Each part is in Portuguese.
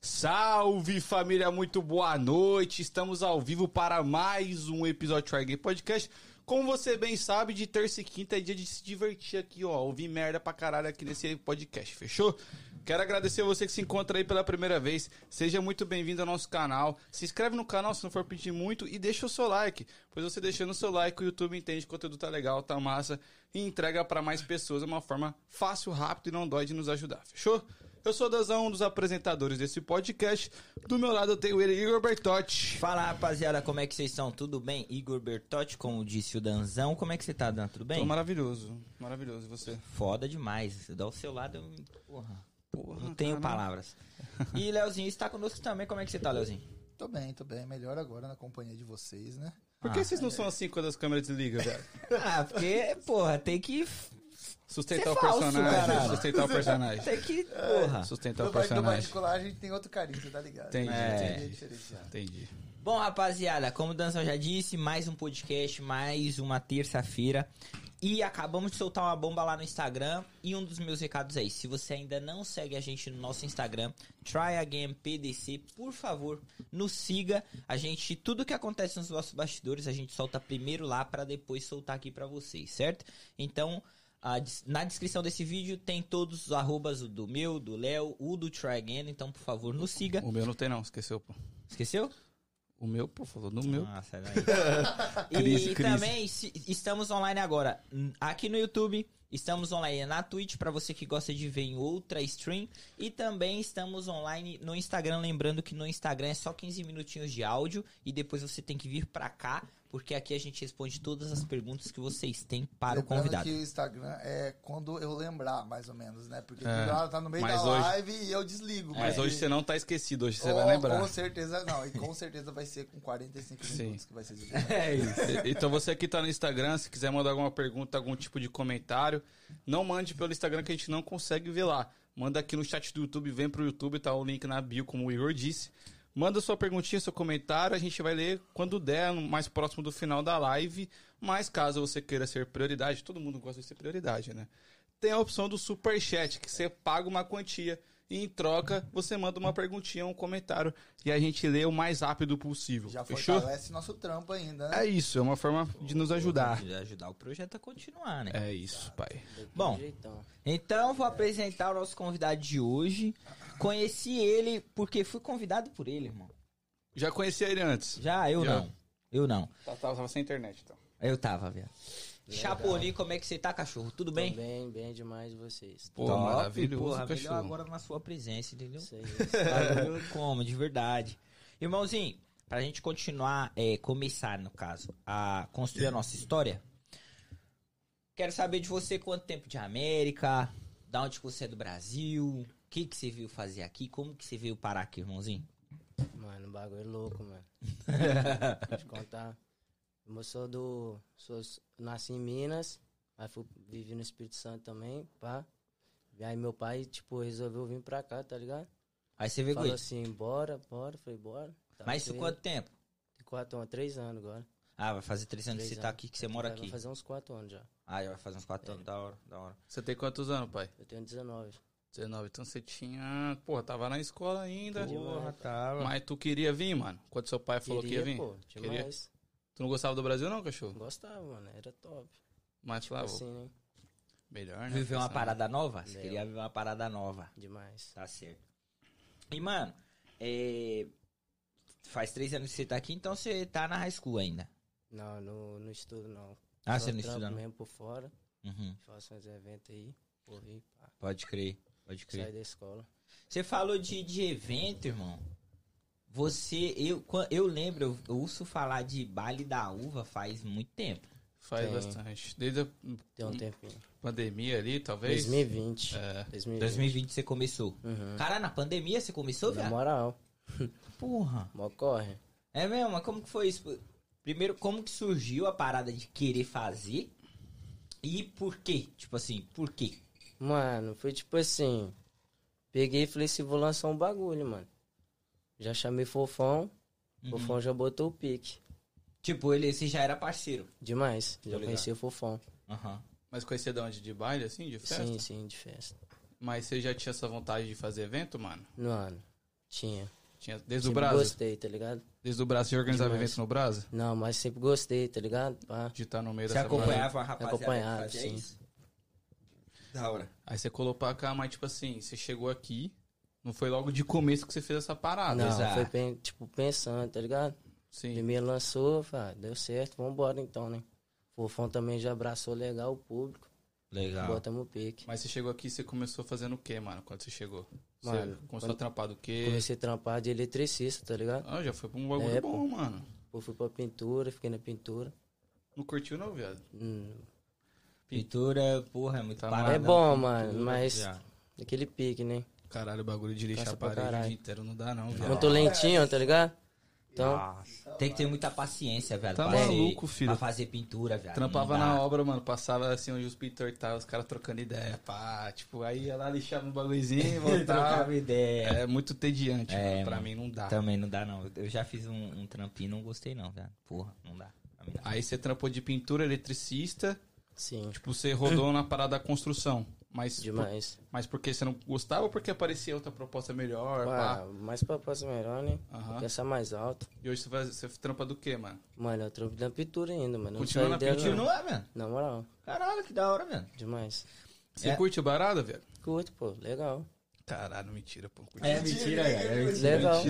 Salve família, muito boa noite. Estamos ao vivo para mais um episódio do Game Podcast. Como você bem sabe, de terça e quinta é dia de se divertir aqui, ó. Ouvir merda pra caralho aqui nesse podcast, fechou? Quero agradecer você que se encontra aí pela primeira vez. Seja muito bem-vindo ao nosso canal. Se inscreve no canal se não for pedir muito e deixa o seu like. Pois você deixando o seu like, o YouTube entende que o conteúdo tá legal, tá massa e entrega pra mais pessoas de uma forma fácil, rápida e não dói de nos ajudar, fechou? Eu sou o Dazão, um dos apresentadores desse podcast. Do meu lado eu tenho ele, Igor Bertotti. Fala rapaziada, como é que vocês estão? Tudo bem? Igor Bertotti, como disse o Danzão, como é que você tá, Dan? Tudo bem? Tô maravilhoso, maravilhoso. E você? Foda demais. Dá o seu lado, eu... porra. Porra, não tenho cara. palavras. E Leozinho está conosco também, como é que você tá, Leozinho? Tô bem, tô bem. Melhor agora na companhia de vocês, né? Por que é. vocês não são assim quando as câmeras desligam, velho? Ah, porque, porra, tem que. Sustentar Você é o falso, personagem, caralho. sustentar o personagem. Tem que. Porra. Sustentar o no, par- no personagem. particular a gente tem outro carinho, você tá ligado? Tá Entendi, A gente entendi. é diferenciado. Entendi. Bom, rapaziada, como o Danzão já disse, mais um podcast, mais uma terça-feira. E acabamos de soltar uma bomba lá no Instagram. E um dos meus recados é isso. Se você ainda não segue a gente no nosso Instagram, tryagainpdc, por favor, nos siga. A gente, tudo que acontece nos nossos bastidores, a gente solta primeiro lá pra depois soltar aqui pra vocês, certo? Então, a dis- na descrição desse vídeo tem todos os arrobas o do meu, do Léo, o do Try Again. Então, por favor, nos siga. O meu não tem não, esqueceu, pô. Esqueceu? O meu, pô, falou do meu. Ah, sai daí. Crise, e crise. também se- estamos online agora hum, aqui no YouTube, estamos online na Twitch pra você que gosta de ver em outra stream e também estamos online no Instagram, lembrando que no Instagram é só 15 minutinhos de áudio e depois você tem que vir pra cá, porque aqui a gente responde todas as perguntas que vocês têm para o Lembrando convidado. que o Instagram é quando eu lembrar, mais ou menos, né? Porque É. toda hora tá no meio Mas da hoje- live e eu desligo. Mas é. porque- hoje você não tá esquecido, hoje você Ou- vai lembrar. Com certeza não, e com certeza vai ser com 45 Sim. minutos que vai ser exibido. É isso. E- Então você que tá no Instagram, se quiser mandar alguma pergunta, algum tipo de comentário, não mande pelo Instagram que a gente não consegue ver lá. Manda aqui no chat do YouTube, vem pro YouTube, tá o link na bio, como o Igor disse. Manda sua perguntinha, seu comentário, a gente vai ler quando der, no- mais próximo do final da live. Mas caso você queira ser prioridade, todo mundo gosta de ser prioridade, né? Tem a opção do Superchat, que você paga uma quantia e em troca você manda uma perguntinha, um comentário e a gente lê o mais rápido possível. Já Fechou? fortalece nosso trampo ainda, né? É isso, é uma forma de nos ajudar. De ajudar o projeto a continuar, né? É isso, pai. Bom, então vou apresentar o nosso convidado de hoje. Conheci ele porque fui convidado por ele, irmão. Já conhecia ele antes. Já, eu Já. não. Eu não. Tava, Tá, tava sem internet, então. Eu tava, viado. Chapolin, como é que você tá, cachorro? Tudo bem? Tô bem, bem demais vocês. Pô, Top, maravilhoso, Porra, melhor cachorro. agora na sua presença, entendeu? Isso aí. Bagulho como, de verdade. Irmãozinho, pra gente continuar, é, começar, no caso, a construir a nossa história, quero saber de você quanto tempo de América, da onde que você é do Brasil, o que que você veio fazer aqui, como que você veio parar aqui, irmãozinho? Mano, o bagulho é louco, mano. Vou te contar. Eu sou do. Sou, nasci em Minas, aí fui, vivi no Espírito Santo também, pá. E aí meu pai, tipo, resolveu vir pra cá, tá ligado? Aí você veio com Falou isso. assim, bora, bora, foi bora. Tá, Mas isso foi- quanto tempo? Quatro anos, três anos agora. Ah, vai fazer três anos que Três você tá anos. aqui, que você mora Vai- Vai aqui. fazer uns quatro anos já. Ah, já vai fazer uns quatro anos. Da hora, da hora. Você tem quantos anos, pai? Eu tenho 19. 19. Então você tinha. Porra, tava na escola ainda. Porra, tá, tava. Mas tu queria vir, mano? Quando seu pai falou que ia vir? pô, Queria. demais. Tu não gostava do Brasil, não, cachorro? Gostava, mano, era top. Mas falava, Assim, né? melhor, né? Viver uma Pensando. parada nova? Você Não. queria viver uma parada nova. Demais. Tá certo. E, mano, é... faz três anos que você tá aqui, então você tá na high school ainda. Não, no, no estudo não. Ah, Só você não trampo estuda, não? mesmo por fora. Uhum. Faço uns eventos aí. Corri, pá. Pode crer, pode Saí crer. da escola. Você falou de, de evento, irmão. Você, eu, quan- eu lembro, eu, eu ouço falar de baile da uva faz muito tempo. Faz Tem. bastante. Desde a Hum. Tem um tempinho. pandemia ali, talvez. 2020. É. 2020. 2020 você começou. Uhum. Cara, na pandemia você começou, Na velho? moral, Porra. mó corre. É mesmo? Mas como que foi isso? Primeiro, como que surgiu a parada de querer fazer? E por quê? Tipo assim, por quê? Mano, foi tipo assim. Peguei e falei assim, vou lançar um bagulho, mano. Já chamei Fofão. Uhum. Fofão já botou o pique. Tipo, ele, você já era parceiro. Demais. Já ligado. conheci o Fofão. Aham. Mas conhecia de onde? De baile, assim, de festa? Sim, sim, de festa. Mas você já tinha essa vontade de fazer evento, mano? Mano, tinha. Tinha desde o Sempre Brasil. gostei, tá ligado? Desde o Brasil, você organizava Demais. eventos no Brasil? Não, mas sempre gostei, tá ligado? Pá. De estar no meio Você dessa parada. acompanhava a rapaziada Acompanhava, que fazia sim. isso? Da hora. Aí você colocou pra cá, mas tipo assim, você chegou aqui, não foi logo de começo que você fez essa parada. não, exato. foi pen- tipo pensando, tá ligado? Sim. Primeiro lançou, falei, ah, deu certo, vambora então, né? O Fofão também já abraçou legal o público, Legal. botamos o pique. Mas você chegou aqui, você começou fazendo o quê, mano? Quando você chegou? Você Mano, começou quando- a trampar do quê? Comecei a trampar de eletricista, tá ligado? Ah, já foi pra um bagulho É, bom, mano. Pô, fui pra pintura, fiquei na pintura. Não curtiu não, viado? Hum, Pintura, porra, é muito Tá parada. mal. é bom, Pintura, mano, mas já. aquele pique, né? Caralho, o bagulho de lixar Cansa a pra parede o caralho. dia inteiro não dá não, viado. Muito lentinho, tá ligado? Então, Nossa, Tem que ter muita paciência, velho. Tá pra maluco, fazer- filho. Pra fazer pintura, velho. Trampava Não dá. na obra, mano. Passava assim onde os pintores estavam, os caras trocando ideia, pá. Tipo, aí ia lá lixava um bagulhozinho e voltava. Trocava ideia. é muito tediante, É, mano. Pra mano. mim não dá. Também não dá, não. Eu já fiz um, um trampinho e não gostei, não, velho. Porra, não dá. Pra mim, não. Aí você trampou de pintura, eletricista. sim, Tipo, você rodou na parada da construção. Mas, por, demais. mas porque você não gostava ou porque aparecia outra proposta melhor? Ah, Pá? mais pra próxima melhor, né? Aham. Pensar mais alto. E hoje você, faz, você trampa do quê, mano? Mano, eu trampo na pintura ainda, mano. Continua não na saí dela, pintura? não. Continua, é, velho. Na moral, Caralho, que da hora, velho. demais. Você É. curte o barada, velho? Curto, pô, legal. Caralho, mentira, é pô. Curte. É mentira, velho. Legal.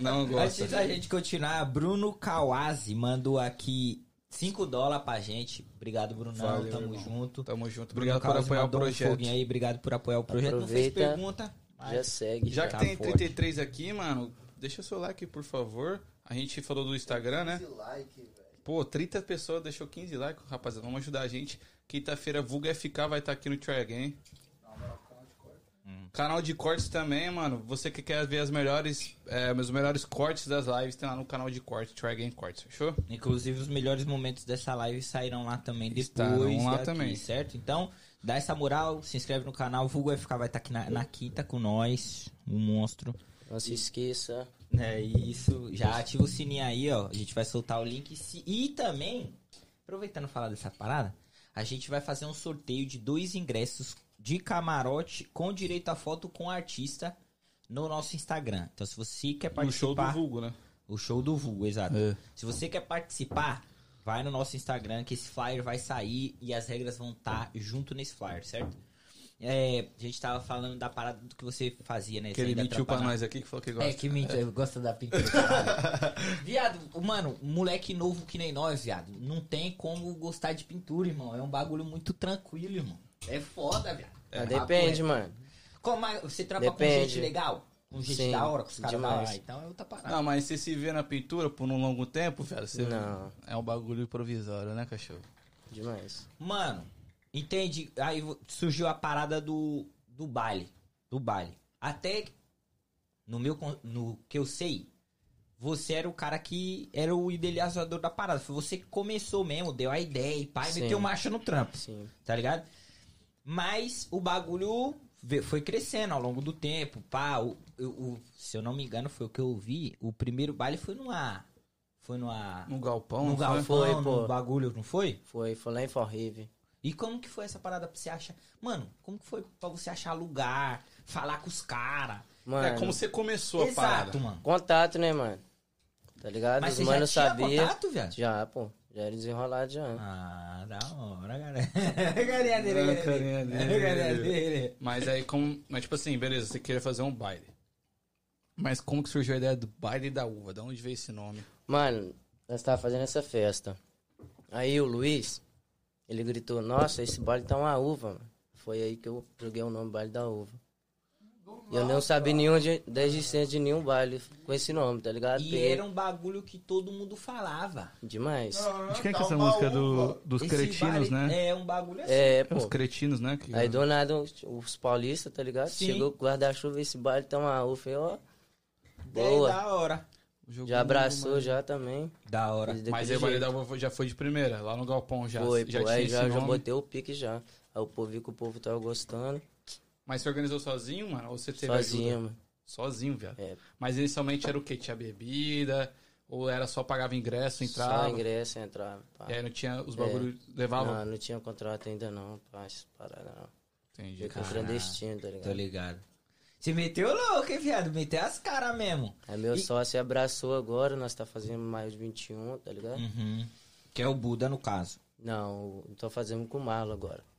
Não gosta. né? Antes da gente continuar, Bruno Kawase mandou aqui 5 dólares pra gente. Obrigado, Brunão. Valeu, Tamo irmão. junto. Tamo junto. Bruno Obrigado por Kawase apoiar o mandou um projeto. foguinho aí, obrigado por apoiar o projeto. Não Aproveita. fez pergunta, mas Já segue. Já que Tá tem forte. 33 aqui, mano, deixa o seu like, por favor. A gente falou do Instagram, né? Esse like, velho. Pô, 30 pessoas deixou 15 likes, rapaziada. Vamos ajudar a gente. Quinta-feira, Vulga FK vai estar aqui no Try Again. Não, não, canal de corte. Canal de cortes também, mano. Você que quer ver as melhores, é, os melhores cortes das lives, tem lá no canal de cortes, Try Again Cortes, fechou? Inclusive, os melhores momentos dessa live sairão lá também depois. Estarão lá daqui, também. Certo? Então, dá essa moral, se inscreve no canal. O Vulgo FK vai estar aqui na, na quinta com nós, o monstro. Não se esqueça. É isso. Já ativa o sininho aí, ó. A gente vai soltar o link. Se- E também, aproveitando falar dessa parada, a gente vai fazer um sorteio de dois ingressos de camarote com direito à foto com o artista no nosso Instagram. Então, se você quer No show do participar... Vulgo, né? O show do Vulgo, exato. É. Se você quer participar, vai no nosso Instagram que esse flyer vai sair e as regras vão estar junto nesse flyer, certo? É, a gente tava falando da parada do que você fazia, né? Você Que ele ainda mentiu pra atrapalhava. nós aqui, que falou que É, gosta. que mentira, gosta da pintura. caralho. viado, mano, moleque novo que nem nós, viado. Não tem como gostar de pintura, irmão. É um bagulho muito tranquilo, irmão. É foda, viado. É, Ah, depende, mano. Como é- você trabalha com Depende. gente legal? Com gente Sim, da hora, com os caras da hora. demais. Então é outra parada. Não, mas você se vê na pintura por um longo tempo, velho, você Não. é um bagulho provisório, né, cachorro? Demais. Mano, entende? Aí vo- surgiu a parada do, do baile. Do baile. Até no meu con- no que eu sei, você era o cara que era o idealizador da parada. Foi você que começou mesmo, deu a ideia e pai, Sim. meteu marcha no trampo, Sim. tá ligado? Mas o bagulho ve- foi crescendo ao longo do tempo, pá. O, o- o- se eu não me engano, foi o que eu vi. O primeiro baile foi no A. Foi no A. No galpão, No não foi? galpão, Foi, no pô. bagulho, não foi? Foi, foi lá em Forrive. E como que foi essa parada pra você achar? Mano, como que foi pra você achar lugar, falar com os caras? Mano, É como você começou a parada. Exato, mano. contato, né, mano? Tá ligado? Mas Os você já tinha manos sabiam. contato, viado? Já, pô. Já era desenrolado já. Ah, da hora, galera. Carinha dele, Ah, carinha carinha dele. dele. Carinha dele. Mas aí, como. Mas tipo assim, beleza, você queria fazer um baile. Mas como que surgiu a ideia do baile da uva? Da onde veio esse nome? Mano, nós tava fazendo essa festa. Aí o Luiz, ele gritou, nossa, esse baile tá uma uva, mano. Foi aí que eu joguei o nome baile da uva. E eu não sabia nenhum de, da existência de nenhum baile com esse nome, tá ligado? E Peguei era um bagulho que todo mundo falava. Demais. De Tá quem que é essa música do, dos Esse cretinos, vale- né? É um bagulho assim. É, É os pô. cretinos, né? que- Aí do nada os paulistas, tá ligado? Sim. Chegou com o guarda-chuva, esse baile tá uma uva. Eu, ó, Daí, boa. é da hora. Jogou Já abraçou né? no- já também. Da hora. Daquele Mas aí o baile jeito. da uva já foi de primeira, lá no galpão já. Foi, um já pô. Aí esse já, já nome. botei o pique já. Aí o povo viu que o povo tava gostando. Mas você organizou sozinho, mano? Ou você teve ajuda? Sozinho, mano. Sozinho, viado. É. Mas inicialmente era o quê? Tinha bebida? Ou era só pagava ingresso, entrava? É, Só ingresso entrava. Pá. E aí não tinha os bagulhos, levava? Não, não tinha contrato ainda não, pá, essa parada não. Entendi. Eu cara. clandestino, tá Tô ligado? ligado. Você meteu louco, hein, viado? Meteu as caras mesmo. Aí meu E- sócio abraçou agora, nós tá fazendo mais de 21, tá ligado? Hum. Uhum. Que é o Buda, no caso. Não, eu tô fazendo com o Marlon agora.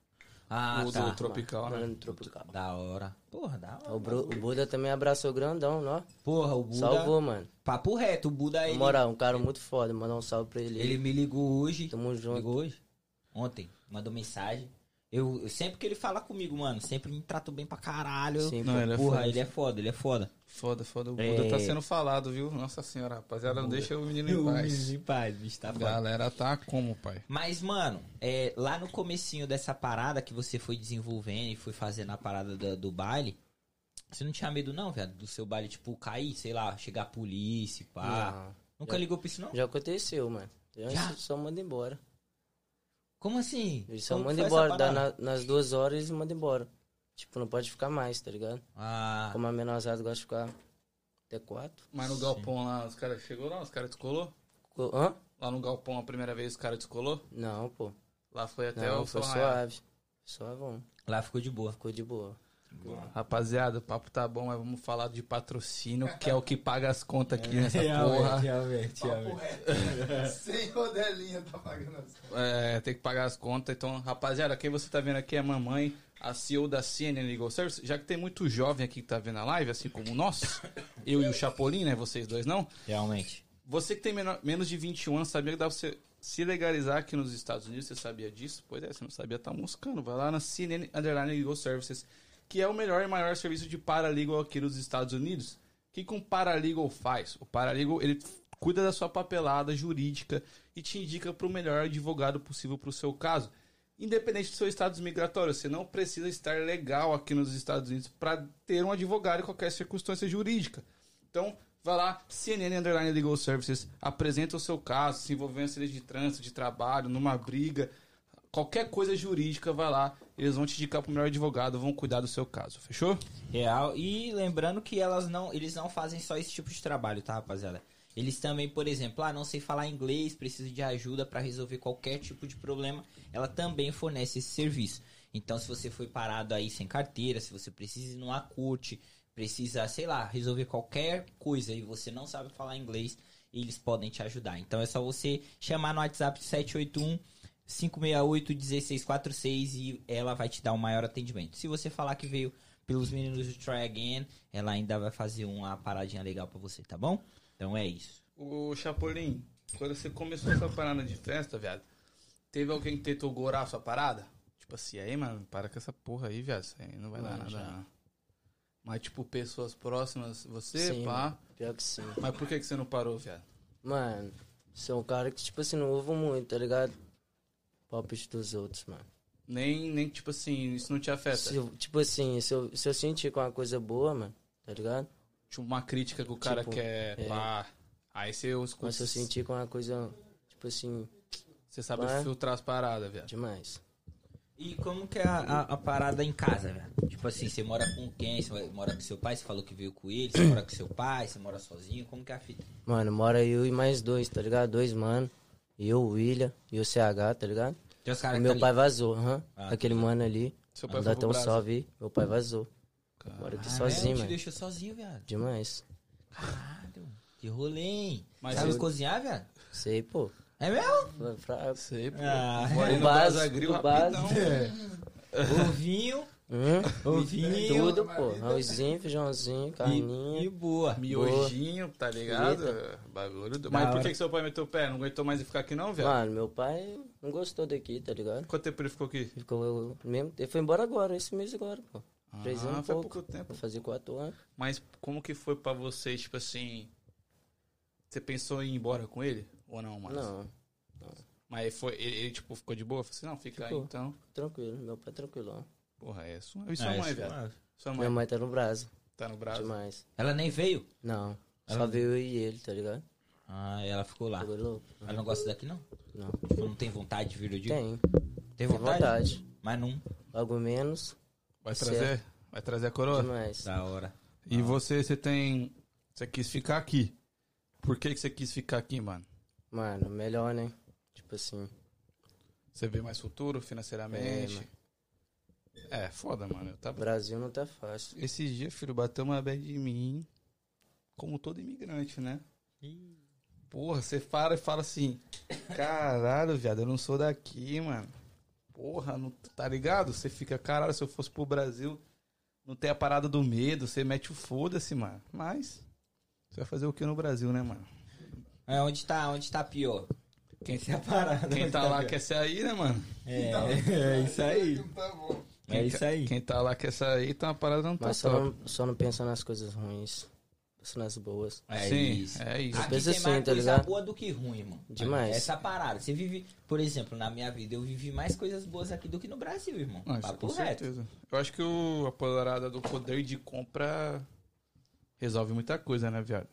Tá, Ah, o do Tropical, né? Morando no Tropical. Tá Da hora. Porra, da hora. O, Bru- o Buda também abraçou grandão, ó. Porra, o Buda... Salvou, mano. Papo reto, o Buda, Na ele, moral, um cara muito foda. Mandar um salve pra ele. ele me ligou hoje. Tamo junto. Ligou hoje? Ontem. Mandou mensagem. Eu, eu- sempre que ele fala comigo, mano, sempre me tratou bem pra caralho. Eu- Sim, Não, pô. ele é Porra, foda. ele é foda, ele é foda. Foda, foda. O É. Buda tá sendo falado, viu? Nossa senhora, rapaziada, não deixa o menino em paz. Em paz, bicho, tá foda. Galera, tá como, pai? Mas, mano, é, lá no comecinho dessa parada que você foi desenvolvendo e foi fazendo a parada da- do, baile, você não tinha medo não, velho, do seu baile, tipo, cair, sei lá, chegar a polícia, pá. Não, Nunca ligou pra isso, não? já aconteceu, mano. Eu Já? só manda embora. Como assim? Eles só Como que mandam foi essa embora. Dá parada? na- nas duas horas eles mandam embora. Tipo, não pode ficar mais, tá ligado? Ah, Como a menosada gosta de ficar até quatro. Mas no galpão lá, os caras chegou lá, os caras descolou? Co- Hã? Lá no galpão, a primeira vez, os caras descolou? Não, pô. Lá foi até não, o foi São Raia. suave. Suavão. lá ficou de boa. Ficou de boa. Rapaziada, o papo tá bom, mas vamos falar de patrocínio, que é o que paga as contas aqui É, nessa porra. realmente, Papo reto. Sem rodelinha tá pagando as É, tem que pagar as contas. Então, rapaziada, quem você tá vendo aqui é a mamãe, a CEO da CNN Legal Service. Já que tem muito jovem aqui que tá vendo a live, assim como nós, eu e o Chapolin, né? Vocês dois não. Realmente. Você que tem menor- menos de 21 anos, sabia que dá pra você se legalizar aqui nos Estados Unidos? Você sabia disso? Pois é, você não sabia, tá moscando. Vai lá na CNN Underline Legal Services, que é o melhor e maior serviço de paralegal aqui nos Estados Unidos. O que, que um paralegal faz? O paralegal, ele cuida da sua papelada jurídica e te indica para o melhor advogado possível para o seu caso. Independente do seu status migratório, você não precisa estar legal aqui nos Estados Unidos para ter um advogado em qualquer circunstância jurídica. Então, vai lá, CNN Underline Legal Services, apresenta o seu caso, se envolver em acidente de trânsito, de trabalho, numa briga, qualquer coisa jurídica, vai lá, eles vão te indicar para o melhor advogado, vão cuidar do seu caso, fechou? Real. E lembrando que elas não, eles não fazem só esse tipo de trabalho, tá, rapaziada? Eles também, por exemplo, ah, não sei falar inglês, preciso de ajuda pra resolver qualquer tipo de problema. Ela também fornece esse serviço. Então, se você foi parado aí sem carteira, se você precisa ir numa corte, precisa, sei lá, resolver qualquer coisa e você não sabe falar inglês, eles podem te ajudar. Então é só você chamar no WhatsApp 781 568 1646 e ela vai te dar o maior atendimento. Se você falar que veio pelos meninos do Try Again, ela ainda vai fazer uma paradinha legal pra você, tá bom? Então é isso. O Chapolin, quando você começou essa parada de festa, viado, teve alguém que tentou gorar a sua parada? Tipo assim, aí, mano, para com essa porra aí, viado, isso aí não vai dar Mano, nada. já. não. Mas, tipo, pessoas próximas, você, Sim, pá. mano. Pior que sim. Mas por que, que você não parou, viado? Mano, sou um cara que, tipo assim, não ouvo muito, tá ligado? Palpite dos outros, mano. Nem, nem tipo assim, isso não te É, afeta. Se tá. eu- tipo assim, se eu, se eu sentir que é uma coisa boa, mano, tá ligado? Tipo, uma crítica que o cara Tipo, quer, é. pá. Aí você escuta. Mas se eu sentir que é uma coisa, tipo assim, Você sabe pá. filtrar as paradas, viado. demais. E como que é a, a- a parada em casa, velho? Tipo assim, você mora com quem? Você vai- mora com seu pai? Você falou que veio com ele? Você mora com seu pai? Você mora sozinho? Como que é a fita? Mano, mora eu e mais dois, tá ligado? Dois, mano. Eu, o William e o CH, tá ligado? Tem os O caras que meu tá pai vazou, aham. Ah, Aquele mano ali. Seu pai foi Mandou pro até um Brasil. salve aí. Meu pai vazou. Mora ali. aqui Ah, tá sozinho, velho, te mano. deixou sozinho, viado. Demais. Caralho. Que rolê, hein? Mas Sabe eu- cozinhar, viado? Sei, pô. É mesmo? Pra- pra- Sei, pô. Ah, Morei o no básico, Brasa Grill o básico. rapidão. ovinho, Hum? ovinho Tudo, pô. Arrozinho, feijãozinho, e, e carninha. boa. Miojinho, tá ligado? Bagulho do... Mas Da por que, hora. que seu pai meteu o pé? Não aguentou mais ele ficar aqui não, viado? Mano, meu pai não gostou daqui, tá ligado? Quanto tempo ele ficou aqui? Ficou mesmo. Ele foi embora agora, esse mês agora, pô. Três Ah, anos e foi um pouco. pouco tempo. Vai fazer quatro anos. Mas como que foi pra você, tipo assim... Você pensou em ir embora com ele? Ou não, mano? Não, Mas foi, ele, ele, tipo, ficou de boa? Falei assim, não, fica aí Ficou. então. tranquilo. Meu pai é tranquilão. Porra, é sua, e sua Ah, mãe, isso- viado? Sua Minha mãe mãe tá no Brasil. tá no braço. Demais. Ela nem veio? Não. Ela- Só veio eu e ele, tá ligado? Ah, ela ficou lá. Bagulho louco. Ela não gosta daqui, não? Não. Tipo, não tem vontade de vir do dia? Tem. Tem Tem vontade? vontade. Mas não. Algo menos. Vai Certo. trazer? Vai trazer a coroa? Demais. Da hora. E você, você tem. Você quis ficar aqui. Por que, que você quis ficar aqui, mano? Mano, melhor, né? Tipo assim. Você vê mais futuro financeiramente? É, mano. É, foda, mano. Eu O tava... Brasil não tá fácil. Esses dias, filho, bateu uma bad de mim, como todo imigrante, né? Porra, você para e fala assim, caralho, viado, eu não sou daqui, mano. Porra, não, tá ligado? Você fica, caralho, se eu fosse pro Brasil, não tem a parada do medo, você mete o foda-se, mano. Mas, você vai fazer o que no Brasil, né, mano? É, onde tá, onde tá pior? Quem se parada? Quem tá lá quer sair, né, mano? É, é isso aí. Tá bom. É isso aí. Quem tá lá quer sair, tá uma parada não tá Mas só só. não, só não pensa nas coisas ruins. Pensa nas boas. É Sim, isso. é isso. Aqui Pensa tem assim, mais tá coisa ligado? boa do que ruim, mano. Demais. Essa parada. Você vive, por exemplo, na minha vida, eu vivi mais coisas boas aqui do que no Brasil, irmão. Ah, isso Papo com reto. certeza. Eu acho que o, a parada do poder de compra resolve muita coisa, né, viado?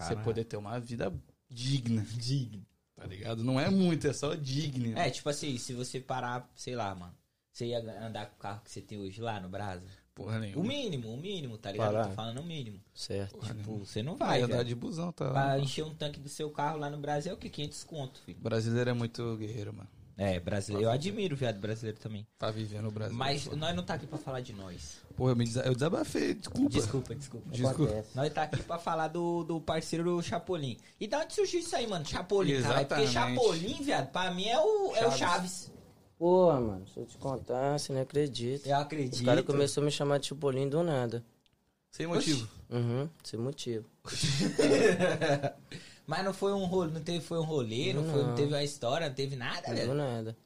é. Você poder ter uma vida digna, digno. tá ligado? Não é muito, é só digna. É, tipo assim, se você parar, sei lá, mano. Você ia andar com o carro que você tem hoje lá no Brasil? Porra O nenhuma. mínimo, o mínimo, tá ligado? Eu Parar. tô falando o mínimo. Certo. Tipo, você não Vai vai, andar velho. de busão, tá? Pra encher um tanque do seu carro lá no Brasil é o que? 500 conto, filho. O brasileiro é muito guerreiro, mano. É, brasileiro. Eu admiro o viado brasileiro também. Tá vivendo o Brasil. Mas Porra, nós não tá aqui pra falar de nós. Porra, eu, me desa- eu desabafei, desculpa. Desculpa, desculpa. Desculpa. Nós tá aqui pra falar do, do parceiro Chapolin. E da onde surgiu isso aí, mano? Chapolin, cara. é Porque Exatamente. Chapolin, viado, pra mim é o Chaves. É o Chaves. Porra, mano, se eu te contar, você não acredita. Eu Os acredito. caras começaram a me chamar de Chipolim do nada. Sem motivo. Uhum, sem motivo. Mas não foi um rolê, não teve, foi um rolê, não, foi, não Não. teve uma história, não teve nada, Do velho. nada.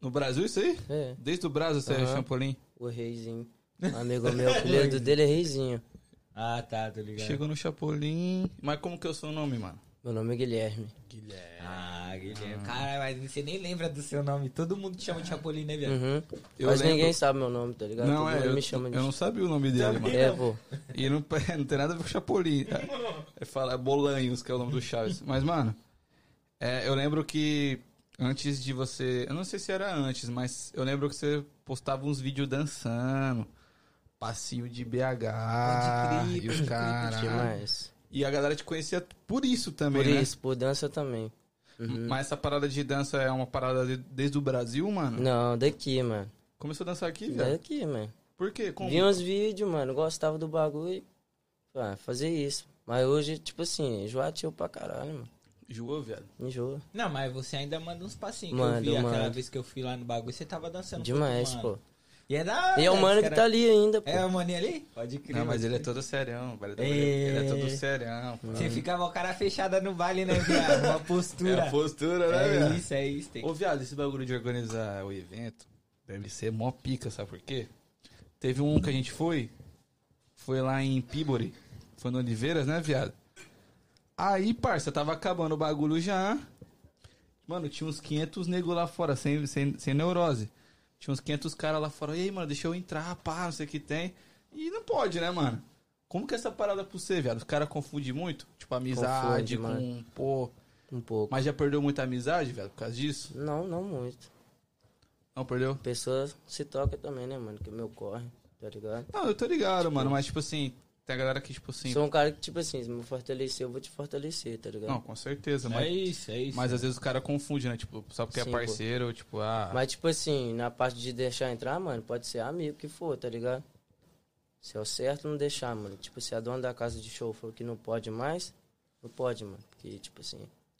No Brasil, isso aí? É, Desde o Brasil, você é Aham. champolim. o reizinho. Um amigo meu, o apelido dele é reizinho. Ah, tá, tô ligado. Chegou no Chapolin. Mas como que é o seu nome, mano? Meu nome é Guilherme. Ah, Guilherme. Cara, mas você nem lembra do seu nome. Todo mundo te chama de Chapolin, né, viado? Uhum. Eu Mas lembro- ninguém sabe meu nome, tá ligado? Não, Todo é, mundo eu, me chama de... eu não sabia o nome dele, mano. É, pô. E não, não tem nada a ver com Chapolin. É, fala Bolanhos, que é o nome do Chaves. Mas, mano, é, eu lembro que antes de você. Eu não sei se era antes, mas eu lembro que você postava uns vídeos dançando. Passinho de BH. crer, e, os cara- Demais. e a galera te conhecia por isso Ah. também, Por né? isso, por dança também. Uhum. Mas essa parada de dança é uma parada de- desde o Brasil, mano? Não, daqui, mano. Começou a dançar aqui, Ah. velho? um Daqui, mano. Por quê? Como? Vi uns vídeos, mano, gostava do bagulho. Ah, fazer isso. Mas hoje, tipo assim, enjoativo pra caralho, mano. Enjoou, velho. Enjoa. Tá Não, mas você ainda manda uns passinhos. que eu Mando, vi aquela mando. vez que eu fui lá no bagulho, você tava dançando. com Demais, outro pô. mano. E é Ah, da hora, E é o velho, mano os que cara- tá ali ainda, pô. É o maninho ali? Pode crer. Não, mas pode ele é crer. todo serião, velho. É. Ele é todo serião. pô. Você ficava com a cara fechada no baile, né, viado? Uma É postura. a postura, né, É, velho? isso, é isso. Tem... Ô, viado, esse bagulho de organizar o evento deve ser mó pica, sabe por quê? Teve um que a gente foi, foi lá em Pibori, foi no Oliveiras, né, viado? Aí, parça, tava acabando o bagulho já. Mano, tinha uns 500 nego lá fora, sem, sem, sem neurose. Tinha uns 500 caras lá fora. E aí, mano, deixa eu entrar, pá, não sei o que tem. E não pode, né, mano? Como que é essa parada pra você, viado? Os caras confundem muito? Tipo, amizade Confunde, mano. com, pô... Um pouco. Mas já perdeu muita amizade, velho, por causa disso? Não, não muito. Não perdeu? A pessoa se toca também, né, mano? Que meu corre, tá ligado? Não, eu tô ligado, mano, mas tipo assim, tem a galera que, tipo assim. Sou um cara que, tipo assim, se me fortalecer, eu vou te fortalecer, tá ligado? Não, com certeza, É mas, isso, é isso. mas às vezes o cara confunde, né? Tipo, só porque Sim, é pô. parceiro, tipo, ah. Mas, tipo assim, na parte de deixar entrar, mano, pode ser amigo que for, tá ligado? Se é o certo, não deixar, mano. Tipo, se a dona da casa de show falou que não pode mais, não pode, mano. Porque, tipo assim,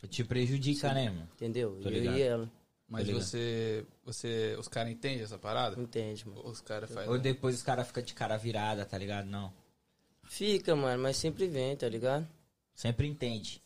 Te prejudica, né, mano? entendeu? Tô E eu ligado. e ela, Mas tá ligado. você. Você. Os caras entendem essa parada? entende, mano. Os caras Ou fazem. depois os caras ficam de cara virada, tá ligado? Não. Fica, mano, mas sempre vem, tá ligado? Sempre entende.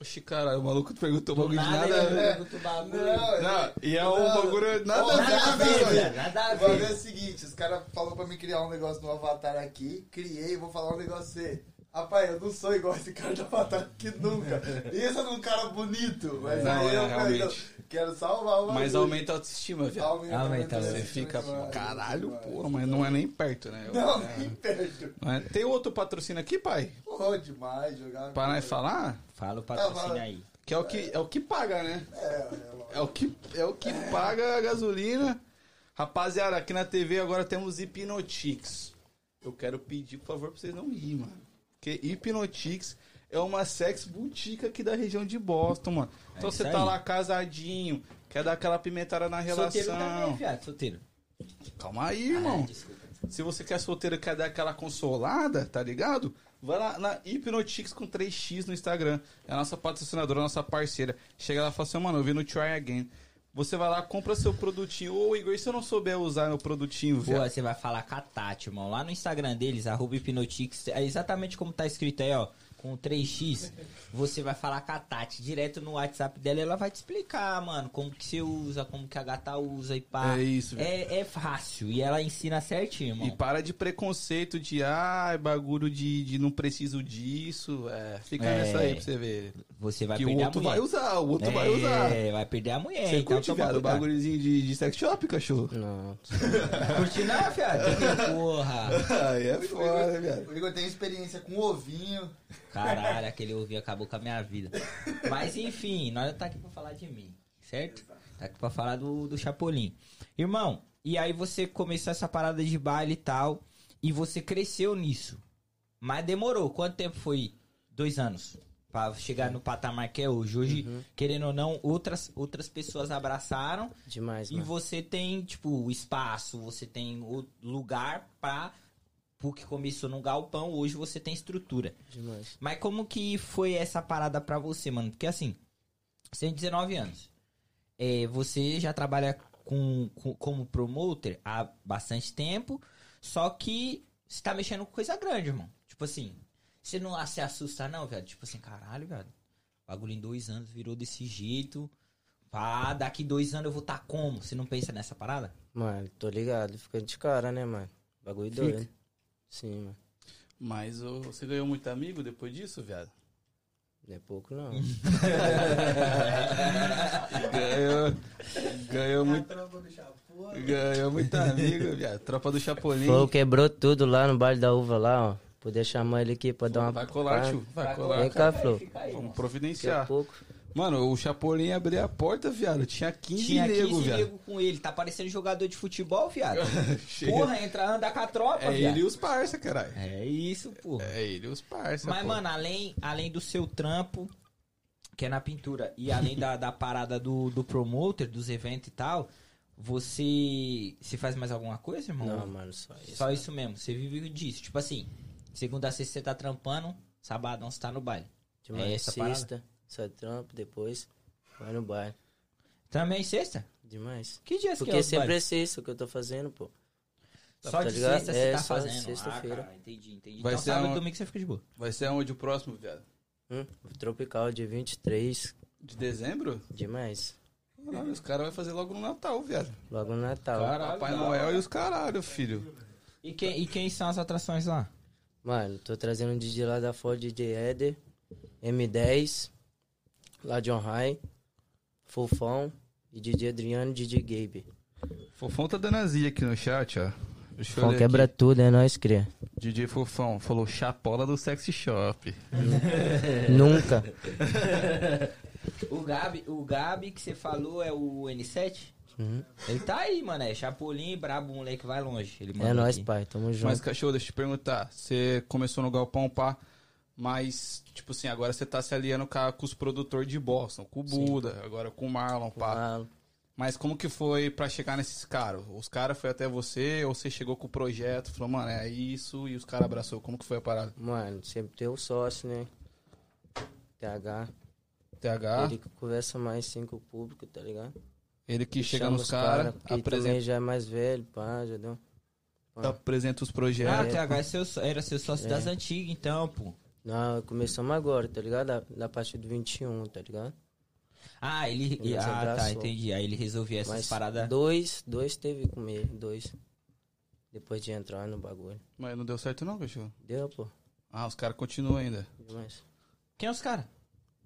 Oxi, né? caralho, o maluco perguntou o Do bagulho de nada, nada. ele né? pergunta o bagulho. Não, Não, e é um Não. bagulho nada Não, a ver. Nada a ver, Não, velho. Nada a O bagulho é ver. o seguinte, os caras falaram pra me criar um negócio no Avatar aqui, criei, vou falar um negócio pra você. Rapaz, eu não sou igual esse cara do Avatar aqui nunca. Pensa num cara bonito, mas Não, aí é, eu falei, realmente. não, quero salvar o Mas bagulho. aumenta a autoestima, viado. Aumenta, Aumenta, aumenta, Você Sim, aumenta fica, demais, caralho, demais. porra, mas não é nem perto, né? Não, nem perto. Não é- Tem outro patrocínio aqui, pai? Pô, demais jogar. É, Pra nós com- falar? Fala o patrocínio aí. Que é o que, é o que paga, né? É, é lógico. É o que, é o que paga a gasolina. Rapaziada, aqui na TV agora temos Hipnotix. Eu quero pedir, por favor, pra vocês não rirem, mano. Porque Hipnotix é uma sex boutique aqui da região de Boston, mano. Então isso você tá aí. lá casadinho, Quer dar aquela pimentada na Solteiro também, relação. viado, solteiro. Calma aí, irmão. Ah, desculpa. Se você quer solteiro quer dar aquela consolada, tá ligado? Vai lá na Hipnotix com 3x no Instagram. É a nossa patrocinadora, a nossa parceira. Chega lá e fala assim, mano, eu vi no Try Again. Você vai lá, compra seu produtinho. Ô, Igor, e se eu não souber usar meu produtinho, Pô, velho? você vai falar com a Tati, irmão. Lá no Instagram deles, arroba hipnotix, é exatamente como tá escrito aí, ó. Com o 3x, você vai falar com a Tati direto no WhatsApp dela ela vai te explicar, mano, como que você usa, como que a gata usa e pá. É isso, velho. É, é fácil. E ela ensina certinho, É, irmão. E para de preconceito de, ai, bagulho de, de não preciso disso. É, fica É. nessa aí pra você ver. Você vai que o perder outro a mulher. vai usar, o outro é, vai usar. vai perder a mulher. Você então curte, toma viado, o cuidado. bagulhozinho de, de sex shop, cachorro? Não. Curte não, viado? Porra. Ai, é O Igor- foda, viado. O Igor tem experiência com ovinho. Caralho, aquele ouvir acabou com a minha vida. Mas enfim, nós não tá aqui pra falar de mim, certo? Tá aqui pra falar do, do Chapolin. Irmão, e aí você começou essa parada de baile e tal, e você cresceu nisso. Mas demorou. Quanto tempo foi? Dois anos. Pra chegar no patamar que é hoje. Hoje, querendo ou não, outras, outras pessoas abraçaram. Demais, E mano. você tem, tipo, espaço, você tem o lugar pra. Porque começou num galpão, hoje você tem estrutura. Demais. Mas como que foi essa parada pra você, mano? Porque assim, você tem 19 anos. É, você já trabalha com, com- como promoter há bastante tempo, só que você tá mexendo com coisa grande, irmão. Tipo assim, você não se assusta não, velho? Tipo assim, caralho, velho. O bagulho em dois anos virou desse jeito. Pá, daqui dois anos eu vou tá como? Você não pensa nessa parada? Mano, tô ligado. Fica de cara, né, mano? Bagulho Fica. doido. né? Sim, mano. Mas ô, você ganhou muito amigo depois disso, viado? Não é pouco, não. Uhum. Ganhou, ganhou muito. Ganhou muito amigo, viado. Tropa do Chapolin. Foi, quebrou tudo lá no baile da uva lá, ó. Poder chamar ele aqui pra dar uma. Vai colar, pá. tio. Vai Vem colar. cá, Flo. Vamos Daqui a providenciar. pouco. Mano, o Chapolin abriu a porta, viado. Tinha 15 nego, viado. nego com ele. Tá parecendo jogador de futebol, viado. Chega. Porra, entra, anda com a tropa, é viado. ele e os parça, caralho. É isso, porra. É ele e os parça. Mas, pô. mano, além, além do seu trampo, que é na pintura, e além da, da parada do, do promoter, dos eventos e tal, você. Você faz mais alguma coisa, irmão? Não, mano, só isso. Só isso mesmo. Você vive disso. Tipo assim, segunda a sexta você tá trampando, sabadão você tá no baile. Demais. É essa Sexta, sai do trampo, depois vai no bar. Também sexta? Demais. Que dias que é Porque os sempre é bailes? sexta que eu tô fazendo, pô. Só tá de ligado? sexta você É, tá só fazendo. sexta-feira. Ah, cara, entendi, entendi. Vai então ser sábado e uma- domingo você fica de boa. Vai ser aonde o próximo, viado? Hum, tropical, dia 23. De dezembro? Demais. Caralho, os caras vão fazer logo no Natal, viado. Logo no Natal. Papai Noel e os caralho, filho. E quem, e quem são as atrações lá? Mano, tô trazendo um DJ lá da Ford, DJ Eder, M10, lá John High, Fofão e DJ Adriano e DJ Gabe. Fofão tá dando azia aqui no chat, ó. Deixa eu Fofão ler quebra aqui. tudo, é nóis, cria. DJ Fofão falou chapola do sexy shop. É. Nunca. O Gabi, o Gabi que você falou é o N7? Uhum. Ele tá aí, mano. É Chapolin, brabo, moleque, vai longe. Ele É mandou nóis, aqui. pai. Tamo junto. Mas, cachorro, deixa eu te perguntar. Você começou no Galpão Pá, mas, tipo assim, agora você tá se aliando ca- com, os produtores de Boston, com o Buda, agora com o Marlon, pá. Falo. Mas como que foi pra chegar nesses caras? Os caras foi até você, ou você chegou com o projeto, falou, mano, é isso, e os caras abraçou. Como que foi a parada? Mano, sempre tem o sócio, né? TH. TH, Ele Tá? ele, que conversa mais sim com o público, tá ligado? que chega Chama nos os caras, porque ele também apresenta, já é mais velho, pá, já deu. pá. apresenta os Ah, projetos. TH é seu só- era seu sócio É. das antigas, então, pô. Não, começamos agora, tá ligado? Da, da partir do 21, tá ligado? Ah, ele. Ele ah, nos tá, abraçou. entendi. Aí ele resolveu essas é- Mas paradas. dois, dois teve com ele, dois. Depois de entrar no bagulho. Mas não deu certo não, cachorro? Deu, pô. Ah, os caras continuam ainda. Demais. Quem é os caras?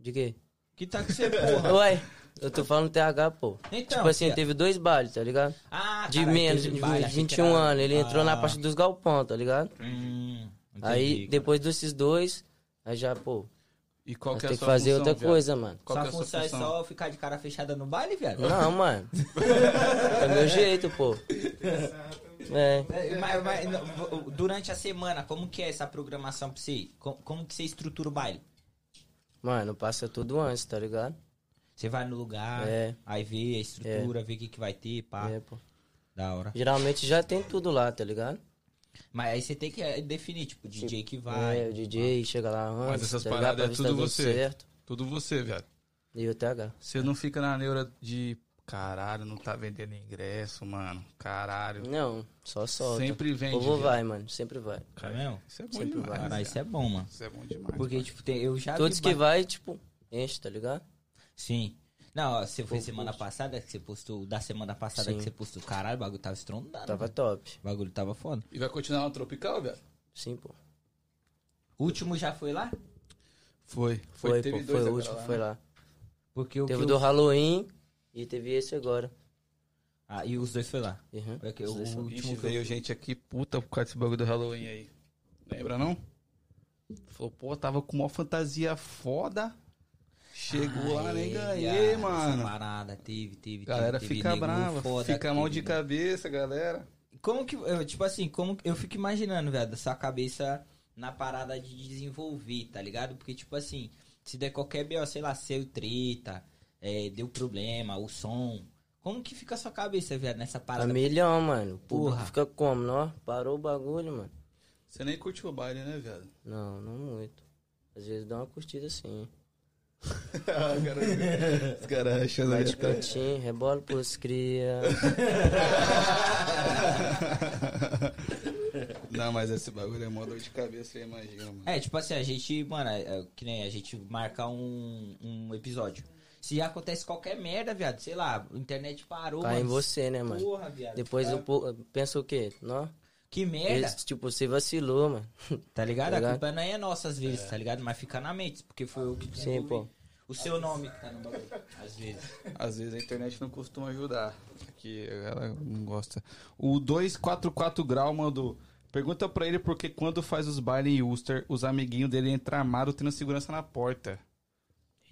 De quê? Que tá com você, porra? Ué, eu tô falando TH, pô. Então, tipo assim, tia. teve dois bailes, tá ligado? Ah, De caralho, menos, teve de baile, achei que 21 era- anos. Ele entrou na Ah, parte dos galpão, tá ligado? hum, entendi, aí, cara. depois desses dois, aí já, pô, E qual nós que é a tem que sua fazer função, outra viado? coisa, mano. Qual sua que é a sua função é função? só ficar de cara fechada no baile, viado? Não, mano. é meu jeito, pô. É. É, Mas, mas, não, vo- durante a semana, como que é essa programação pra você? Co- Como, que você estrutura o baile? Mano, passa tudo antes, tá ligado? Você vai no lugar, É. aí vê a estrutura, vê o que, que vai ter, pá. É, pô. Da hora. Geralmente já tem tudo lá, tá ligado? Mas aí você tem que eh, definir, tipo, DJ que vai. é, o DJ chega lá antes. Mas essas tá ligado? paradas Pra é ver se tá tudo dando você. Certo. Tudo você, viado. E o TH. Você não fica na neura de caralho, não tá vendendo ingresso, mano. Caralho. Não, só solta. Sempre O vende. povo viado. vai, mano, sempre vai. Tá vendo? Isso é bom Sempre vai. demais. Caralho, viado. isso é bom, mano. Isso é bom demais. Porque, tipo, tem- eu já Todos vi que ba- vai, tipo, enche, tá ligado? Sim. Não, ó, você foi Pô, semana passada que você postou, da semana passada Sim. que você postou, caralho, o bagulho tava estrondado. Tava mano. top. O bagulho tava foda. E vai continuar no Tropical, velho? Sim, pô. O último já foi lá? Foi. Foi, teve pô, dois foi o agora último, lá, foi né? lá. Porque o Teve que o do eu... Halloween e teve esse agora. Ah, e os dois foi lá. Uhum. É que Os o dois foram. último Ixi, que eu- veio gente aqui puta por causa desse bagulho do Halloween aí. Lembra não? Falou, pô, tava com uma fantasia foda. Chegou lá, nem Ah, é, ganhei, viado, mano. Essa parada, teve, teve, Galera teve, teve fica nego brava, foda, fica mal de teve nego- cabeça, galera. Como que, eu, tipo assim, como que- eu fico imaginando, velho, da sua cabeça na parada de desenvolver, tá ligado? Porque, tipo assim, se der qualquer B.O., sei lá, seu treta, é, deu problema, o som, como que fica a sua cabeça, velho, nessa A parada? milhão, mano. O público Porra. fica como, não? Parou o bagulho, mano. Você nem curtiu o baile, né, viado? Não, não muito. Às vezes dá uma curtida assim. Ah, Os caras achando Vai que de cantinho, rebola pros cria. Não, mas esse bagulho é mó dor de cabeça, você imagina, mano. É, tipo assim, a gente, mano, é, é, que nem a gente marcar um, um episódio. Se acontece qualquer merda, viado, sei lá, a internet parou, Cai em mano, você, né, mano? Porra, viado. Depois tá- o povo pensa o quê? Não? Que merda. Eles, tipo, você vacilou, mano. Tá ligado? Tá ligado? A culpa não é nossa às vezes, tá ligado? Mas fica na mente, porque foi o que Sim, pô. desenvolvi. O seu nome que tá no bagulho, às vezes. Às vezes a internet não costuma ajudar. Aqui a galera não gosta. O 244 Grau mandou. Pergunta pra ele porque quando faz os bailes em Ulster, os amiguinhos dele entram armados tendo segurança na porta.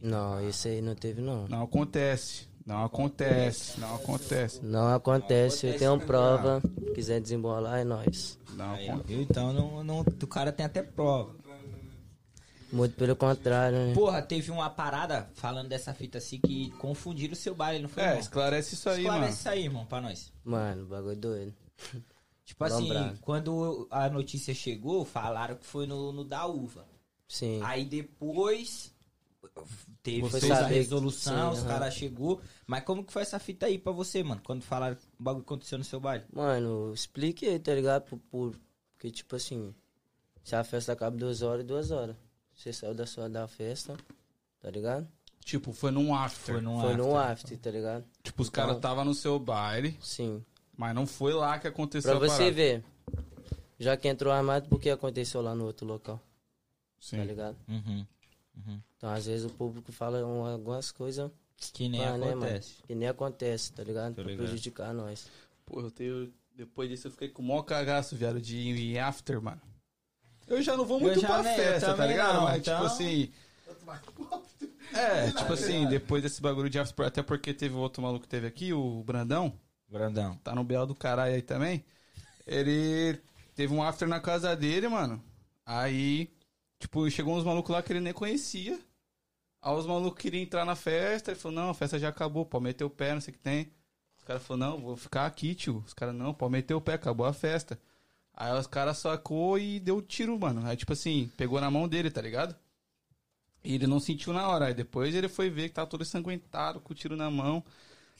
Não, isso aí não teve, não. Não acontece. Não acontece. Não acontece. Não acontece, Não acontece, eu tenho né, prova. Quiser desembolar, é nóis. Não Aí, ó, acontece. viu? Então não, não, o cara tem até prova. Muito pelo contrário, né? Porra, teve uma parada falando dessa fita assim que confundiram o seu baile, não foi? É, irmão? esclarece isso aí, Esclarece mano. isso aí, irmão, pra nós. Mano, bagulho é doido. Tipo assim, Lembrado. quando a notícia chegou, falaram que foi no, no da uva. Sim. Aí depois teve Vocês toda a sabem- resolução, sim, os aham. caras chegou. Mas como que foi essa fita aí pra você, mano? Quando falaram que o bagulho aconteceu no seu baile? Mano, explique aí, tá ligado? Pro público. Porque, tipo assim, se a festa acaba duas horas, duas horas. Você saiu da sua da festa, tá ligado? Tipo, foi num after. num Foi no Um after. after, tá ligado? Tipo, os caras Então- tava no seu baile, Sim. mas não foi lá que aconteceu Pra a é parada. você ver, já que entrou armado, por que aconteceu lá no outro local, tá Sim. ligado? Uhum. Então, às vezes o público fala um- algumas coisas Que nem Ah, né, mano? acontece. que nem acontece, tá ligado? Pra ligado. prejudicar nós. Pô, eu tenho... Depois disso eu fiquei com o maior cagaço, viado, de ir em after, mano. Eu já não vou Eu muito já pra nem- eu festa, tá também ligado? não, Mas, então- tipo assim... É, tipo assim, depois desse bagulho de after... Até porque teve outro maluco que teve aqui, o Brandão. Brandão. tá no BL do caralho aí também. Ele teve um after na casa dele, mano. Aí, tipo, chegou uns malucos lá que ele nem conhecia. Aí os malucos queriam entrar na festa. Ele falou, não, a festa já acabou, pode meter o pé, não sei o que tem. Os caras falaram, não, vou ficar aqui, tio. Os caras, não, pode meter o pé, acabou a festa. Aí os caras sacou e deu um tiro, mano. Aí, tipo assim, pegou na mão dele, tá ligado? E ele não sentiu na hora. Aí depois ele foi ver que tava todo ensanguentado, com o tiro na mão.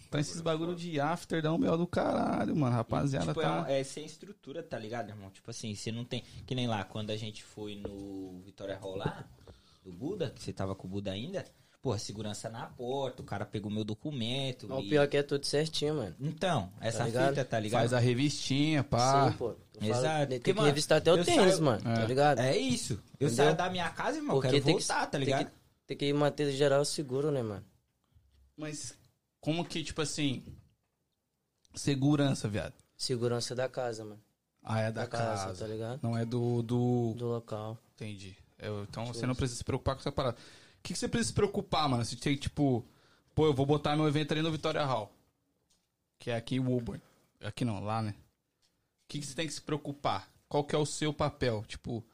Então esses bagulho de after dá um mel do caralho, mano. Rapaziada, tipo, tá. é, é sem estrutura, tá ligado, irmão? Tipo assim, você não tem. Que nem lá, quando a gente foi no Vitória Rolar, do Buda, que você tava com o Buda ainda, porra, segurança na porta, o cara pegou meu documento. Mas o e- pior é que é tudo certinho, mano. Então, essa ligado? fita, tá ligado? Faz a revistinha, pá. Sim, pô. Eu Exato. falo, Tem Porque, que mano, revistar até eu o tênis, saio- mano, tá É. ligado? É isso. Eu Entendeu? saio da minha casa, irmão, eu quero tem voltar, tá tem ligado? Tem que manter geral seguro, né, mano? Mas como que, tipo assim. Segurança, viado. Segurança da casa, mano. Ah, é da, casa. tá ligado? Não é do. do... Do local. Entendi. Eu- então você não precisa se preocupar com essa parada. O que, que você precisa se preocupar, mano? Se tem, tipo, pô, eu vou botar meu evento ali no Vitória Hall. Que é aqui em Woburn. Aqui não, lá, né? O que, que você tem que se preocupar? Qual que é o seu papel? Tipo,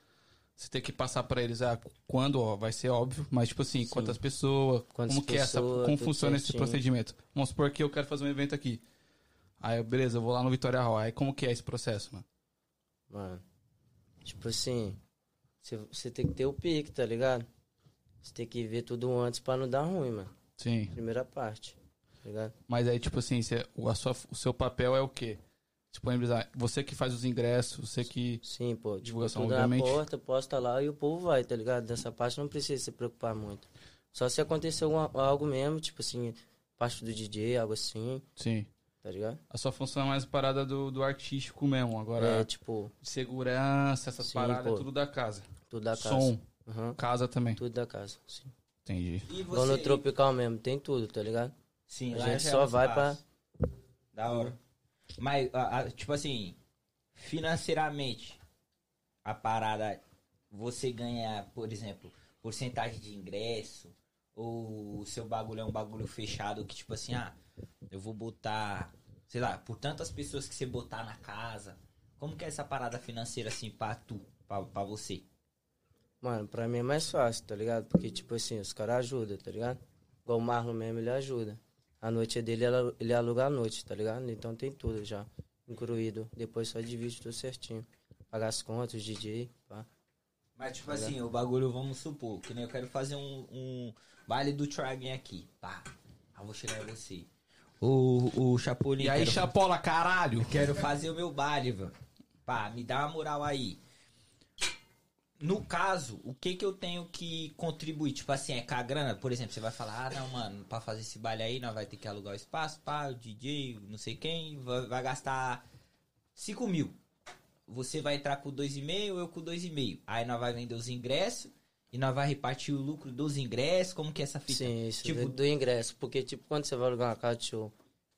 Você tem que passar pra eles ah, quando, ó, vai ser óbvio, mas tipo assim, quantas pessoas, Quantas como que é essa, pessoas, como tudo funciona esse certinho. procedimento. Vamos supor que eu quero fazer um evento aqui. Aí, eu, beleza, eu vou lá no Vitória Hall. Aí como que é esse processo, mano? Mano, tipo assim, você- você tem que ter o pique, tá ligado? Você tem que ver tudo antes pra não dar ruim, mano. Sim. Primeira parte, tá ligado? Mas aí, tipo assim, você- o, a sua- o seu papel é o quê? Disponibilizar. Você que faz os ingressos, você que. Sim, pô. tipo, Divulgação, tudo obviamente. na porta, posta lá e o povo vai, tá ligado? Dessa parte não precisa se preocupar muito. Só se acontecer alguma- algo mesmo, tipo assim, parte do DJ, algo assim, Sim. tá ligado? A sua função é mais parada do, do artístico mesmo. Agora, É, tipo, de segurança, essas Sim, paradas, é pô. tudo da casa. tudo da casa. Som, Aham, casa também. Tudo da casa, sim. Entendi. E você... Igual no tropical mesmo, tem tudo, tá ligado? Sim, A lá gente já é só outro vai passo. Da hora. Mas, a- a- tipo assim, financeiramente, a parada, você ganha, por exemplo, porcentagem de ingresso, ou o seu bagulho é um bagulho fechado que, tipo assim, ah, eu vou botar, sei lá, por tantas pessoas que você botar na casa. Como que é essa parada financeira, assim, pra tu, pra, pra você? Mano, pra mim é mais fácil, tá ligado? Porque, tipo assim, os caras ajudam, tá ligado? Igual o Marlon mesmo, ele ajuda. A noite é dele, ela- ele aluga a noite, tá ligado? Então tem tudo já incluído. Depois só divide tudo certinho. Pagar as contas, DJ, pá. Mas, tipo assim, o bagulho, vamos supor, que nem eu quero fazer um, um baile do Tragen aqui. Pá, eu vou chegar em você. O, o Chapolin. E aí, quero, Chapola, caralho! quero fazer o meu baile, velho. Pá, me dá uma moral aí. No caso, o que que eu tenho que contribuir? Tipo assim, é com a grana? Por exemplo, você vai falar, ah, não, mano, pra fazer esse baile aí, nós vai ter que alugar o espaço, pá, o DJ, não sei quem, vai, vai gastar 5 mil. Você vai entrar com 2,5, eu com 2,5. Aí nós vai vender os ingressos e nós vai repartir o lucro dos ingressos, como que é essa fita? Sim, tá isso tipo- do, do ingresso. Porque, tipo, quando você vai alugar uma casa de show,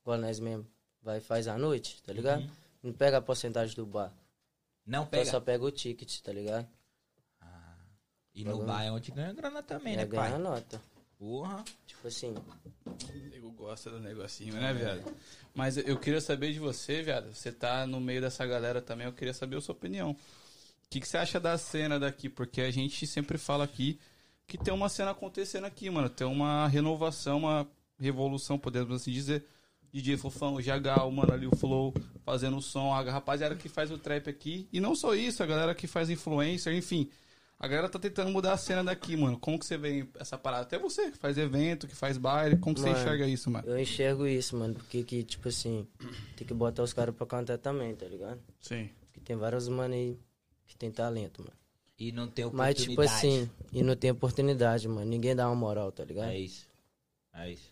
igual nós mesmo, vai faz a noite, tá ligado? Não pega a porcentagem do bar. Uhum. Não Então pega. Ah, só pega o ticket, tá ligado? E no bar é onde ganha grana também, E né, aí ganha a pai? nota. Porra. Tipo assim, Eu gosto do negocinho, né, viado? Mas eu queria saber de você, viado. Você tá no meio dessa galera também, eu queria saber a sua opinião. O que, que você acha da cena daqui? Porque a gente sempre fala aqui que tem uma cena acontecendo aqui, mano. Tem uma renovação, uma revolução, podemos assim dizer. DJ Fofão, o Jagal, mano, ali o Flow, fazendo o som, a rapaziada que faz o trap aqui. E não só isso, a galera que faz influencer, enfim. A galera tá tentando mudar a cena daqui, mano. Como que você vê essa parada? Até você, que faz evento, que faz baile. Como que você Mano, enxerga isso, mano? Eu enxergo isso, mano, porque que, tipo assim, tem que botar os caras pra cantar também, tá ligado? Sim. Porque tem vários mano aí que tem talento, mano. E não tem Mas, oportunidade. tipo assim, e não tem oportunidade, mano. Ninguém dá uma moral, tá ligado? É isso. É isso.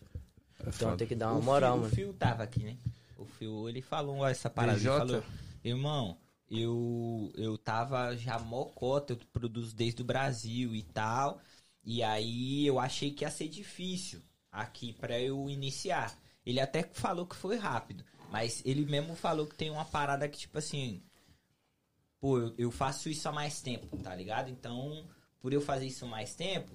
então tem que dar uma o moral, Phil, mano. O Phil tava aqui, né? O Phil, ele falou essa parada. Ele DJ? falou, irmão, eu, eu tava já mocota, eu produzo desde o Brasil e tal. E aí eu achei que ia ser difícil aqui pra eu iniciar. Ele até falou que foi rápido, mas ele mesmo falou que tem uma parada que, tipo assim, pô, eu, eu faço isso há mais tempo, tá ligado? Então, por eu fazer isso há mais tempo,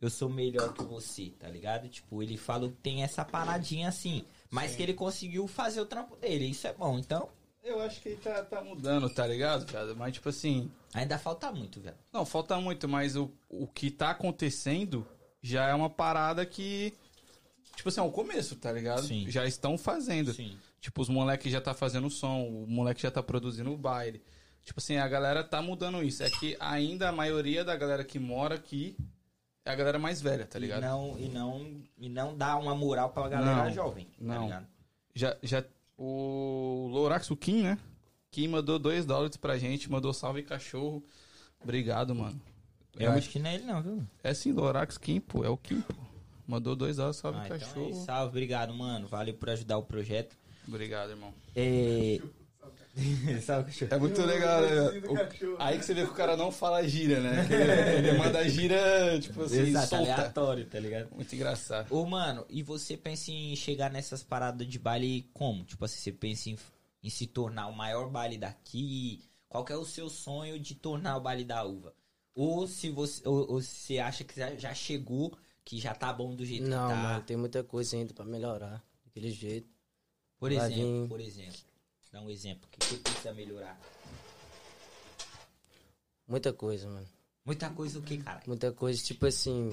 eu sou melhor que você, tá ligado? Tipo, ele falou que tem essa paradinha assim, mas que ele conseguiu fazer o trampo dele, isso é bom. Então, Eu acho que ele tá, tá mudando, tá ligado, cara? Mas, tipo assim... ainda falta muito, velho. Não, falta muito, mas o, o que tá acontecendo já é uma parada que... Tipo assim, é um começo, tá ligado? Sim. Já estão fazendo. Sim. Tipo, os moleques já tá fazendo som, o moleque já tá produzindo o baile. Tipo assim, a galera tá mudando isso. É que ainda a maioria da galera que mora aqui é a galera mais velha, tá ligado? E não, e não, e não dá uma moral pra galera Não, jovem, tá não. ligado? Já, já o Lourax, o Kim, né? Kim mandou 2 dólares pra gente, mandou salve cachorro. Obrigado, mano. É, Eu muito- acho que não é ele não, viu? é sim, Lourax Kim, pô, é o Kim, pô. Mandou 2 dólares, salve Ah, então é isso. cachorro. salve, obrigado, mano. Valeu por ajudar o projeto. Obrigado, irmão. É... salve, cachorro. É muito legal, né? do O- cachorro. Aí que você vê que o cara não fala gíria, né? Ele, ele manda gíria, tipo assim, Exato, solta. aleatório, tá ligado? Muito engraçado. Ô, mano, e você pensa em chegar nessas paradas de baile como? Tipo assim, você pensa em, em se tornar o maior baile daqui? Qual que é o seu sonho de tornar o baile da uva? Ou se você, ou, ou se você acha que já- já chegou, que já tá bom do jeito Não, que tá? mano, tem muita coisa ainda pra melhorar. Daquele jeito. Por Vai exemplo, vir. por exemplo. Dá um exemplo. O que, que precisa melhorar? Muita coisa, mano. Muita coisa o que, caralho? Muita coisa, tipo assim,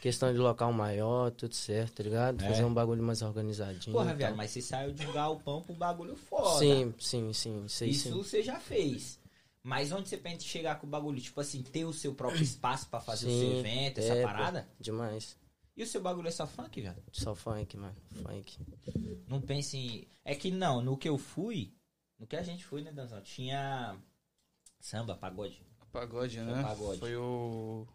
questão de local maior, tudo certo, tá ligado? Fazer um bagulho mais organizadinho. É. Porra, e viado, tal. mas você saiu de um galpão pro bagulho foda. então. Sim, sim, sim, isso aí Isso sim. você já fez. Mas onde você pensa em chegar com o bagulho? Tipo assim, ter o seu próprio espaço pra fazer o seu Sim, evento, é, essa pô. parada? Demais. E o seu bagulho é só funk, viado? Só funk, mano. Funk. Não pense em. É que não, no que eu fui, no que a gente foi, né, Danzão? Tinha samba, pagode. Pagode, Foi um né? pagode. Foi o.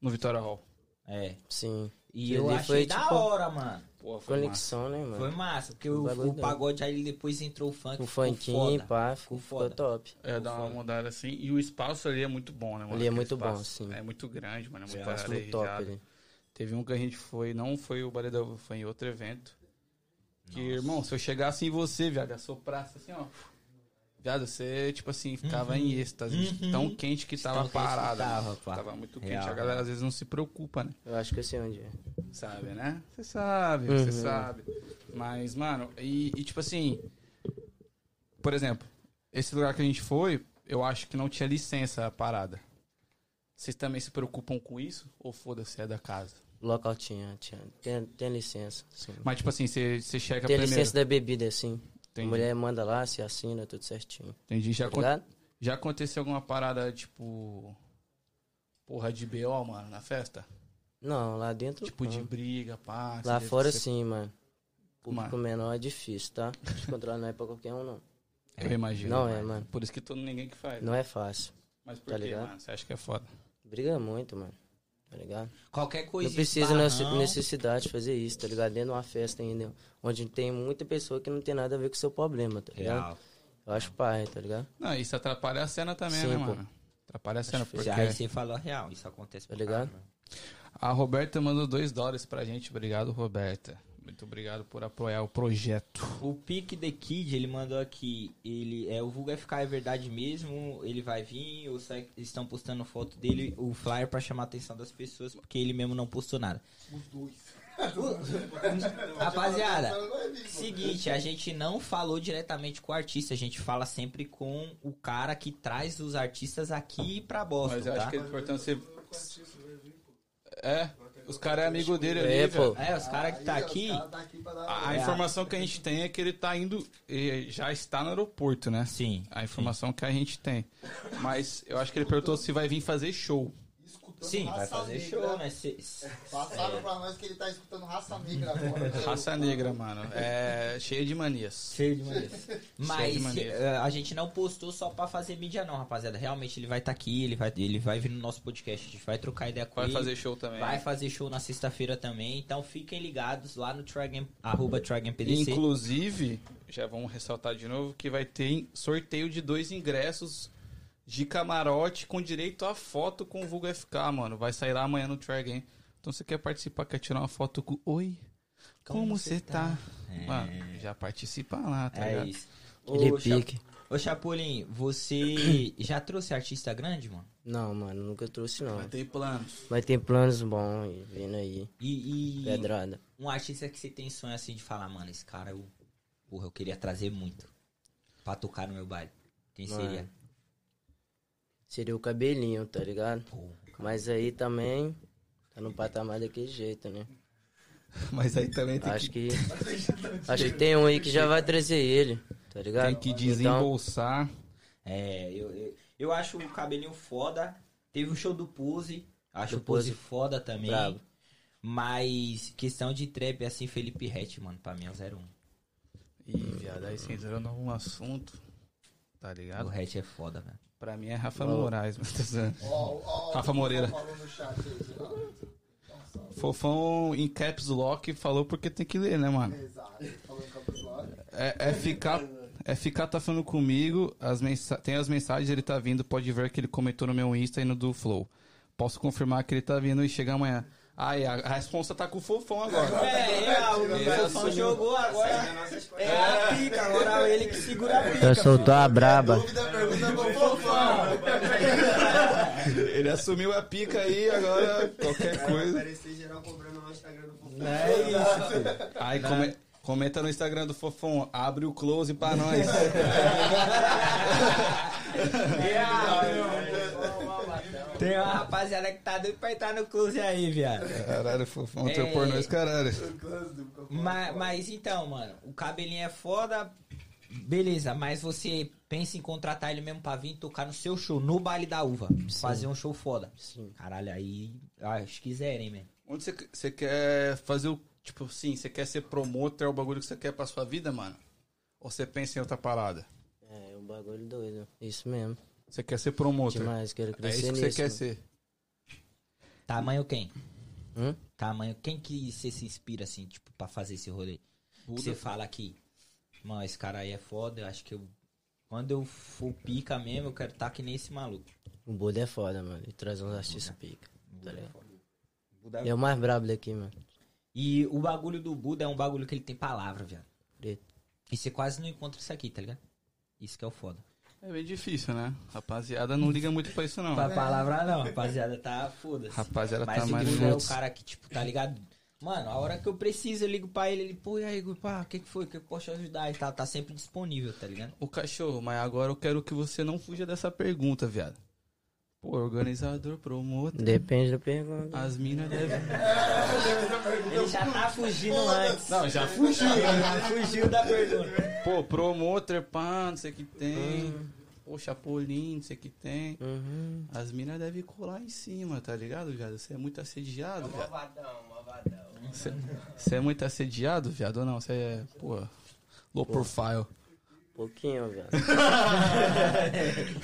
No Vitória Hall. É. Sim. E Que eu ali achei foi, da tipo, hora, mano. Pô, foi massa. Conexão, né, mano? Foi massa, porque Foi o, um bagulho o doido. pagode aí depois entrou o funk. O ficou funkinho, foda. pá, Ficou ficou, foda. top. É, dá uma mudada assim. E o espaço ali é muito bom, né, mano? Ali é Aquele muito bom, espaço sim. É muito grande, mano. É muito Espaço muito top ali. Teve um que a gente foi, não foi o Baré da Uva, foi em outro evento. Que, irmão, se eu chegasse em você, viado, a soprasse assim, ó. Viado, você, tipo assim, ficava em êxtase. de Uhum. Tão quente que tava quente que parada. tava, mano. pá. tava muito quente. Real, a galera às vezes não se preocupa, né? Eu acho que eu sei onde é. Sabe, né? Você sabe, você sabe. Mas, mano, e, e, tipo assim. Por exemplo, esse lugar que a gente foi, eu acho que não tinha licença a parada. Vocês também se preocupam com isso? Ou foda-se, é da casa? Local tinha, tinha. Tem, tem licença, sim. Mas, tipo assim, você você checa Tem primeiro. licença da bebida, sim. A Entendi. mulher manda lá, se assina, tudo certinho. Entendi. Já, Tá acon- ligado? já aconteceu alguma parada, tipo. Porra, de BO, mano, na festa? Não, lá dentro. Tipo, de não. briga, pá. Lá cê- fora cê- sim, mano. Público Mano. menor é difícil, tá? Controlar não é pra qualquer um, não. Eu imagino. Não é, mano. Por isso que todo ninguém que faz. Não é fácil. Mas por tá que, ligado? mano? Você acha que é foda? Briga muito, mano. Tá ligado? Qualquer coisa. não precisa nece- necessidade de fazer isso, tá ligado? Dentro de uma festa ainda, onde tem muita pessoa que não tem nada a ver com o seu problema, tá ligado? Real. Eu acho pai, tá ligado? Não, isso atrapalha a cena também, Sim, né, pô. mano? Atrapalha a cena, que é. porque Já aí você falou real, isso acontece Tá pra ligado? caralho, mano. a Roberta mandou dois dólares pra gente. Obrigado, Roberta. Muito obrigado por apoiar o projeto. O Pique The Kid, ele mandou aqui, ele é o Vulgo FK é verdade mesmo, ele vai vir, ou só é que eles estão postando foto dele, o flyer pra chamar a atenção das pessoas, porque ele mesmo não postou nada. Os dois. É. Rapaziada, Vai vir, pô. Seguinte, a gente não falou diretamente com o artista, a gente fala sempre com o cara que traz os artistas aqui pra Boston, Mas eu acho tá? que é importante você. É, os caras é amigo dele ali, É, velho. pô. É, os caras que tá Aí, ó, aqui, os cara tá aqui pra dar A a informação que a gente tem é que ele tá indo. eh, Já está no aeroporto, né? sim, A informação que a gente tem. Mas eu acho que ele perguntou se vai vir fazer show. escutando sim, vai raça fazer negra. show, né? Se- se- Passaram pra nós que ele tá escutando raça negra agora. Raça negra, mano. É cheia de manias. Cheio de manias. Mas Cheio de manias. eh, a gente não postou só pra fazer mídia, não, rapaziada. Realmente ele vai estar aqui, ele vai, ele vai vir no nosso podcast, a gente vai trocar ideia com Vai ele. fazer show também. Vai fazer show na sexta-feira também, então fiquem ligados lá no Tragam, arroba TragamPDC. Inclusive, já vamos ressaltar de novo que vai ter sorteio de dois ingressos de camarote com direito a foto com o Vulgo FK, mano. Vai sair lá amanhã no Trag, hein? Então você quer participar, quer tirar uma foto com. Oi? Como você tá? Mano, já participa lá, tá É ligado? isso. Ele Ô, Cha- pique. Ô, Chapolin, você já trouxe artista grande, mano? Não, mano, nunca trouxe não. Tem planos. Mas tem planos bons aí, vindo aí. E, e Pedrada. um artista que você tem sonho assim de falar, mano, esse cara eu, porra, eu queria trazer muito pra tocar no meu baile. Quem Mano. seria? Seria o cabelinho, tá ligado? Pô, Mas aí também tá no patamar daquele jeito, né? Mas aí também tem Acho que, que. Acho que tem um aí que já vai trazer ele, tá ligado? tem que Então, desembolsar. é, eu, eu, eu acho o cabelinho foda. Teve o show do Pose, acho o Do Pose Pose. foda também. Brabo. Mas questão de trap assim, Felipe Rett, mano, pra mim é o 01. Ih, viado, aí você entrou num assunto. Tá O ligado? Rett é foda, velho. Pra mim é Rafa Moraes, mas tá zoando. Ó, ó, ó, Rafa Moreira. falou no chat aí, Fofão em caps lock falou porque tem que ler, né, ó. mano? Exato. Falou em Campos Lock. É, é ficar. É ficar tá falando comigo. As mensa... Tem as mensagens, ele tá vindo. Pode ver que ele comentou no meu Insta e no do Flow. Posso confirmar que ele tá vindo e chega amanhã. Ai, a, a responsa tá com o fofão agora. É, o Fofão jogou agora. É a pica, agora é ele que segura a pica. pra soltar a braba. Dúvida, pergunta pro Fofão. ele assumiu a pica aí, agora qualquer coisa. Parecer geral cobrando no Instagram do Fofão. É isso, filho. Aí come- comenta no Instagram do fofão. Abre o close pra nós. É, Tem uma rapaziada que tá doido pra entrar no close aí, viado. Caralho, fofão, teu É. pornô é esse caralho. Mas, mas então, mano, o cabelinho é foda, beleza, mas você pensa em contratar ele mesmo pra vir tocar no seu show, no baile da uva. Fazer um show foda. Sim. Caralho, aí. ah, se quiserem, velho. Onde você, você quer fazer o. Tipo assim, você quer ser promotor, é o bagulho que você quer pra sua vida, mano? Ou você pensa em outra parada? É, é um bagulho doido. Isso mesmo. Você quer ser promotor? Demais, quero É crescer isso que nisso. você quer mano. ser. Tamanho quem? Hum? Tamanho. Quem que você se inspira, assim, tipo, pra fazer esse rolê? Que você fala que, mano, esse cara aí é foda, eu acho que eu. Quando eu for pica mesmo, eu quero estar que nem esse maluco. O Buda é foda, mano. E traz uns artistas pica. Tá ligado? é Buda é E é o mais brabo daqui, mano. E o bagulho do Buda é um bagulho que ele tem palavra, viado. Preto. E você quase não encontra isso aqui, tá ligado? Isso que é o foda. É bem difícil, né? Rapaziada não liga muito pra isso, não. Pra palavra não, rapaziada, tá foda-se. Rapaziada Mas tá o mais Buda é o junto. cara que, tipo, tá ligado? Mano, a hora que eu preciso, eu ligo pra ele, ele, pô, e aí, Igor, pá, o que, que foi? O que eu posso te ajudar e tal? Tá sempre disponível, tá ligado? O cachorro, mas agora eu quero que você não fuja dessa pergunta, viado. Pô, organizador, promotor. Depende da pergunta. As minas devem. Ele já tá fugindo antes. Não, já fugiu. Ele já fugiu da pergunta. Pô, promotor, pá, não sei o que tem. Pô, Chapolin, não sei o que tem. Uhum. As minas devem colar em cima, tá ligado, viado? Você é muito assediado, viado. Malvadão, malvadão. Você é muito assediado, viado, ou não? Você é, pô, low profile. Pouquinho, velho.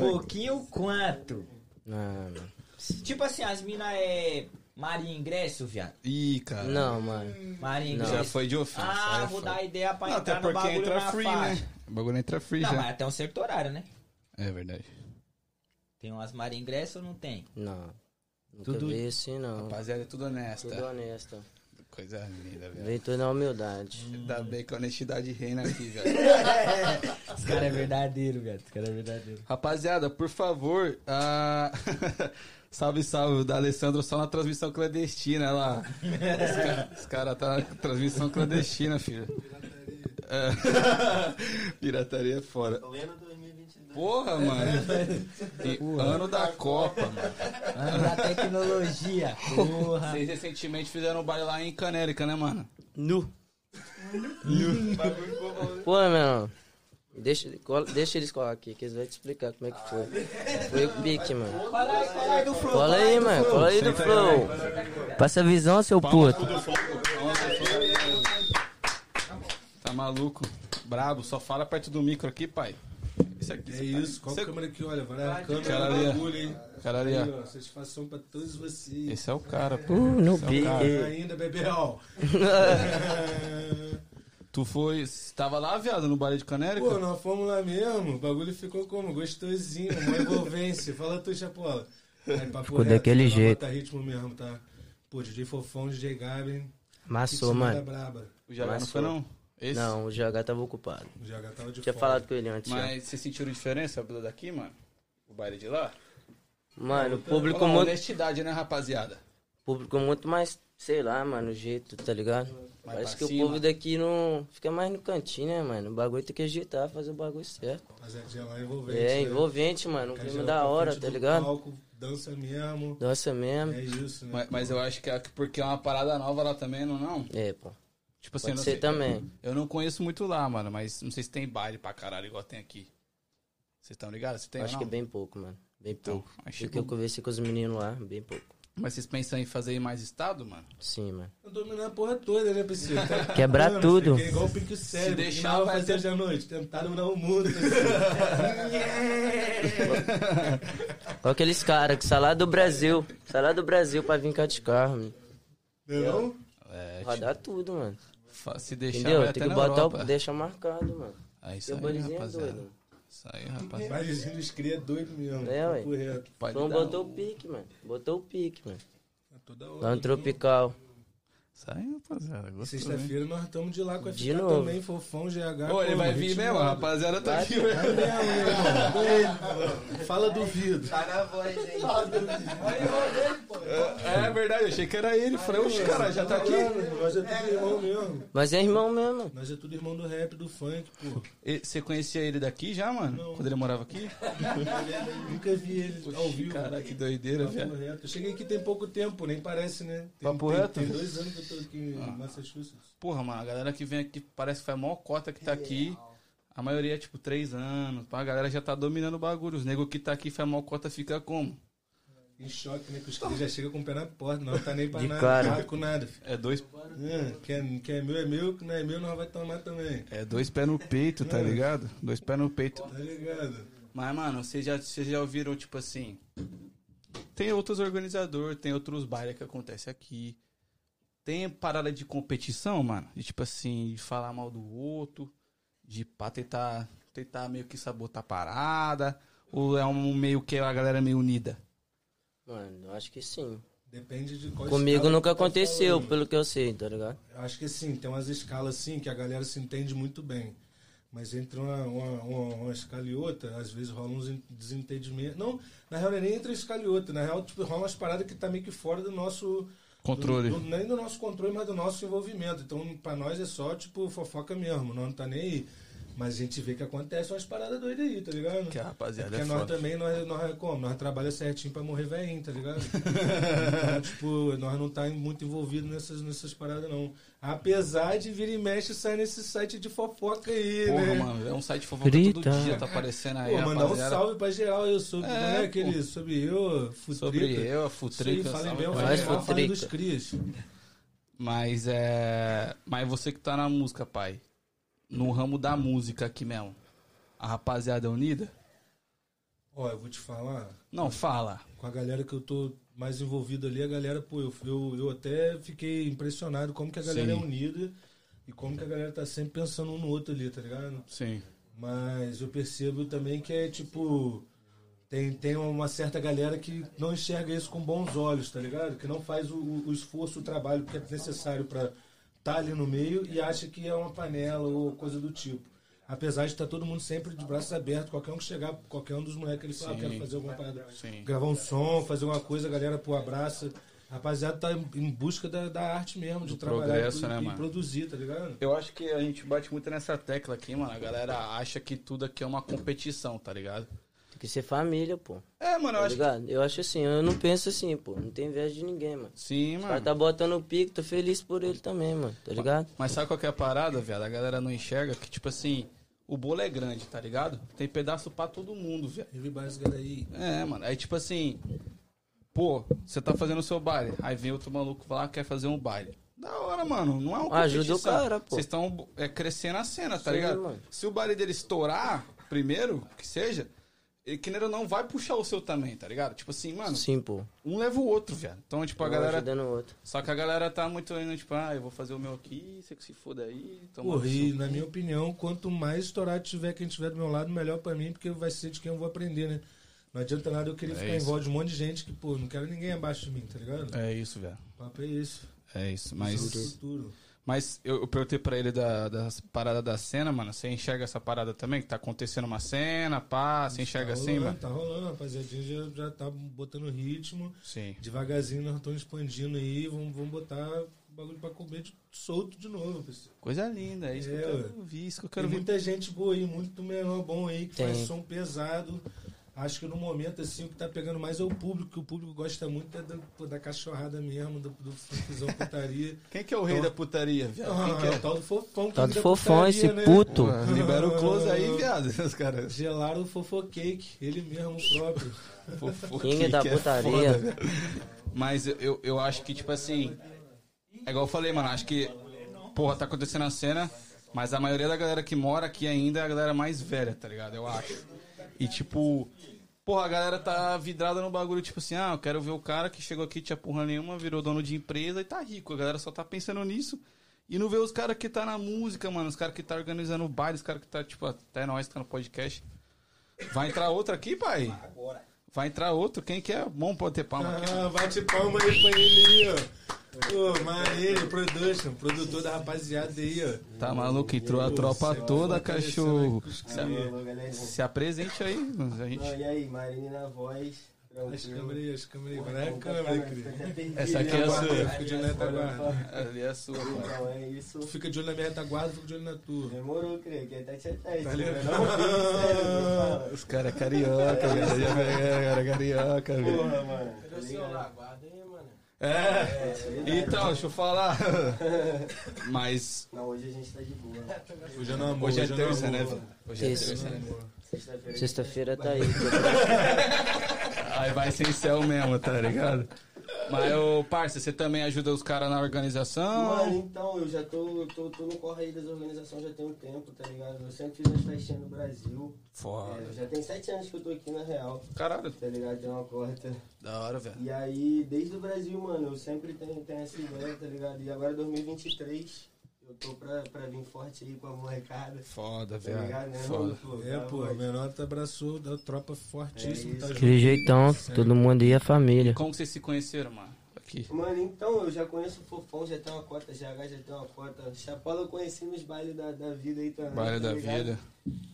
Pouquinho quanto? Não, mano. Tipo assim, as minas é Maria Ingresso, viado. Ih, cara. Não, mano. Maria Ingresso. Já foi de é ofensa. Ah, aí vou foi. dar ideia pra Não, até entrar no porque bagulho entra na free, faixa. né? O bagulho entra free Não, já. mas até um certo horário, né? É verdade. Tem umas marinhas ingresso ou não tem? Não. Nunca Tudo- vi assim, não. Rapaziada, é tudo honesta. Tudo honesto. Coisa linda, velho. Vem tudo na humildade. Ainda bem que a honestidade reina aqui, velho. Esse cara é verdadeiro, velho. Esse cara é verdadeiro. Rapaziada, por favor, ah, salve, salve, o da Alessandro só na transmissão clandestina, olha lá. Os ca- Os caras tá na transmissão clandestina, filho. É. Pirataria é fora. Lendo 2022. Porra, mano. E ano da Copa, mano. Mano, da tecnologia. Porra. Vocês recentemente fizeram um baile lá em Canérica, né, mano? Nu. O bagulho ficou bom. Pô, meu irmão. Deixa, colo- deixa eles colar aqui, que eles vão te explicar como é que foi. Foi o pique, mano. Fala aí, fala aí do Flow. Cola aí, mano. Cola aí do flow. Passa a visão, seu puto. Tá maluco? Brabo, só fala perto do micro aqui, pai. Isso aqui. É isso, qual Você- câmera que olha? Vai lá, Cara câmera ali, do ó. bagulho, hein? Cara ali, ó. Aí, ó, satisfação pra todos vocês. Esse é o cara, pô. Uh, no Esse é o cara. pique. Ainda, Bebel. Tu foi. cê Tava lá, viado, no baile de Canérica? Pô, nós fomos lá mesmo, o bagulho ficou como? Gostosinho, uma envolvência. Fala tu, Chapola. Aí, papo Ficou daquele ela jeito. Bota ritmo mesmo, tá? Pô, DJ Fofão, DJ Gabi. Amassou, ritmada mano. braba. o Jagar não mas foi, foi. não? Esse? Não, o GH tava ocupado. O GH tava de Tinha fora. falado com ele antes. ó. Mas vocês sentiram diferença do daqui, mano? O baile de lá? Mano, o Público público não, muito, honestidade, né, rapaziada? público muito mais, sei lá, mano, o jeito, tá ligado? Vai Parece pra que cima. o povo daqui não. Fica mais no cantinho, né, mano? O bagulho tem que agitar, fazer o bagulho certo. Mas é de lá envolvente. É, né? envolvente, mano. Um Cara, é clima já da pra hora, frente tá do ligado? Palco, dança mesmo. Nossa mesmo. É isso, né? Mas, mas eu acho que é porque é uma parada nova lá também, não? não? É, pô. Tipo assim, eu Pode não ser sei- também. Eu não conheço muito lá, mano, mas não sei se tem baile pra caralho igual tem aqui. Vocês estão ligados? Se tem, Acho não? que é bem pouco, mano. Bem Então, pouco. acho Porque eu que- conversei com os meninos lá, bem pouco. Mas vocês pensam em fazer em mais estado, mano? Sim, mano. Dominar a porra toda, né, parceiro? Tá Quebrar Mano, tudo. isso aqui É igual o pique sério. Se deixar, deixar, vai vai ter- fazer hoje à noite. Tentar dominar o mundo. é? parceiro. Olha aqueles caras que sai lá do Brasil. Sai lá do Brasil pra vir cá de carro, mano. Não é não? É, Rodar tudo, mano. fa- se deixar vai Entendeu? até Tem que na botar Europa. o. Deixa marcado, mano. É isso Seu aí, bolizinho é rapaziada. doido. Isso aí, rapaziada. Mas os cria é doido mesmo. É, ué. Papo reto. Pode Vamos dar botou um- o pique, mano. Botou o pique, mano. É Toda Lá hora. no Tropical. Sai, rapaziada. Gostou, hein? Sexta-feira nós estamos de lá com a De FK novo. também, fofão, GH. tá Ô, ele como? vai Ritmo vir mesmo, a nada. rapaziada tá aqui, Vai velho. mesmo, mano. Fala duvido. Tá na voz, hein? É verdade, eu achei que era ele. Falei, oxe, cara, já tá aqui? Nós é tudo irmão mesmo. Mas é irmão mesmo. Nós é tudo irmão do rap, do funk, pô. E- Você conhecia ele daqui já, mano? Não. Quando ele morava aqui? Nunca vi ele ao Oxi, vivo. cara, que doideira, Papo velho. Tá reto. Eu cheguei aqui tem pouco tempo, nem parece, né? Tem, Papo tem- reto? Tem dois anos que eu tô aqui Ah. em Massachusetts. Porra, mano, a galera que vem aqui parece que faz a maior cota que tá aqui. A maioria é tipo três anos. pá, A galera já tá dominando o bagulho. Os negros que tá aqui faz a maior cota fica como? Em choque, né? Que os caras já chegam com o pé na porta, não tá nem pra De nada, cara. nada com nada. filho. É dois, É, que, é, que é meu é meu, que não é meu nós vai tomar também. é dois pés no peito, tá ligado? Dois pés no peito. Tá ligado? Mas, mano, vocês já, vocês já ouviram, tipo assim. Tem outros organizadores, tem outros bailes que acontece aqui. Tem parada de competição, mano. De tipo assim, de falar mal do outro, de pá, tentar, tentar meio que sabotar a parada. Ou é um meio que a galera é meio unida? Mano, eu acho que sim. Depende de qual Comigo escala nunca que tá aconteceu, falando. pelo que eu sei, tá ligado? Eu acho que assim, tem umas escalas assim que a galera se entende muito bem. Mas entre uma, uma, uma- uma escala e outra, às vezes rola uns en- desentendimentos. Não, na real não é nem entre escala e outra. Na real, tipo, rola umas paradas que tá meio que fora do nosso. Controle. do- do- nem do nosso controle, mas do nosso envolvimento. Então, pra nós é só, tipo, fofoca mesmo. Não tá nem aí. Mas a gente vê que acontece umas paradas doidas aí, tá ligado? Que a rapaziada Porque é nós foda. também, nós, nós, como? Nós trabalhamos certinho pra morrer velhinho, tá ligado? então, tipo, nós não tá muito envolvido nessas, nessas paradas, não. Apesar de vir e mexe sair nesse site de fofoca aí, Porra, né? mano, é um site fofoca todo Grita. dia, tá aparecendo aí, Pô, mandar um rapaziada. salve pra geral, eu sou, É, né, aquele, sobre eu, futrica. Sobre eu, a Sim, Futrica. falei salve bem, pra falei Vai, mal, falei dos Futrica. crias. Mas é. Mas você que tá na música, pai. No ramo da música aqui mesmo. A rapaziada é unida? Ó, eu vou te falar, Não, fala. com a galera que eu tô mais envolvido ali, a galera, pô, eu, eu, eu até fiquei impressionado como que a galera Sim. é unida e como que a galera tá sempre pensando um no outro ali, tá ligado? Sim. Mas eu percebo também que é tipo. Tem, tem uma certa galera que não enxerga isso com bons olhos, tá ligado? Que não faz o, o esforço, o trabalho que é necessário pra estar ali no meio e acha que é uma panela ou coisa do tipo. Apesar de estar todo mundo sempre de braços abertos, qualquer um que chegar, qualquer um dos moleques, ele fala, ah, quero fazer alguma parada. Sim. Gravar um som, fazer alguma coisa, a galera, pô, abraça. Rapaziada, tá em em busca da, da arte mesmo, de Do trabalhar progresso, e, pro- né, e mano? produzir, tá ligado? Eu acho que a gente bate muito nessa tecla aqui, mano. A galera acha que tudo aqui é uma competição, tá ligado? Tem que ser família, pô. É, mano, eu Tá acho que. ligado? Eu acho assim, eu não penso assim, pô. Não tem inveja de ninguém, mano. Sim, O cara mano. tá botando o pico, tô feliz por ele também, mano. Tá ligado? Mas sabe qual que é a parada, viado? A galera não enxerga que, tipo assim, o bolo é grande, tá ligado? Tem pedaço pra todo mundo, viado. Everybody's gotta eat. É, mano. Aí, tipo assim, pô, você tá fazendo o seu baile. Aí vem outro maluco lá quer fazer um baile. Da hora, mano. Não é um Ajuda o cara, pô. Vocês estão é, crescendo a cena, tá Sim, ligado? mano. Se o baile dele estourar, primeiro, que seja, ele que nem ele não vai puxar o seu também, tá ligado? Tipo assim, mano, Sim, pô. um leva o outro, velho. Então, tipo, a Um galera. Ajudando o outro. Só que a galera tá muito indo, tipo, ah, eu vou fazer o meu aqui, você que se foda Então, aí. toma Porra, e seu- na minha opinião, quanto mais estourado tiver quem tiver do meu lado, melhor pra mim, porque vai ser de quem eu vou aprender, né? Não adianta nada eu É querer ficar em volta de um monte de gente que, pô, não quero ninguém abaixo de mim, tá ligado? É isso, velho. O papo é isso. É isso, Isso é o mas. futuro. Mas eu, eu perguntei pra ele da, da parada da cena, mano. Você enxerga essa parada também? Que tá acontecendo uma cena, pá, você enxerga tá assim, rolando, mano? Tá rolando, rapaziadinha já, já tá botando ritmo. Sim. Devagarzinho nós estamos expandindo aí, vamos, vamos botar o bagulho pra comer de- solto de novo, pessoal. Coisa linda, é isso que É, eu ué. quero ouvir, isso que eu Tem quero ouvir. muita gente boa aí, muito menor bom aí, que faz Tem. som pesado. Acho que no momento, assim, o que tá pegando mais é o público, que o público gosta muito é da, da cachorrada mesmo, do, do funkzão putaria. Quem que é o rei da putaria, viado? Ah, Quem é o tal do fofão. que Tá vira do fofão putaria, esse né? Ah, que é? puto. Ué, libera o close aí, viado. Os caras. Gelaram o fofocake, ele mesmo próprio. Fofo, King que- da que é putaria. foda, velho. Mas eu- eu, eu acho que, tipo assim. É igual eu falei, mano. Acho que. Porra, tá acontecendo a cena. Mas a maioria da galera que mora aqui ainda é a galera mais velha, tá ligado? Eu acho. E tipo. Porra, a galera tá vidrada no bagulho, tipo assim, ah, eu quero ver o cara que chegou aqui, tinha porra nenhuma, virou dono de empresa e tá rico. A galera só tá pensando nisso. E não vê os caras que tá na música, mano. Os caras que tá organizando o baile, os caras que tá, tipo, até nós que tá no podcast. Vai entrar outro aqui, pai? Vai entrar outro. Quem que é? Bom, pode ter palma aqui. Ah, bate palma aí pra ele aí, ó. Ô, Marília, production, produtor da rapaziada aí, ó. Tá maluco? Entrou a Ô, tropa você toda, vai aparecer, cachorro. né, com os Se, a- cria. Alô, galera. se apresente aí, mano, a Não, gente. e aí, Marina na voz. As Tranquilo. câmeras aí, as câmeras aí. Porra, Vai na bom pra câmera, caralho, cria. tá até perdido, Essa aqui né, é a mano? sua. Fica de lento Olha só. Ali é a sua, mano. Então é isso. Tu fica de olho na minha retaguarda, eu fico de olho na tua. Demorou, creio. Que até te até. Tá Não, filho, ligado? sério, vou falar. Os caras é carioca, velho. É, cara, é carioca, velho. Porra, mano. tá ligado? Aguarda aí, mano. É. É, verdade. Então, deixa eu falar. Mas. Não, hoje a gente tá de boa. né? Hoje eu não amo, Hoje é eu não terça, amo. né, velho? Hoje é Isso. terça, né? Sexta-feira. Sexta-feira tá aí. Aí vai sem céu mesmo, tá ligado? Mas, ô, parça, você também ajuda os caras na Ah. Mano, organização? então, eu já tô, eu tô, tô no corre aí das organizações já tem um tempo, tá ligado? Eu sempre fiz as festinhas no Brasil. É, Foda. já tem sete anos que eu tô aqui na real, Caralho. tá ligado? Tem uma corta. Da hora, velho. E aí, desde o Brasil, mano, eu sempre tenho, tenho essa ideia, tá ligado? E agora 2023, eu tô pra, pra vir forte aí com a molecada. Foda, Tá velho. ligado, né? Foda. Pô, É, pô, tá, o menor tá abraçou da tropa É fortíssimo, isso. tá junto. Aquele jeitão, todo mundo e a família. Como que vocês se conheceram, mano? Aqui. Mano, então, eu já conheço o Fofão, já tem uma cota, GH já tem uma cota. Chapola eu conheci nos bailes da, da vida aí também. Baile tá da ligado? vida.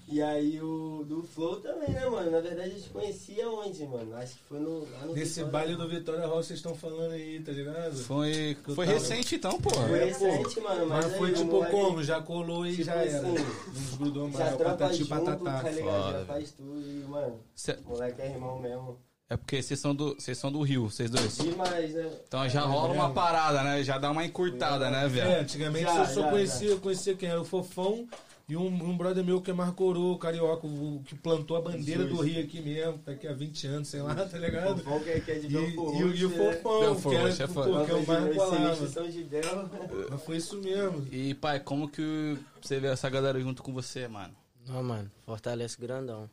E aí o do Flow também, né, mano? Na verdade a gente conhecia onde, mano? Acho que foi no, lá no. Nesse Vitória. baile do Vitória Hall, vocês estão falando aí, tá ligado? Foi, foi recente então, Foi porra. É, pô. recente, mano. Mas, Mas aí, foi o tipo moleque como? Já colou e Tipo já era. assim, Não desgrudou mais. Já o tropa patati e junto, patatá. tá ligado? Já Foda. faz tudo e, mano, Cê- o moleque é irmão mesmo. É porque vocês são do, vocês são do Rio, vocês dois. Demais, né? Então já rola uma parada, né? Já dá uma encurtada, né, É, velho? antigamente Já, eu só já, conhecia, eu conhecia quem era o Fofão e um, um brother meu que é Marco Ouro, o carioca, o, que plantou a bandeira do Rio aqui mesmo, tá aqui há 20 anos, sei lá, tá O ligado? Fofão que é, que é de E, e, Belfort. o- e o Fofão, que Belfort, era é pô, foda. que é o mais Sinistro bolado. São de Bel. Mas foi isso mesmo. E pai, como que você vê essa galera junto com você, mano? Não, mano, fortalece grandão.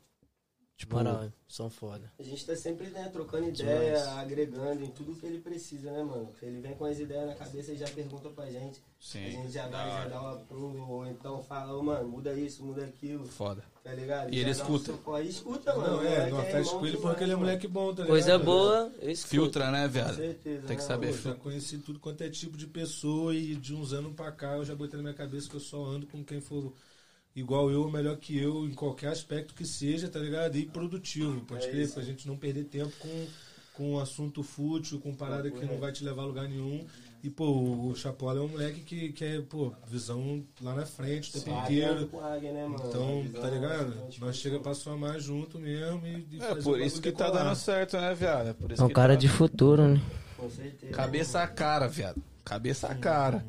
Tipo, Moral, são foda. A gente tá sempre né, trocando ideia, agregando em tudo que ele precisa, né, mano? Ele vem com as ideias na cabeça e já pergunta pra gente. A sim, gente já vai, já dá uma prova, ou então fala, ô mano, muda isso, muda aquilo, foda. tá ligado? E Já ele dá um escuta. socorro. Ele escuta, mano. Não, o é, moleque numa festa irmão com ele demais, porque ele é mano. moleque bom, tá ligado? Coisa boa, eu escuto. Filtra, né, Com viado? certeza. Tem que né, saber. Pô, mano? já conheci tudo quanto é tipo de pessoa e de uns anos pra cá eu já botei na minha cabeça que eu só ando com quem for igual eu, melhor que eu, em qualquer aspecto que seja, tá ligado? E produtivo, pode crer, pra gente não perder tempo com, com um assunto fútil, com parada que não vai te levar a lugar nenhum. E, pô, o Chapola é um moleque que, que é, pô, visão lá na frente o tempo Águia inteiro. com águia, né, mano? Então, Visão, tá ligado? então, tipo, Nós chega pra somar junto mesmo e, e É fazer por o isso que bagulho tá decolar. dando certo, né, viado? É por É isso um que cara tá- de futuro, né? Com certeza. Cabeça a cara, viado. Cabeça a cara.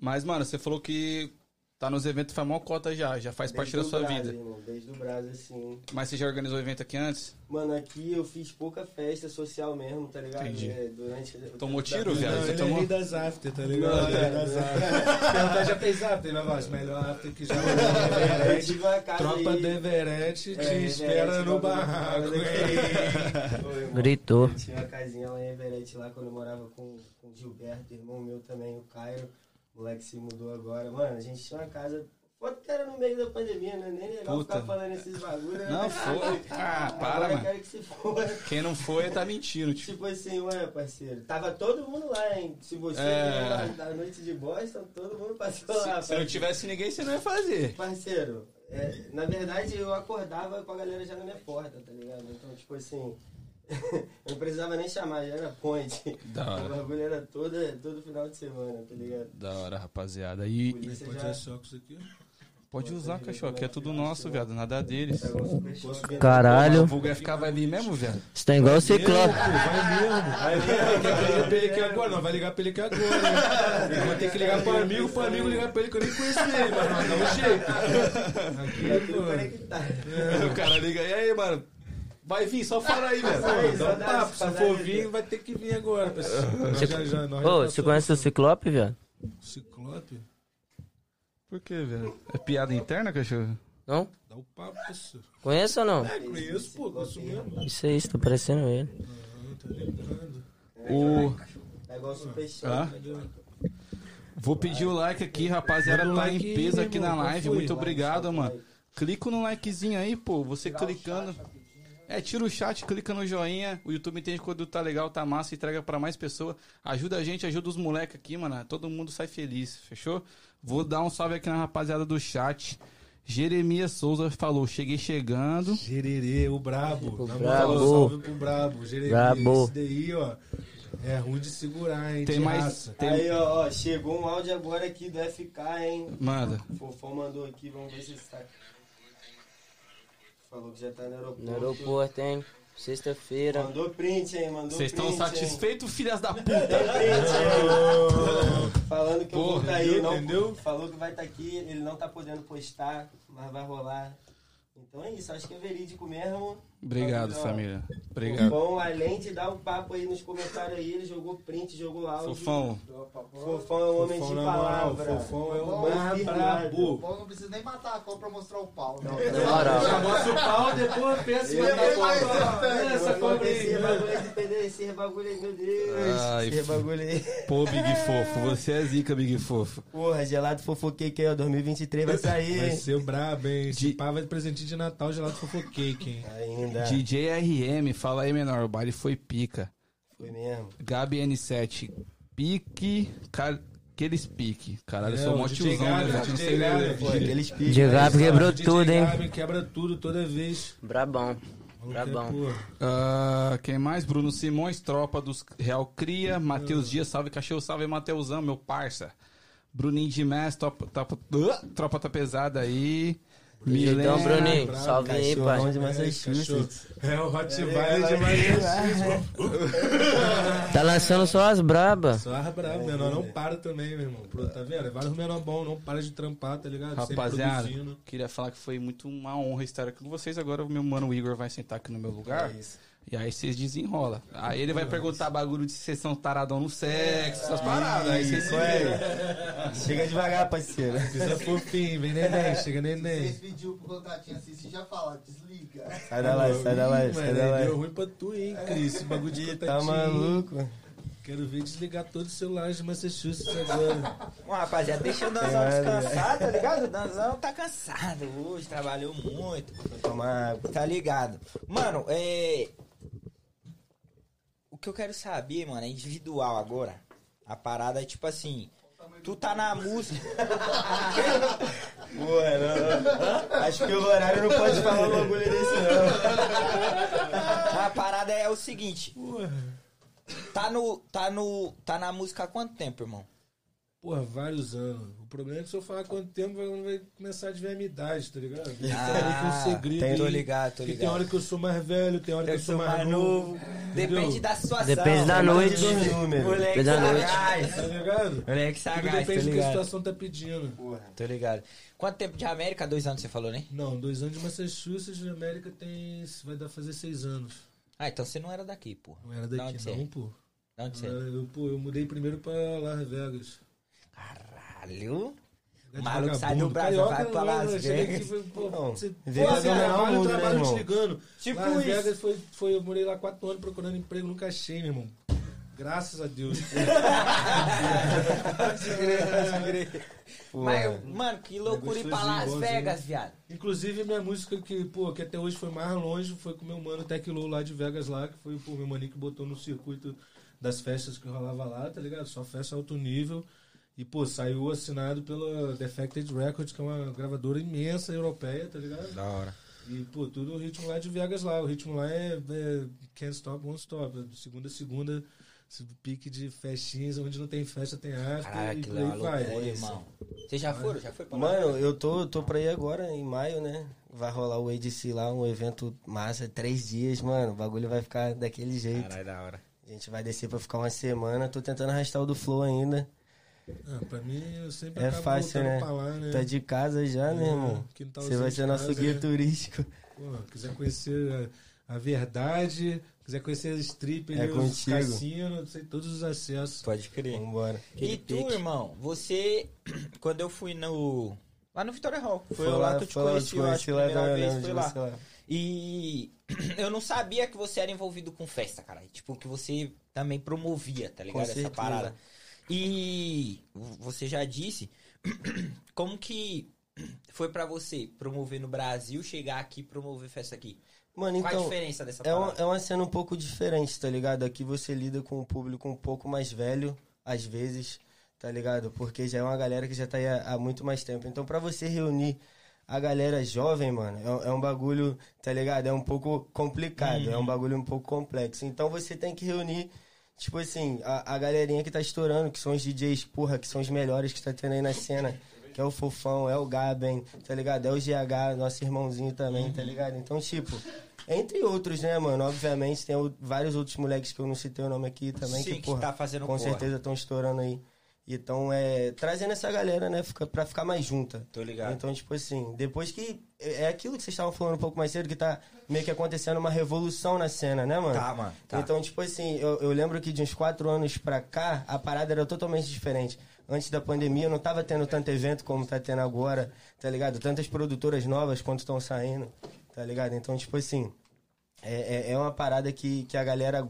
Mas, mano, você falou que tá nos eventos faz mó cota já, já faz Desde parte da o sua Brás, vida. irmão, Desde o Brasil, assim. Mas você já organizou evento aqui antes? Mano, aqui eu fiz pouca festa social mesmo, tá ligado? Entendi. É, durante. o Tomou tempo da tiro, vida. viado? Não, Você ele tomou? é rei das after, tá ligado? Ele é das after. Perguntar, tá, já fez after? Ele vai falar, melhor after que já Eu rolou. tive É, uma casa Tropa aí- de Everett te espera Everett, no bagulho, é barraco, bagulho hein? Ô, irmão, Gritou. Eu tinha uma casinha lá em Everett, lá quando eu morava com, com o Gilberto, irmão meu também, o Cairo. O moleque se mudou agora. Mano, a gente tinha uma casa. Foda que era no meio da pandemia, né? Nem legal Puta. ficar falando esses bagulho, né? Não foi. Ah, para, agora eu mano. quero que se for. Quem não foi tá mentindo, tipo. Tipo assim, ué, parceiro. Tava todo mundo lá, hein? Se você É. é... lá da noite de Boston, todo mundo passou lá. Se, se não parceiro. tivesse ninguém, você não ia fazer. Parceiro, é, na verdade eu acordava com a galera já na minha porta, tá ligado? Então, tipo assim, eu não precisava nem chamar, já era ponte. Da O hora, bagulho era todo, todo final de semana, tá ligado? da hora, rapaziada. E Polícia Pode já ter só com isso aqui? pode usar, cachorro, aqui é tudo nosso, viado, nada deles. pegou um super choque. O Caralho, vulgo ia ficar vai vir mesmo, viado. você tá igual o Pô, Ciclope. vai mesmo. Vai ligar pra ele aqui agora, não vai ligar pra ele aqui agora. hein? Ele vai né? ter que ligar pro amigo, pro amigo ligar pra ele, que eu nem conheci ele, mas não dá É. um Tá tudo jeito. Aqui, conectado. o cara liga, e aí, mano? Vai vir, só fala aí, pô. velho. Pô, Dá um papo, se for vir, vai ter que vir agora. pessoal. Nós já- já- nós já Ô, você passamos. conhece o Ciclope, viado? Ciclope? Por que, velho? É piada interna, cachorro? Não? Dá o papo, parceiro. Conhece ou não? É, conheço, pô, conheço mesmo. Isso aí, você tá parecendo ele. Não, tá lembrando. O... Tá igual um super Hã? choque. Vou pedir o like aqui, rapaziada, Manda o tá like em aí, peso aqui irmão, na qual live. foi? Muito obrigado, mano. Clica no likezinho aí, pô. Você clicando. É, tira o chat, clica no joinha. O YouTube entende quando tá legal, tá massa, entrega pra mais pessoa. Ajuda a gente, ajuda os moleques aqui, mano. Todo mundo sai feliz, fechou? Vou dar um salve aqui na rapaziada do chat. Jeremias Souza falou: cheguei chegando. Gererê, o brabo. O Na brabo. moral, salve pro brabo. Gererê, Brabo. esse daí, ó. É ruim de segurar, hein? Tem de mais- raça. Tem- Aí, ó, ó, chegou um áudio agora aqui do FK, hein? Manda. O Fofão mandou aqui, vamos ver se está. Falou que já tá no aeroporto. No aeroporto, hein? Sexta-feira. Mandou print, hein? Mandou Vocês estão print. é. hein? satisfeitos, filhas da puta? Mandou print, hein? Falando que eu vou Porra, tá aí, entendeu? não. Entendeu? Falou que vai estar aqui, ele não tá podendo postar, mas vai rolar. Então é isso, acho que é verídico mesmo. Obrigado, Ó, família. Obrigado. Fofão, além de dar um papo aí nos comentários aí, ele jogou print, jogou áudio. Fofão, Fofão é um homem Fofão, de na moral, palavra. fofão é um Fofão é mar firmado. O brabo. pau não precisa nem matar a cobra pra mostrar o pau. né? Não, Na moral. Já mostra o pau, depois pensa em Ele matar é o pau. mais Olha importante, Essa cobra aí. Esse bagulho de PD, esse bagulho aí, meu Deus. Ai, esse bagulho aí. pô, Big Fofo, você é zica, Big Fofo. Porra, gelado fofoquei que aí, ó, 2023 vai É. sair. Vai hein? ser brabo, hein? Esse De- pá vai de presentinho de Natal gelado fofocake, hein? Ainda. DJ RM, fala aí, menor, o baile foi pica. Foi mesmo. Gabi N7, pique, ca- aqueles pique. Caralho, eu sou É, o mó DJ tiozão, né, Gabi, velho? Não DJ sei ler, Gabi, né? Pô, aqueles piques. Diego Gabi quebrou DJ tudo, hein? Gabi quebra tudo toda vez. Brabão. Maluco Tá é, Brabão. pô, Ah, quem mais? Bruno Simões, tropa dos Real Cria. Matheus Dias, salve cachorro, salve Matheusão, meu parça. Bruninho de Mess, tropa, tropa, ah, tropa tá pesada aí. Então, Milena, Bruninho, brabo, salve aí, cachorro, pai. onde- De Massachusetts. É, cachorro. É o Rottweiler de Massachusetts. Tá lançando só as brabas. Só as brabo, menor não para também, meu irmão. Pro- Tá vendo? É Vários menor bom, não para de trampar, tá ligado? Sempre Rapaziada, produzindo. queria falar que foi muito uma honra estar aqui com vocês. Agora o meu mano Igor vai sentar aqui no meu lugar. É E aí vocês desenrola. Aí ele vai perguntar bagulho de se vocês são taradão no sexo, É essas paradas. Aí vocês se viram. Chega devagar, parceiro. Pisa fofinho, vem neném, chega Vocês neném. pediu pro contatinho assistir, já fala, desliga. É, Sai da live, sai da live, sai Mano, da deu um live. ruim pra tu, hein, Cris? Esse bagulho de Tá contatinho. maluco? Quero ver desligar todos os celulares de Massachusetts agora. Bom, rapaziada, deixa o Danzão descansar, tá ligado? O Danzão tá cansado hoje, trabalhou muito. Vou tomar água. Tá ligado? Mano, é. O que eu quero saber, mano, é individual agora. A parada é tipo assim. Tu tá na música. Boa, não. Acho que o horário não pode falar um bagulho desse, não. A parada é o seguinte. Tá no. Tá no. Tá na música há quanto tempo, irmão? Porra, vários anos. O problema é que se eu falar quanto tempo, ela não vai começar a ver a minha idade, tá ligado? Isso Ah, é meio que um segredo. tem- tô aí, ligado, tô que ligado. Tem hora que eu sou mais velho, tem hora que eu sou mais novo. entendeu? Depende da situação. Depende da noite. Depende do número. Moleque Depende da noite. sagaz. Tá ligado? Moleque Tudo sagaz, tô depende do que a ligado. situação tá pedindo. Tô ligado. Quanto tempo de América? Dois anos você falou, né? Não, dois anos de Massachusetts, na América tem. Vai dar fazer seis anos. Ah, então você não era daqui, pô. Não era Da daqui, onde você não, é? pô. Da onde você é? Eu, pô, eu mudei primeiro pra Las Vegas. Caralho. Lugar É de Maluco sai vagabundo. do Brasil, Carioca, vai pra eu- Las eu cheguei Vegas. aqui, falei, pô, Não, você- veio pô, você dominar o trabalha, mundo, né, trabalho irmão? te ligando. Tipo Las isso. Vegas foi, foi, eu morei lá quatro anos procurando emprego, nunca achei, meu irmão. Graças a Deus. Mas, mano, que loucura ir pra Las gostosinho, Vegas, viado. Inclusive, minha música que, pô, que até hoje foi mais longe, foi com meu mano Tech Low lá de Vegas lá, que foi, pô, meu maninho que botou no circuito das festas que rolava lá, tá ligado? Só festa alto nível. E, pô, saiu assinado pela Defected Records, que é uma gravadora imensa europeia, tá ligado? Da hora. E, pô, tudo o ritmo lá de Vegas lá. O ritmo lá é, é can't stop, won't stop. É Segunda, a segunda, esse pique de festinhas, onde não tem festa, tem after. Caralho, e que por aí é loucura, vai. irmão. Vocês já foram? Já foi pra Las Mano, eu tô, tô pra ir agora, em maio, né? Vai rolar o ADC lá, um evento massa, três dias, mano. O bagulho vai ficar daquele jeito. Caralho, da hora. A gente vai descer pra ficar uma semana. Tô tentando arrastar o do Flow ainda. Ah, pra mim, eu Tá sempre É acabo fácil, voltando né? pra lá, né? Tá de casa já, né, É, irmão? quintalzinho Você vai de ser nosso casa, guia né? turístico. Pô, quiser conhecer a, a verdade, quiser conhecer as strippers, É os contigo. cassinos, sei todos os acessos. Pode crer. Vambora. E tu, irmão, você. Quando eu fui no. Lá no Vitória Hall. Foi, lá, que eu te foi lá, conheci, eu acho, conheci a primeira também, eu vez. lembro Foi de lá. você E eu não sabia que você era envolvido com festa, cara. E, Tipo, que você também promovia, tá ligado? Essa certeza. parada. E você já disse como que foi pra você promover no Brasil, chegar aqui e promover festa aqui? Mano, Qual a então. diferença dessa É uma, parada? é uma cena um pouco diferente, tá ligado? Aqui você lida com um público um pouco mais velho, às vezes, tá ligado? Porque já é uma galera que já tá aí há, há muito mais tempo. Então, pra você reunir a galera jovem, mano, é, um- é um bagulho, tá ligado? É um pouco complicado, Uhum. é um bagulho um pouco complexo. Então, você tem que reunir, tipo assim, a, a galerinha que tá estourando, que são os DJs, porra, que são os melhores que tá tendo aí na cena. Que é o Fofão, é o Gaben, tá ligado? É o GH, nosso irmãozinho também, tá ligado? Então, tipo, entre outros, né, mano? Obviamente, tem o- vários outros moleques que eu não citei o nome aqui também, Sim, que, porra, tá fazendo com porra. certeza estão estourando aí. Então, é. Trazendo essa galera, né, fica, pra ficar mais junta. Tô ligado. Então, tipo assim, depois que. É é aquilo que vocês estavam falando um pouco mais cedo, que tá meio que acontecendo uma revolução na cena, né, mano? Tá, mano. Tá. Então, tipo assim, eu, eu lembro que de uns quatro anos pra cá, a parada era totalmente diferente. Antes da pandemia, eu não tava tendo tanto evento como tá tendo agora, tá ligado? Tantas produtoras novas quanto estão saindo, tá ligado? Então, tipo assim, é, é, é uma parada que, que a galera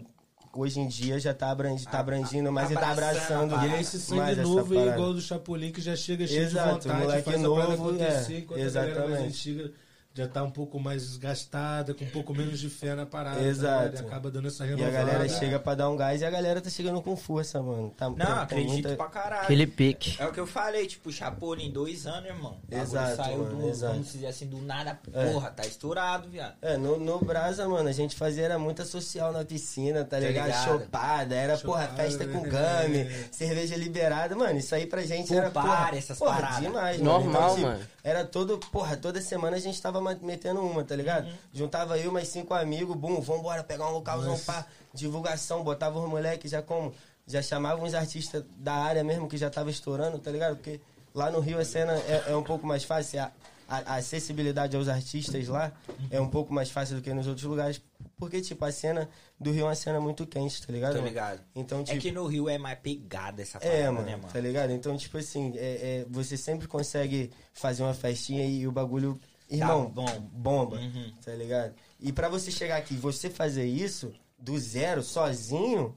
hoje em dia já tá, abrangi, tá abrangindo, mas e tá abraçando abraçando. a parada. E esse sangue mais essa novo é parada. igual do Chapolin que já chega cheio Exato, de vontade, moleque faz a parada novo, acontecer, é, enquanto a galera mais exatamente. antiga já tá um pouco mais desgastada, com um pouco menos de fé na parada. tá Exato. ligado? E acaba dando essa E renovada. a galera chega pra dar um gás e a galera tá chegando com força, mano. Tá, tem- Não, tem acredito muita- pra caralho. Aquele pique. É o que eu falei, tipo, Chapolin em dois anos, irmão. O bagulho Exato, Saiu mano, do, exato. como se diz assim, do nada, porra, tá estourado, viado. É, no, no Brasa, mano, a gente fazia era muita social na piscina, tá ligado? ligado? Chopada, era, porra, festa com game, cerveja liberada. Mano, isso aí pra gente Pô, era, porra, para essas porra, paradas. demais, Normal, mano. Então, tipo, mano. Era todo, porra, toda semana a gente tava ma- metendo uma, tá ligado? Juntava eu mais cinco amigos, bum, vambora pegar um localzão pra divulgação, botava os moleques já como, já chamava uns artistas da área mesmo que já tava estourando, tá ligado? Porque lá no Rio a cena é, é um pouco mais fácil, a, a- a acessibilidade aos artistas lá é um pouco mais fácil do que nos outros lugares, porque, tipo, a cena do Rio é uma cena muito quente, tá ligado? Tô mano? ligado. Então, É tipo, que no Rio é mais pegada essa parada, é, mano, né, mano? tá ligado? Então, tipo assim, é, é, você sempre consegue fazer uma festinha e o bagulho, Tá irmão, bom. bomba, Uhum. tá ligado? E pra você chegar aqui e você fazer isso do zero, sozinho,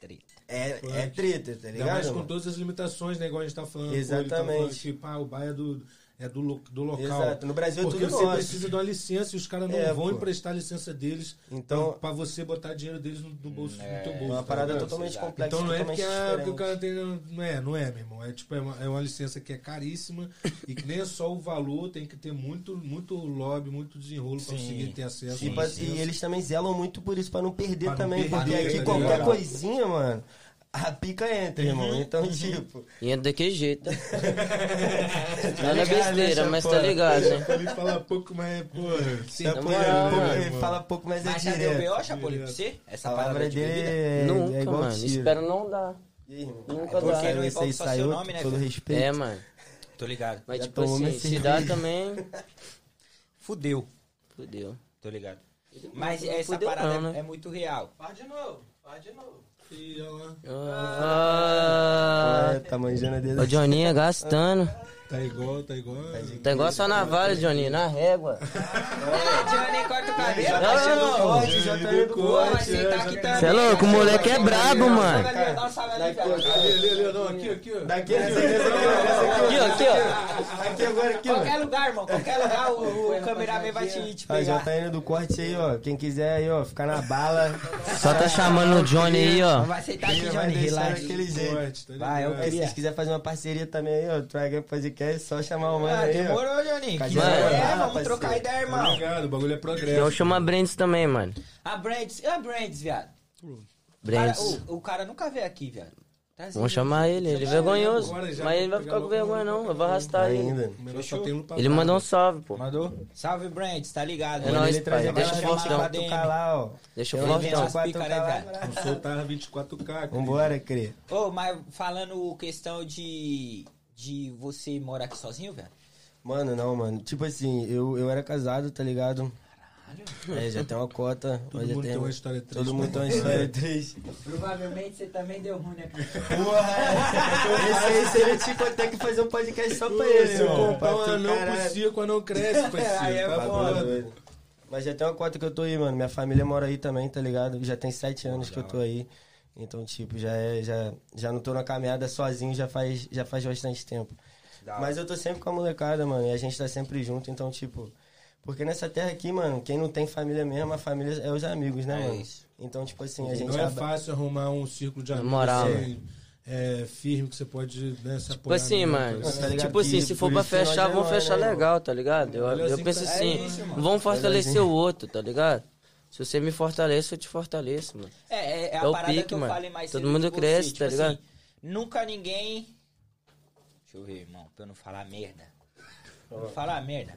Treta. é, é treta, tá Ainda mais ligado? com mano? todas as limitações, né? Igual a gente tá falando. Exatamente. pô, ele tá falando que, pá, o bar é do, é do, lo- do local. Exato. No Brasil é Porque tudo você nosso. precisa de uma licença e os caras não É, vão pô. emprestar a licença deles Então- pra, pra você botar dinheiro deles no, no bolso, no teu É bolso. uma tá parada ligado? totalmente Exato. complexa, Então não é totalmente porque, ah, porque o diferente. cara tem. Não é, não é, meu irmão. É tipo, é uma, é uma licença que é caríssima e que nem é só o valor, tem que ter muito, muito lobby, muito desenrolo Sim. pra conseguir ter acesso. E, à pra- e licença. Tipo assim, eles também zelam muito por isso, pra não Pra perder não também. perder, porque aqui tá qualquer ligado? Uhum. coisinha, mano, a pica entra, irmão. Então, tipo. E entra daquele jeito. Nada ligado, né, besteira, mas tá Chapão? ligado, né? Então, Ele fala pouco, mas, porra. Sim, tá ligado, né, ele fala pouco, mas é Mas já deu direto. B.O., Chapolin, pra você? A Essa palavra parada de dele bebida? é, é Nunca, igual mano. tiro. Espero não dar. É Nunca Porque dá. não Aí envolve você só sai seu outro, nome, né, todo filho? respeito. É, mano. Tô ligado. Mas Já tipo tomou assim, minha se dá cerveja. também, Fudeu. fudeu. Tô ligado. Mas Não essa fudeu parada não, é- né? é muito real. Faz de novo, faz de novo. Ih, olha lá. Ah, Ah, tá manjando a dedo. o Johninha gastando. Tá igual, tá igual. Tá igual só na navalha, Johninha, na régua. Ah, Johnny, corta o cabelo. Não, tá não, não. Corte, já tá indo Pô, mas corte. você tá aqui também. Cê é louco, o moleque é brabo, mano. Joga ali, dá um salve ali, um velho. Daqui, essa aqui, essa aqui, Aqui, ó, aqui, ó. ó. Aqui agora, aqui, ó. Qualquer lugar, irmão. Qualquer lugar o, o cameraman vai te, te Aí, já pegar. tá indo do corte aí, ó. Quem quiser aí, ó, ficar na bala. Só tá chamando o Johnny aí, Não ó. vai aceitar Tá aqui, Vai Johnny. deixar Relaxa. daquele jeito. Tá Vai, eu ligado? Aí, se vocês quiserem fazer uma parceria também aí, ó, Dragon Podcast, é só chamar o mano Ah, aí, ó. demorou, Johnny. Cadê Que- a É, moral, vamos parceiro? trocar ideia, Tá irmão. ligado, o bagulho é Então progresso. chama a Brands também, mano. A Brands. A Brands, viado. Cara, Brands. o, o cara nunca veio aqui, viado. Tá assim, Vamos chamar ele, ele é vergonhoso. Agora já, Mas ele vai ficar com vergonha não, eu vou arrastar ele. Ainda. O menor só tem um pra Ele dar. mandou um salve, pô. Mandou? Salve, Brands, tá ligado? É nóis, Ele trazer pai. Deixa pra o chamar pra fortão. tocar lá, ó. Deixa o Eu Ele vem fortão. essas Fortão. picas, né, viado? Não soltava 24K. Vambora, Cri. Ô, mas falando questão de. de você morar aqui sozinho, velho? Mano, não, mano. Tipo assim, eu, eu era casado, tá ligado? Caralho. É, já tem uma cota. Todo mas já mundo tem tem uma história triste. É. Todo mundo tem uma história triste. Provavelmente você também deu ruim, né? Porra! Esse aí seria tipo, eu tenho que fazer um podcast só pra ele, Se eu irmão. comprar um Pra tu, anão caralho. pro Circo, anão Aí cresce, é parceiro. Tá foda. doido. Mas já tem uma cota que eu tô aí, mano. Minha família mora aí também, tá ligado? Já tem sete anos que eu tô aí. Então, tipo, já, é, já, já não tô na caminhada sozinho já faz, já faz bastante tempo. Mas eu tô sempre com a molecada, mano. E a gente tá sempre junto. Então, tipo, Porque nessa terra aqui, mano, quem não tem família mesmo, a família é os amigos, né, É mano? isso. Então, tipo assim, a gente não é abra- fácil arrumar um círculo de Na amigos moral, assim, é, firme que você pode né, se Tipo apoiar. assim, né, mano. tá ligado? ligado? Tipo assim, Que se por for pra isso que nós fechar, é vamos nóis, fechar né, irmão? legal, tá ligado? Eu, Olha eu assim, penso tá- assim, é isso, mano. vamos fortalecer Legalzinho. o outro, tá ligado? Se você me fortalece, eu te fortaleço, mano. É, é, é a É o parada pique, que eu mano. falei mais Todo cedo mundo com você, cresce, tá ligado? assim, nunca ninguém. Deixa eu ver, irmão, pra eu não falar merda. Pra eu não falar merda.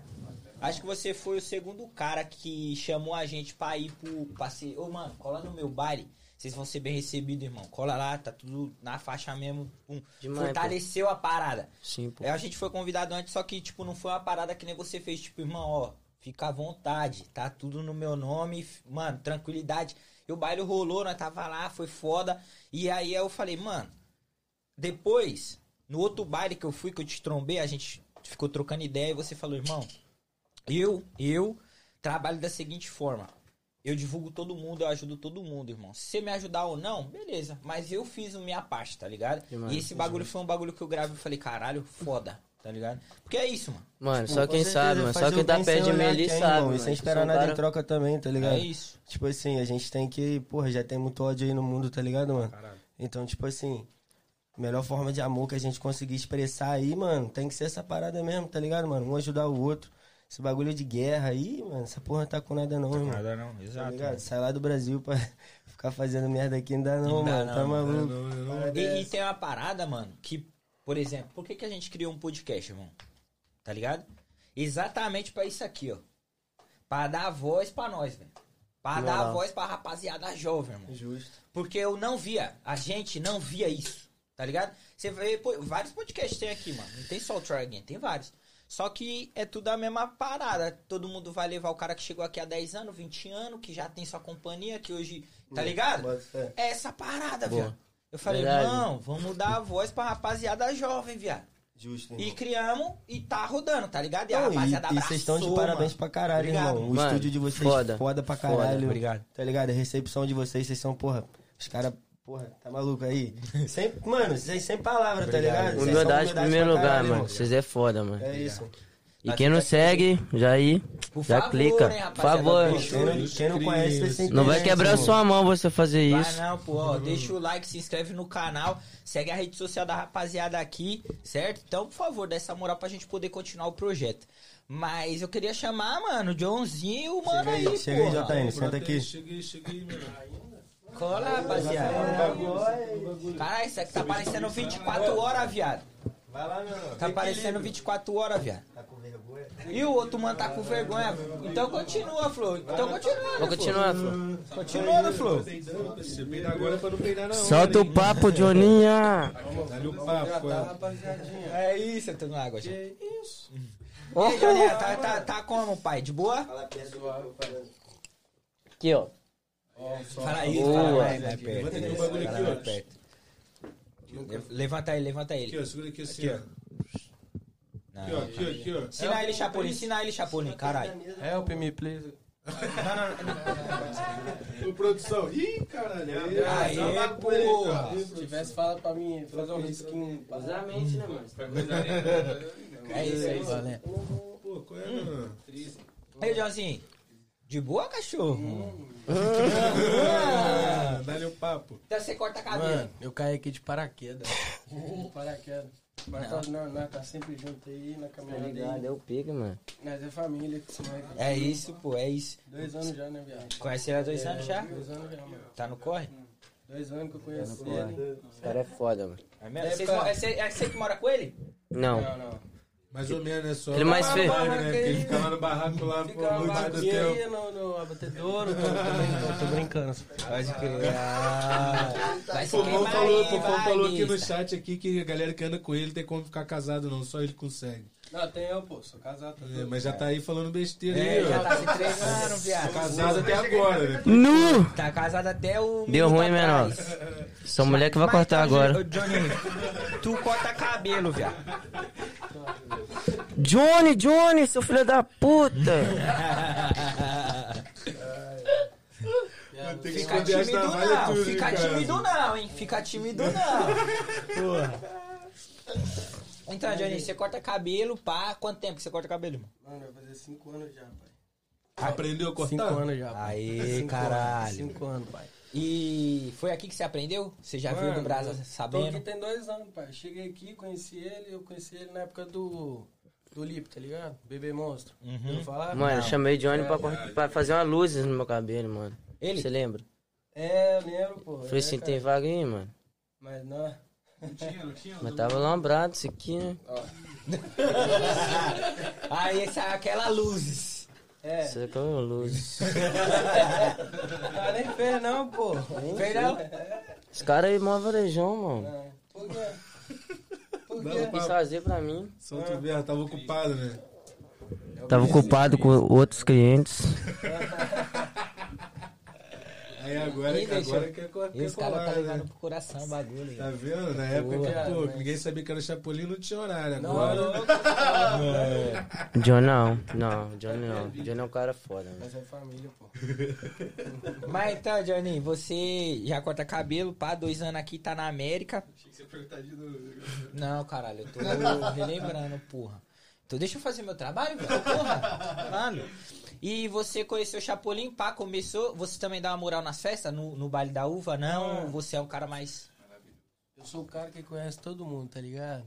Acho que você foi o segundo cara que chamou a gente pra ir pro. Pra ser... Ô, mano, cola no meu baile. Vocês vão ser é bem recebidos, irmão. Cola lá, tá tudo na faixa mesmo. Pum. Demais, Fortaleceu a parada. Sim, pô. É, a gente foi convidado antes, só que, tipo, não foi uma parada que nem você fez, tipo, irmão, ó, fica à vontade, tá tudo no meu nome, f- mano, tranquilidade. E o baile rolou, nós tava lá, foi foda. E aí eu falei, mano, depois, no outro baile que eu fui, que eu te trombei, a gente ficou trocando ideia e você falou, irmão, eu, eu trabalho da seguinte forma. Eu divulgo todo mundo, eu ajudo todo mundo, irmão. Se você me ajudar ou não, beleza. Mas eu fiz a minha parte, tá ligado? Demais. E esse bagulho foi um bagulho que eu gravo e falei, caralho, foda, tá ligado? Porque é isso, mano. Mano, Tipo, só com quem certeza, sabe, mano. fazer Só quem o tá bem perto sem de mim olhar ali quem, sabe, irmão, mano. E sem Eu sou esperar um nada cara- em troca também, tá ligado? É isso. Tipo assim, a gente tem que. Porra, já tem muito ódio aí no mundo, tá ligado, mano? Então, tipo assim, a melhor forma de amor que a gente conseguir expressar aí, mano, tem que ser essa parada mesmo, tá ligado, mano? Um ajudar o outro. Esse bagulho de guerra aí, mano, essa porra não tá com nada não, irmão. Nada não, Tá exato. ligado? Sai lá do Brasil pra ficar fazendo merda aqui, ainda não, Não dá mano. tá não, Não, maluco. não, não, não. E, e tem uma parada, mano, que, por exemplo, por que, que a gente criou um podcast, irmão? Tá ligado? Exatamente pra isso aqui, ó. Pra dar voz pra nós, velho. Pra dar Moral. voz pra rapaziada jovem, irmão. Justo. Porque eu não via, a gente não via isso, tá ligado? Você vê, pô, vários podcasts tem aqui, mano. Não tem só o Try Again, tem vários. Só que é tudo a mesma parada. Todo mundo vai levar o cara que chegou aqui há 10 anos, 20 anos, que já tem sua companhia, que hoje. Tá ligado? Bota fé. É essa parada, Boa. viado. Eu falei, Verdade. não, vamos dar a voz pra rapaziada jovem, viado. Justo, E irmão. criamos e tá rodando, tá ligado? E a Não, rapaziada e- e vocês estão de abraçou, parabéns mano. pra caralho, Obrigado. irmão. O Mano, estúdio de vocês foda. foda, pra Foda, caralho. obrigado. Tá ligado? A recepção de vocês, vocês são, porra, os caras, porra, tá maluco aí? Sem, mano, vocês sem palavra, tá ligado? Vocês são Humildade em primeiro pra lugar, caralho, mano. irmão. Vocês é foda, mano. É isso. E quem não segue, já aí, Por já favor, clica. hein, Por rapaziada, favor. deixa Quem não, quem não conhece, vocês sem Não vai interesse, quebrar irmão. sua mão você fazer Vai isso. não, pô. ó, Deixa o like, se inscreve no canal, segue a rede social da rapaziada aqui, certo? Então, por favor, dá essa moral pra gente poder continuar o projeto. Mas eu queria chamar, mano, o Johnzinho, o mano Chega aí, aí, chega aí, porra. JN, senta aqui. Cheguei, cheguei, mano. Cola, rapaziada. Caralho, isso aqui tá parecendo 24 horas, viado. Vai lá, meu irmão. Tá parecendo 24 horas, viado. Tá com vergonha? E o outro mano tá com vergonha. Então continua, Flor. Então continua. Vou né, Flor? continuar, Flo. Continuando, Flor. Você peidar agora pra não peidar na hora. Solta o papo, Johninha. Dá-lhe o papo, é. É isso, eu tô na água, gente. isso. E aí, Joninha, tá, tá, tá como, pai? De boa? é Aqui, ó. Fala isso, Boa. fala mais, mais perto. Levanta aqui isso, o um bagulho fala aqui, mais ó. perto. Le- Levanta ele, levanta Aqui, ele. ó, segura aqui assim, ó. Não. Aqui, ó, aqui, ó, aqui, ó. Ensina ele, Chapolin, ensina ele, Chapolin, caralho. Help me, please. Ô, produção. Ih, caralho. Aê, um porra. Se tivesse, fala pra mim fazer um risquinho. Exatamente, né, mano? É isso aí, valeu. Pô, qual é, Hum. mano? Aí, Johnzinho, de boa, cachorro? Ah, Dá-lhe o papo. Então você corta a cabeça. Mano, eu caí aqui de paraquedas. De paraquedas. Mas tá, não, não, tá sempre junto aí na Tá caminhada. aí. Deu pique, mano. Nós é família com esse moleque. É isso, pô, é isso. Dois anos já, né, viado? Conhece ele há dois anos já? Dois anos já, mano. Tá no corre? Dois anos que eu conheci ele. Esse cara é foda, mano. É mesmo? Vocês mo- É você é você que mora com ele? Não. Não, não. Mais ou menos, né? Só é Ele mais Lá no feio. barraco, né? Porque ele fica lá no barraco lá por Fica muito lá mais do tempo. aqui no, no abatedouro. Tô brincando, tô brincando. Pode crer. Ah, Vai O se Fofão queimar falou, aí, Fofão vai, falou aqui no besta. chat aqui que a galera que anda com ele tem como ficar casado, não. Só ele consegue. Não, tem eu, pô. Sou casado. Tá É, mas já tá aí falando besteira É, aí, já ó. tá se treinando, viado. Casado até agora, né? Nu! Tá casado até o. Deu minuto ruim, menor. atrás. Sua mulher que vai Mas, cortar Johnny- agora. ô, Johnny, tu corta cabelo, viado. Johnny, Johnny, seu filho da puta! Tem Fica que esconder as tímido navalhas não, tudo, hein, fica cara? tímido não, hein? Fica tímido não. Então, Johnny, você corta cabelo, pá. Quanto tempo que você corta cabelo, irmão? Mano, vai fazer cinco anos já, pai. Aprendeu a Cinco cortar? anos já. pai. Aê, Cinco caralho. anos, Cinco anos, pai. E foi aqui que você aprendeu? Você já viu do Mano, Brasa Tá Tô aqui sabendo? tem dois anos, pai. Cheguei aqui, conheci ele, eu conheci ele na época do. Do Lip, tá ligado? Bebê Monstro. Uhum. Eu falar? Mano, eu chamei o Johnny pra, cor- pra fazer uma luz no meu cabelo, mano. Ele? Você lembra? É, eu lembro, pô. Falei é, assim, cara. tem vaga aí, mano. Mas não. Mas tava lambrado isso aqui, né? Aí essa Ah, é aquela luzes. É. Isso aqui é uma luz. Ah, nem fez não, pô. Fez não? é Os caras aí mó varejão, mano. Ah, Por quê? Por Não, quê? Quis fazer pra mim. é Santo Verra, um tava ocupado, né? Tava ocupado com outros clientes. Aí agora, Ih, deixa- agora quer, co- quer Esse cara tá colar, levando né? pro coração o bagulho. Tá vendo? Na época que, pô, mas- ninguém sabia que era Chapolin, não tinha horário. Não, é Agora, louco, cara. John não, não, John não. John é um cara foda, mano. Mas é família, pô. Mas então, Johnny, você já corta cabelo, pá, dois anos aqui, tá na América. Não, caralho, eu tô relembrando, porra. Então deixa eu fazer meu trabalho, velho, porra. Mano. E você conheceu o Chapolin, pá, começou. Você também dá uma moral nas festas? No, no baile da uva? Não, você é um cara mais. Eu sou o cara que conhece todo mundo, tá ligado?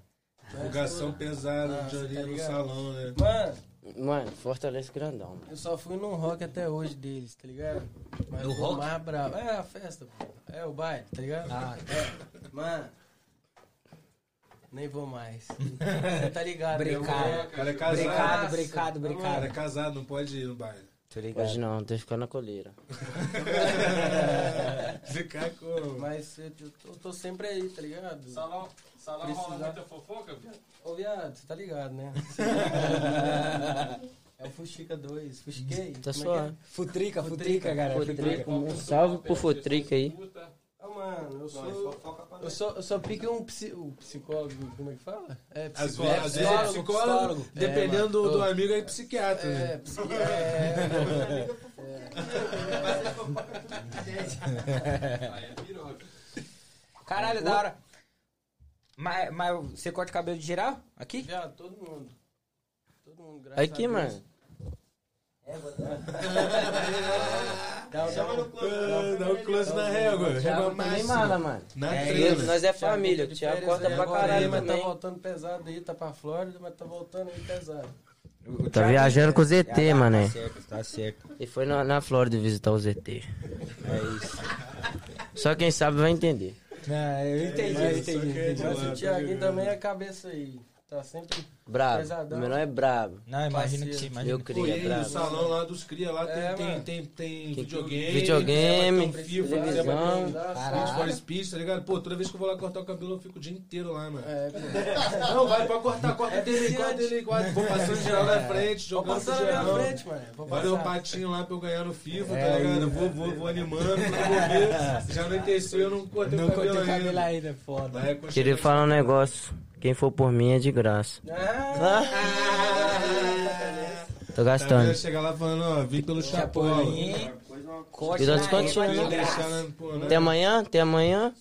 Divulgação pesada, Ah, Johnny tá no ligado? salão, né? Mano, Mano, Fortaleza grandão, mano. eu só fui num rock até hoje deles, tá ligado? Mas No o rock? mais bravo. É a festa, pô. É o baile, tá ligado? Ah, É. Mano. Nem vou mais. Você tá ligado, né? Brincar. O cara é casado. Obrigado, obrigado, O cara é obrigado. casado, não pode ir no baile. Tô Hoje não, tem que ficar na coleira. Ficar com. É. Mas eu, eu tô, eu tô sempre aí, tá ligado? Salão, salão rola Precisar. muita fofoca, viado? Ô, viado, você tá ligado, né? é o Fuxica 2. Fuxiquei. Tá Como é que é? suave. Futrica, futrica, cara. Futrica, salve pro Futrica aí. Ah, mano, eu sou. Eu sou, eu sou pique um psi- o psicólogo, como é que fala? É, Às psicólogo. vezes às vezes é psicólogo, psicólogo. É, dependendo mano. do, do Ô, amigo, é psiquiatra, É, né? psi- é, Caralho, da hora. Mas, mas você corta cabelo de geral? Aqui? Viado, todo mundo. Todo mundo, graças a Aqui, Deus. mano. Tá Dá, dá um- Ah, Dá um close É, na régua. Régua tá Thiago também máxima. mala, mano. Na É, Nós- trena. Nós é Thiago família, tá o de Thiago férias corta aí pra agora, aí, caralho mas também. tá voltando pesado aí, tá pra Flórida, mas tá voltando aí pesado. Tá viajando com o ZT, mano. Tá certo, tá certo. E foi na, na Flórida visitar o ZT. É isso. Só quem sabe vai entender. Não, eu entendi, eu entendi. que- Mas lá, o tá Thiaguinho ligado? também é cabeça aí. Tá sempre. Brabo. Pesadão. O menor é brabo. Não, imagino que sim, imagino. Parceiro. Meu que- Pô, e cria é aí, no brabo. salão lá dos cria lá tem, É, tem, mano. tem, tem videogame. videogame, tem um FIFA, televisão. tem Need for Speed, tá ligado? Pô, toda vez que eu vou lá cortar o cabelo, eu fico o dia inteiro lá, mano. É, pô. Não, vai, pode cortar, corta É dele, corta viciante. dele, corta. Vou passando geral na frente, Vou jogando passar Tá na geral. minha frente, É mano. Vou Olha o passar. patinho lá pra eu ganhar no FIFA, tá ligado? Eu Vou, vou, vou animando, quando eu vou ver. Já não enteceu, eu não cortei Não o cortei cabelo o cabelo ainda. ainda, foda. Aí, quando Queria chega- falar um negócio. Quem for por mim é de graça. Ah. Tô Tá vendo? gastando. Chegar lá falando, ó, vim pelo Chapola. Corte E nós na continuamos. égua de Deixar, graça. né, pô, né? Até amanhã, até amanhã.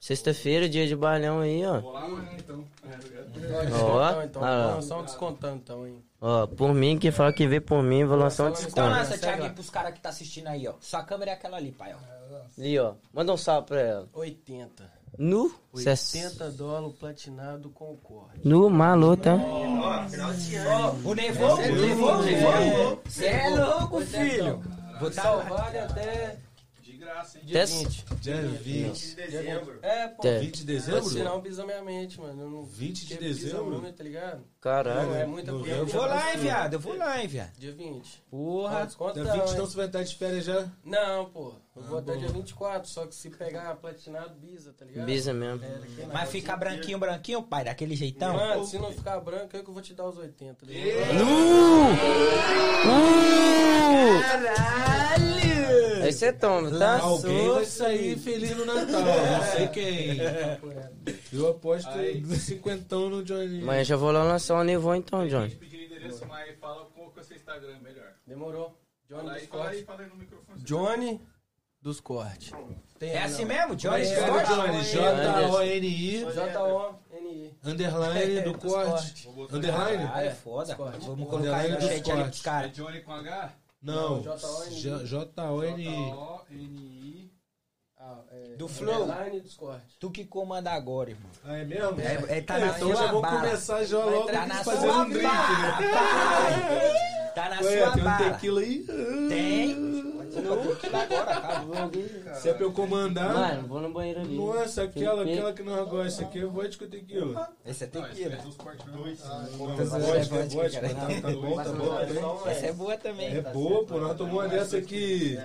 Sexta-feira, dia de balhão aí, ó. Ó, Descontão, então. ah. Vou lançar um descontão, então, hein. Ó, por mim, quem fala que vê por mim, vou lançar um Então desconto. lança, Thiaguinho, pros caras que tá assistindo aí, ó. Sua câmera é aquela ali, pai, ó. Ali, ó. Manda um salve pra ela. 80. Nu? é 80 dólares platinado com o corre. Nu, malu, tá? O Nevô, o é Nevô, o Nevô. Você é louco, filho. Vou é salvar ele até Até dia 20. Dia 20. É, pô. Até- 20 de Vou tirar dezembro? um piso na minha mente, mano. Eu não 20 de porque pisa dezembro? muito, tá ligado? Não, é Caralho. muita no coisa. Rio. Eu vou lá, hein, viado. Eu vou lá, hein, viado. Dia 20. Porra. Ah, descontão, Dia Ah, 20 então hein? você vai estar de férias já? Não, pô. Eu vou até dia 24, só que se pegar platinado, bisa, tá ligado? Bisa mesmo. É, daqui na- Mas fica branquinho, branquinho, pai, daquele jeitão. Mano, se não ficar branco, é eu que vou te dar os 80. né? tá ligado? Uh! Caralho! Aí você toma, tá? Alguém vai sair feliz no Natal, não sei quem. Eu aposto cinquentão no Johnny. Amanhã já vou lá lançar um Nivon então, John. Pedir endereço, mas fala com o seu Instagram melhor. Demorou. Johnny Fala aí, dos fala aí, cortes. fala aí no microfone. Johnny dos cortes. Tem É assim mesmo? Johnny Obrigado, Scott? Johnny. J-O-N-I. J-O-N-I. aí. Underline do Dos corte. Vou botar- Underline? Ah, é foda. Discord. Vamos colocar aí no Underline chat ali Discord. pros caras. É Johnny com H? Não, J-O-N-I. J- J-O-N. J-O-N-I. Ah, é, Do Flow. Underline do Discord. Tu que comanda agora, irmão. Ah, é mesmo? É, é, tá É, na então já sua vou bala. começar já logo entrar na fazendo sua um drink, né? Tá na Ué, sua tem um bala. tequila aí? Tem. Não. agora, acabou. Se é pra eu comandar. Mano, vou no banheiro ali. Nossa, aquela, Tem que- aquela que nós gosta. Isso aqui é vodka ou tequila? Essa é Esse é tequila. dos cortes dois. Vodka, é vodka, vodka. cara. Tá tá bom, tá bom. um- Essa é boa também. É boa, pô. Nós tomamos uma dessa aqui.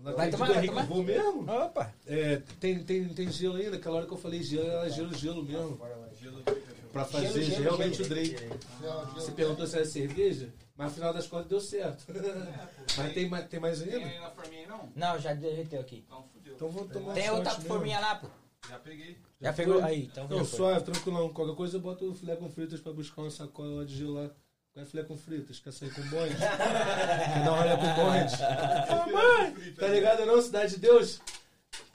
Vai tomar, vai tomar? Vou mesmo? Opa. É, tem, tem, tem gelo ainda. Aquela hora que eu falei gelo, era gelo, gelo mesmo. Pra fazer realmente o drink. Você perguntou se era cerveja, mas no final das contas deu certo. Mas tem, mais- tem mais Tem ainda? Tá aí na forminha aí não? Não, já derreteu aqui. Então fudeu. Então vamos tomar um Tem outra shot mesmo. forminha lá, pô. Já peguei. Já foi? pegou? Aí, então Não, já foi. suave, tranquilão. Qualquer coisa eu boto o filé com fritas pra buscar uma sacola lá de gelo lá. Quer filé com fritas? Quer sair com bonde? Quer dar uma olhada com bonde? Mamãe! Tá ligado não, Cidade de Deus?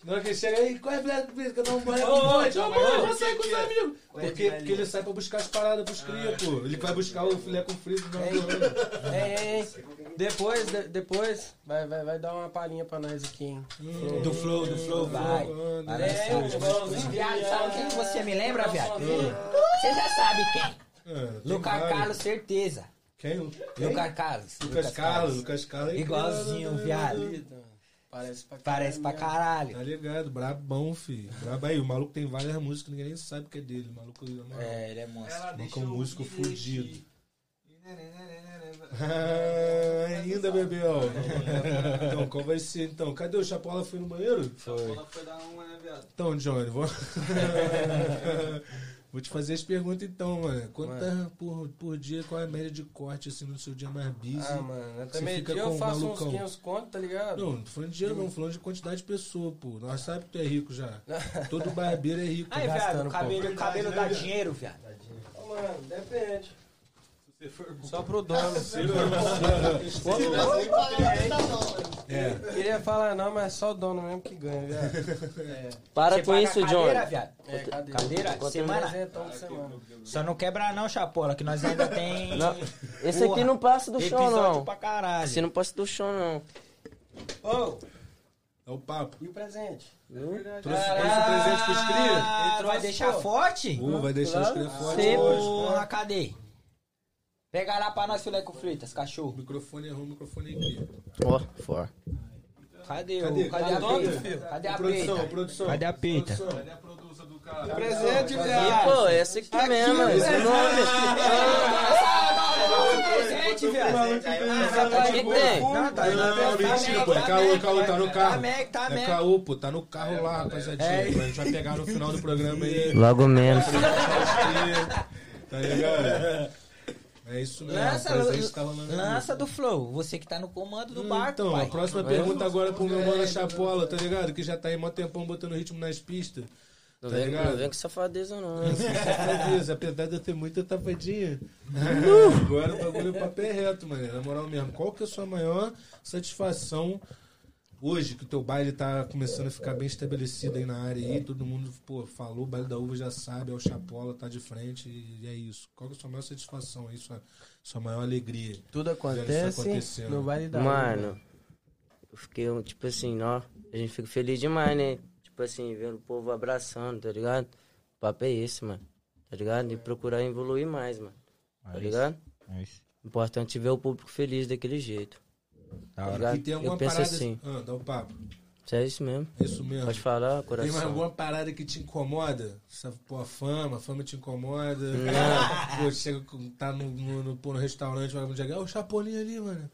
Na hora que ele chega aí, qual é a filé com fritas? Quer dar uma olhada com bonde? Ô, mãe, vou sair com os é? amigos! Porque, porque ele sai pra buscar as paradas Ah, pros cria, pô. Ele vai buscar o filé com fritas na hora. É, é, é. Depois, de- depois. Vai, vai, vai dar uma palhinha pra nós aqui, hein? Do flow, do flow, Vai. flow. Ah, É, eu- viado, sabe quem você me lembra, viado? Você já sabe quem. Ah, tem Lucas vários. Carlos, certeza. Quem? Quem? Lucas Carlos. Lucas Carlos, Lucas Carlos. é Igualzinho, cara, viado. Parece pra Parece pra caralho. Tá ligado, brabão, filho. Brabo aí, o maluco tem várias músicas, que ninguém nem sabe o que é dele. O maluco é uma... É, ele é monstro. Ela Nunca um músico eu ir fudido. aqui. Ah, ainda, Bebel. então, qual vai ser? Então, cadê o Chapola? Foi no banheiro? Ela foi dar uma, né, viado? Então, Johnny, vou... vou te fazer as perguntas então, mano. Quantas por, por dia, qual é a média de corte, assim, no seu dia mais busy? Ah, mano, eu Você também fica dia com eu o faço malucão. uns 500 conto, tá ligado? Não, não tô falando de dinheiro, não. Falando de quantidade de pessoa, pô. Nós sabemos que tu é rico já. Todo barbeiro é rico. Aí, viado, o cabelo, o cabelo né? dá dinheiro, viado. Ah, Mano, depende. Se você for bom. Só pro dono. É. Queria falar não, mas é só o dono mesmo que ganha, viado. É, Para Você com paga isso, a John. cadeira, viado. é cadeira. Cadeira, semana. Dezentão por Ah, semana. Só não quebra não, Chapola, que nós ainda tem Não, Esse Porra. aqui não passa do chão, episódio não. pra caralho. Esse não passa do chão, não. Ô, É o papo. e o presente? É Trouxe, trouxe presente pros cria? Ah, vai deixar forte? Pô, vai deixar os cria forte Cê, hoje. porra, cadê? Pega lá pra nós filé com fritas, cachorro. Microfone errou, microfone aí, cria. Ó, for. Cadê, Cadê? o, cadê, a Cadê? peita? Cadê a Produção, peita? produção. Cadê a peita? Cadê a produção do cara? Presente, E, viado. pô, é esse aqui mesmo. né? Esse nome. Presente, viado. O que que tem? Não, tá aí na Não, minha mentira, frente, pô. É tá caô, bem, caô, tá no carro. Mac, tá É Mac. caô, pô. Tá no carro lá, rapaziadinha. É. A gente vai pegar no final do programa aí. Logo menos. Tá ligado? É isso mesmo. Lança, o presente tá rolando. lança do flow, você que tá no comando do Hum, barco, Então, a pai. próxima pergunta agora é pro meu mano Chapola, tá ligado? Que já tá aí mó tempão botando ritmo nas pistas. Não Tá vem, ligado? não vem com safadeza, não. hein? Safadeza, apesar de eu ter muita safadinha. Agora o bagulho é papo é reto, mano. Na moral mesmo, qual que é a sua maior satisfação hoje que o teu baile tá começando a ficar bem estabelecido aí na área aí? Todo mundo, pô, falou, o baile da uva já sabe, é o Chapola, tá de frente e é isso. Qual que é a sua maior satisfação aí, sua, sua maior alegria? Tudo acontece acontecendo. no baile da Uva. Mano, eu fiquei, um, tipo assim, ó. A gente fica feliz demais, né? Tipo assim, vendo o povo abraçando, tá ligado? O papo é esse, mano. Tá ligado? E procurar evoluir mais, mano. Tá ligado? É isso. Importante ver o público feliz daquele jeito. Tá E tem ligado? alguma Eu penso parada. assim. Ah, dá o papo. Isso é isso mesmo. É isso mesmo. Pode falar, Tem mais coração. alguma parada que te incomoda? Essa, pô, a fama, a fama te incomoda. É. Pô, chega, com- tá no, no, no, pô, no restaurante, vai onde é que é? Ô, Chapolin ali, mano.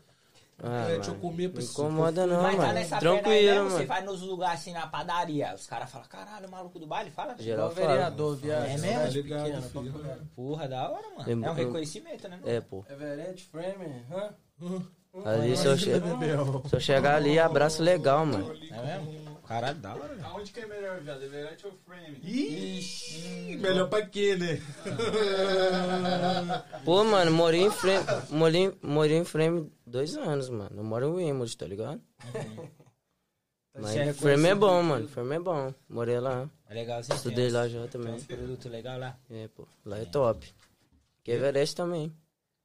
Ah, É, deixa eu mano, comer pra Não esse- incomoda não, Mas tá mano. nessa perna aí né, Tranquilo, mesmo, você mano. vai nos lugares assim na padaria, os caras falam, caralho, maluco do baile, fala. é Geral Igual fala. vereador, viado. É Tá mesmo? ligado, pequeno, filho. Porra, da hora, mano. Lembra- É um reconhecimento, né? É, pô. É verete, frame, hã? Ali se eu, che... Bebel. se eu chegar ali, abraço legal, mano. É mesmo? Caralho, da hora. Aonde que é melhor, viado? É Verete ou Frame? Ih, melhor pra quê, né? Pô, mano, morei em frame. Morei, morei em frame dois anos, mano. Eu moro em Emory, tá ligado? Mas Você é Frame é conhecido bom, de mano. tudo. Frame é bom. Morei lá. É legal, vocês Estudei têm lá uns- já Tem também. uns produtos legais lá. É, pô. Lá é top. Que Everest também.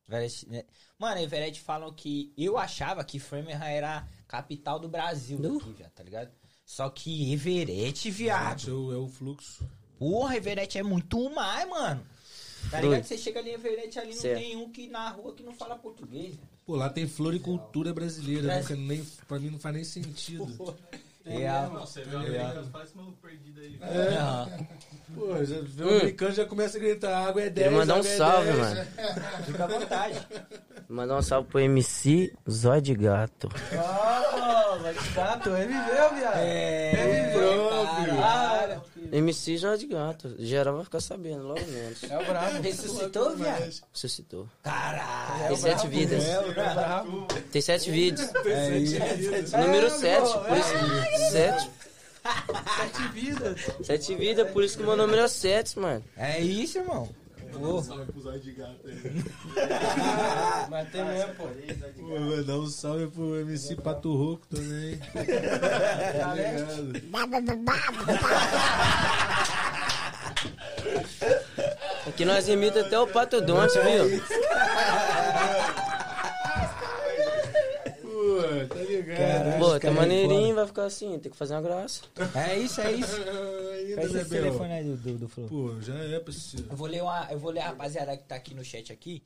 Everest, né? Mano, Everett falam que eu achava que Framingham era a capital do Brasil Du. aqui, viado, tá ligado? Só que Everett, viado. É o, é o fluxo. Porra, Everett é muito mais, mano. Tá Doido. ligado? Você chega ali em Everett, ali não Certo. tem um que na rua que não fala português. né? Pô, lá tem floricultura brasileira. Nunca nem, pra mim não faz nem sentido. Real. Não, é você vê o americano, fala esse maluco perdido aí. Aham. Pô, já vê o americano já começa a gritar: água é 10. Hum. Queria mandar um água é salve, 10. mano. Fica à vontade. Mandar um salve pro MC Zóio de Gato. Gato, é viveu, viado. É, Caralho. MC Zóio de Gato. Geral vai ficar sabendo, logo menos. É o brabo. Ressuscitou, viado? Ressuscitou. Caralho. Tem sete vidas. Tem sete vídeos. Número sete. Por isso, sete. Sete vidas. Sete vidas, por isso que meu número é sete, mano. É isso, irmão. Mas tem mesmo, pô. Pô, mandar um salve pro MC Pato Rouco também. tá ligado? Aqui nós imita até o Pato Donte, viu? Pô, tá ligado? Pô, tá maneirinho, vai ficar assim, tem que fazer uma graça. É isso, é isso. Ainda, Fecha né, esse Bel? telefone Tá aí do, do, do Flu. Pô, já é preciso. Eu vou ler uma, eu vou ler a rapaziada que tá aqui no chat aqui,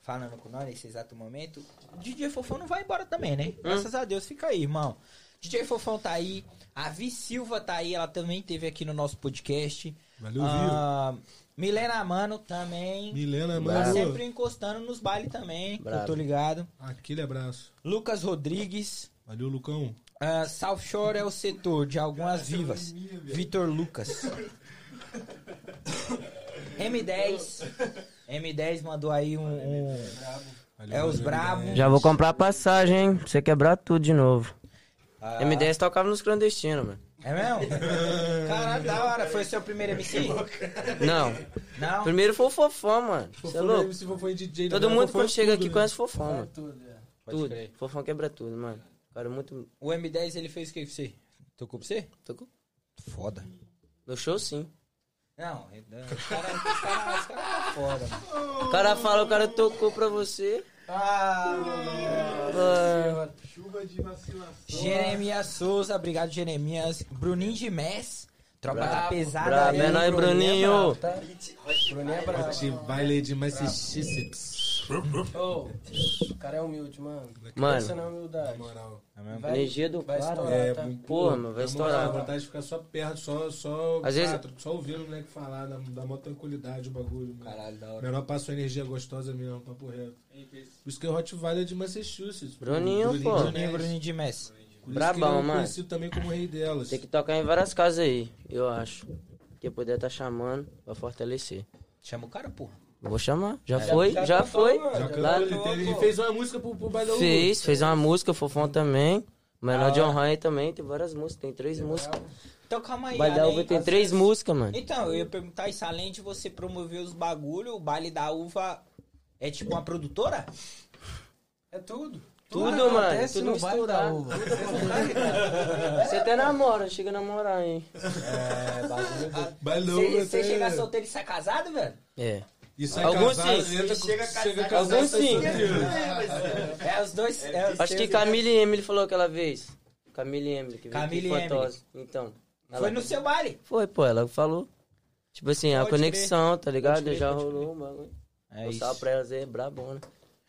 falando com nós nesse exato momento. DJ Fofão não vai embora também, né? Graças a Deus, fica aí, irmão. DJ Fofão tá aí, a Vi Silva tá aí, ela também teve aqui no nosso podcast. Valeu, Ah, Milena Mano também. Milena, Tá mano. sempre encostando nos bailes também, que eu tô Bravo. ligado. Aquele abraço. Lucas Rodrigues, Valeu, Lucão. Ah, South Shore é o setor de algumas vivas. Vitor Lucas. M10. M10 mandou aí um. um- Valeu, é os valeu, Brabo. Já vou comprar passagem, hein? Pra você quebrar tudo de novo. Ah, M10 tocava nos clandestinos, mano. É mesmo? Caralho, da hora. Foi o seu primeiro MC? Não. Não? Primeiro foi o Fofão, mano. Você é Fofão louco? MC Fofão é DJ, Todo agora mundo Fofão é quando chega tudo, aqui né? conhece o Fofão, mano. Tudo, é. Pode Tudo. crer. Fofão quebra tudo, mano. Cara, muito. O M10 ele fez o que pra você? Tocou pra você? Tocou? Foda. No show, sim. Não, os caras os cara, os cara tá foda. mano. O cara fala, o cara tocou pra você. Ah, Chuva de vacilação. Jeremias Souza, obrigado, Jeremias. Bruninho de Mess. Tropa da pesada. Brabo, aí, é nóis, Bruninho. Bruninho é brabo. Te vai ler demais esses xíceps. Ô, o cara é humilde, mano. Essa Mano, não é humildade. Moral. Vai, energia do vai cara. estourar, É, tá? muito- Porra, mano, vai na moral, estourar. A vontade de ficar só perto, só, só, Às vezes- quatro, só ouvindo o moleque falar, dá, dá mó tranquilidade o bagulho. mano. Caralho, da hora. Menor passa uma energia gostosa mesmo, papo reto. Por isso que o Hot Valley é de Massachusetts. Bruninho, pô. de Bruninho, Mestre. Bruninho de Messi. Por isso que Brabão, ele é mano. conhecido também como rei delas. Tem que tocar em várias casas aí, eu acho. Quem puder tá chamando pra fortalecer. Chama o cara, porra. Vou chamar. Já foi, já, foi. Já cantou, Lá- ele, teve- ele fez uma música pro, pro Baila Fez, fez uma música, Fofão também. Menor John Ryan também, tem várias músicas, tem três músicas. Então calma aí, Baile da além- Uva tem três músicas, mano. Então, eu ia perguntar isso, além de você promover os bagulho, o baile da uva é tipo uma produtora? É tudo. Tudo, acontece mano, tudo no bairro misturado. da uva. Você até namora, chega a namorar, hein? É, bagulho. Baila Uva, Você até- chega solteiro e sai casado, velho? É. E sai Alguns casado, sim. entra com- Chega casado. Alguns sai sim. solteiro. É, os dois. É, os Acho que seus- Camille Emily falou aquela vez. Camille Emily, que veio Camille aqui, Emily. fotose. Então. ela- Foi no seu baile. Foi, pô, ela falou. Tipo assim, a Pode conexão, tá ligado? crer, Já pode rolou um bagulho. É Vou salve pra elas aí, brabona.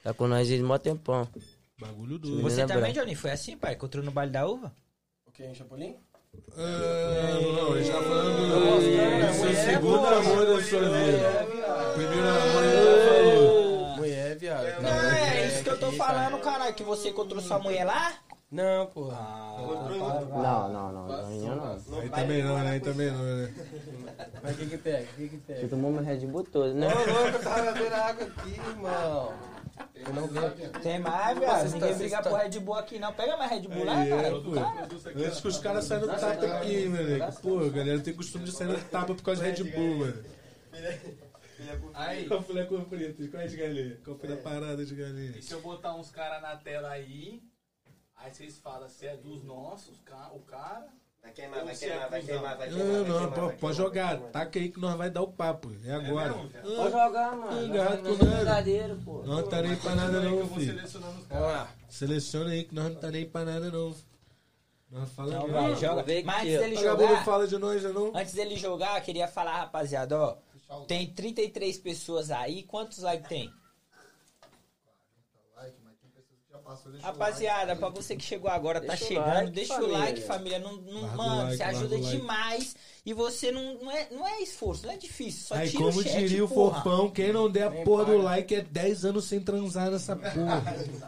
Tá com nós aí mó tempão. é Bagulho doido. Você Menina também, branca. Johnny? Foi assim, pai? Encontrou no baile da uva? O um que, Chapolin? Ah, não, ele tá falando. né? Nossa, Seu é, segundo pô. amor da sua é vida. É, viado. Primeiro amor ele já falou. Mulher, viado. Não, é isso que eu tô né? falando, caralho. Que você encontrou sua mulher lá? Não, porra. Não, não, não. Não, não. Aí também não, né? Aí também não, né? Mas o que que pega? O que que Você pega? tomou meu Red Bull todo, né? Ô, louco, eu tava bebendo água aqui, irmão. Eu não vejo. Tem mais, velho. Vocês Ninguém tá- briga vocês tá- por Red Bull aqui, não. Pega mais Red Bull lá, Aí, é, cara. é assim, pô. Antes que os caras saiam no tapa aqui, meu nego. Pô, a galera tem costume de sair no tapa por causa de Red Bull, mano. Aí, Qual foi a cor preta? Qual é de galinha? Qual foi a parada de galinha? e se eu botar uns caras na tela aí, Aí vocês falam se é dos nossos, ca- o cara. Vai queimar, é vai queimar, vai queimar, Ah, Não, vai queimar. vai não, queimar, vai pô, queimar. pode jogar. Taca aí que nós vai dar o papo. É agora. mesmo, cara? Pode jogar, mano. Obrigado, Nós é mano. verdadeiro, pô. Não tá nem pra nada Eu não, vou filho. selecionando os Vamos caras. lá. Seleciona aí que nós não tá nem pra nada não. Nós Hum, Então falamos. vai, Não, joga. ver Mas que antes dele Acabou não jogar, fala de nós, já não. antes dele jogar, eu queria falar, rapaziada, ó. Tem 33 pessoas aí. Quantos likes tem? Rapaziada, pra você que chegou agora, tá Deixa o chegando, like, deixa família. o like, família. Não, não- Larga o mano, like, você larga ajuda o like. demais. E você não, não, é, não é esforço, não é difícil. Só Aí, tira o como chat, diria o porra. Fofão, quem não der a porra do like é 10 anos sem transar nessa porra.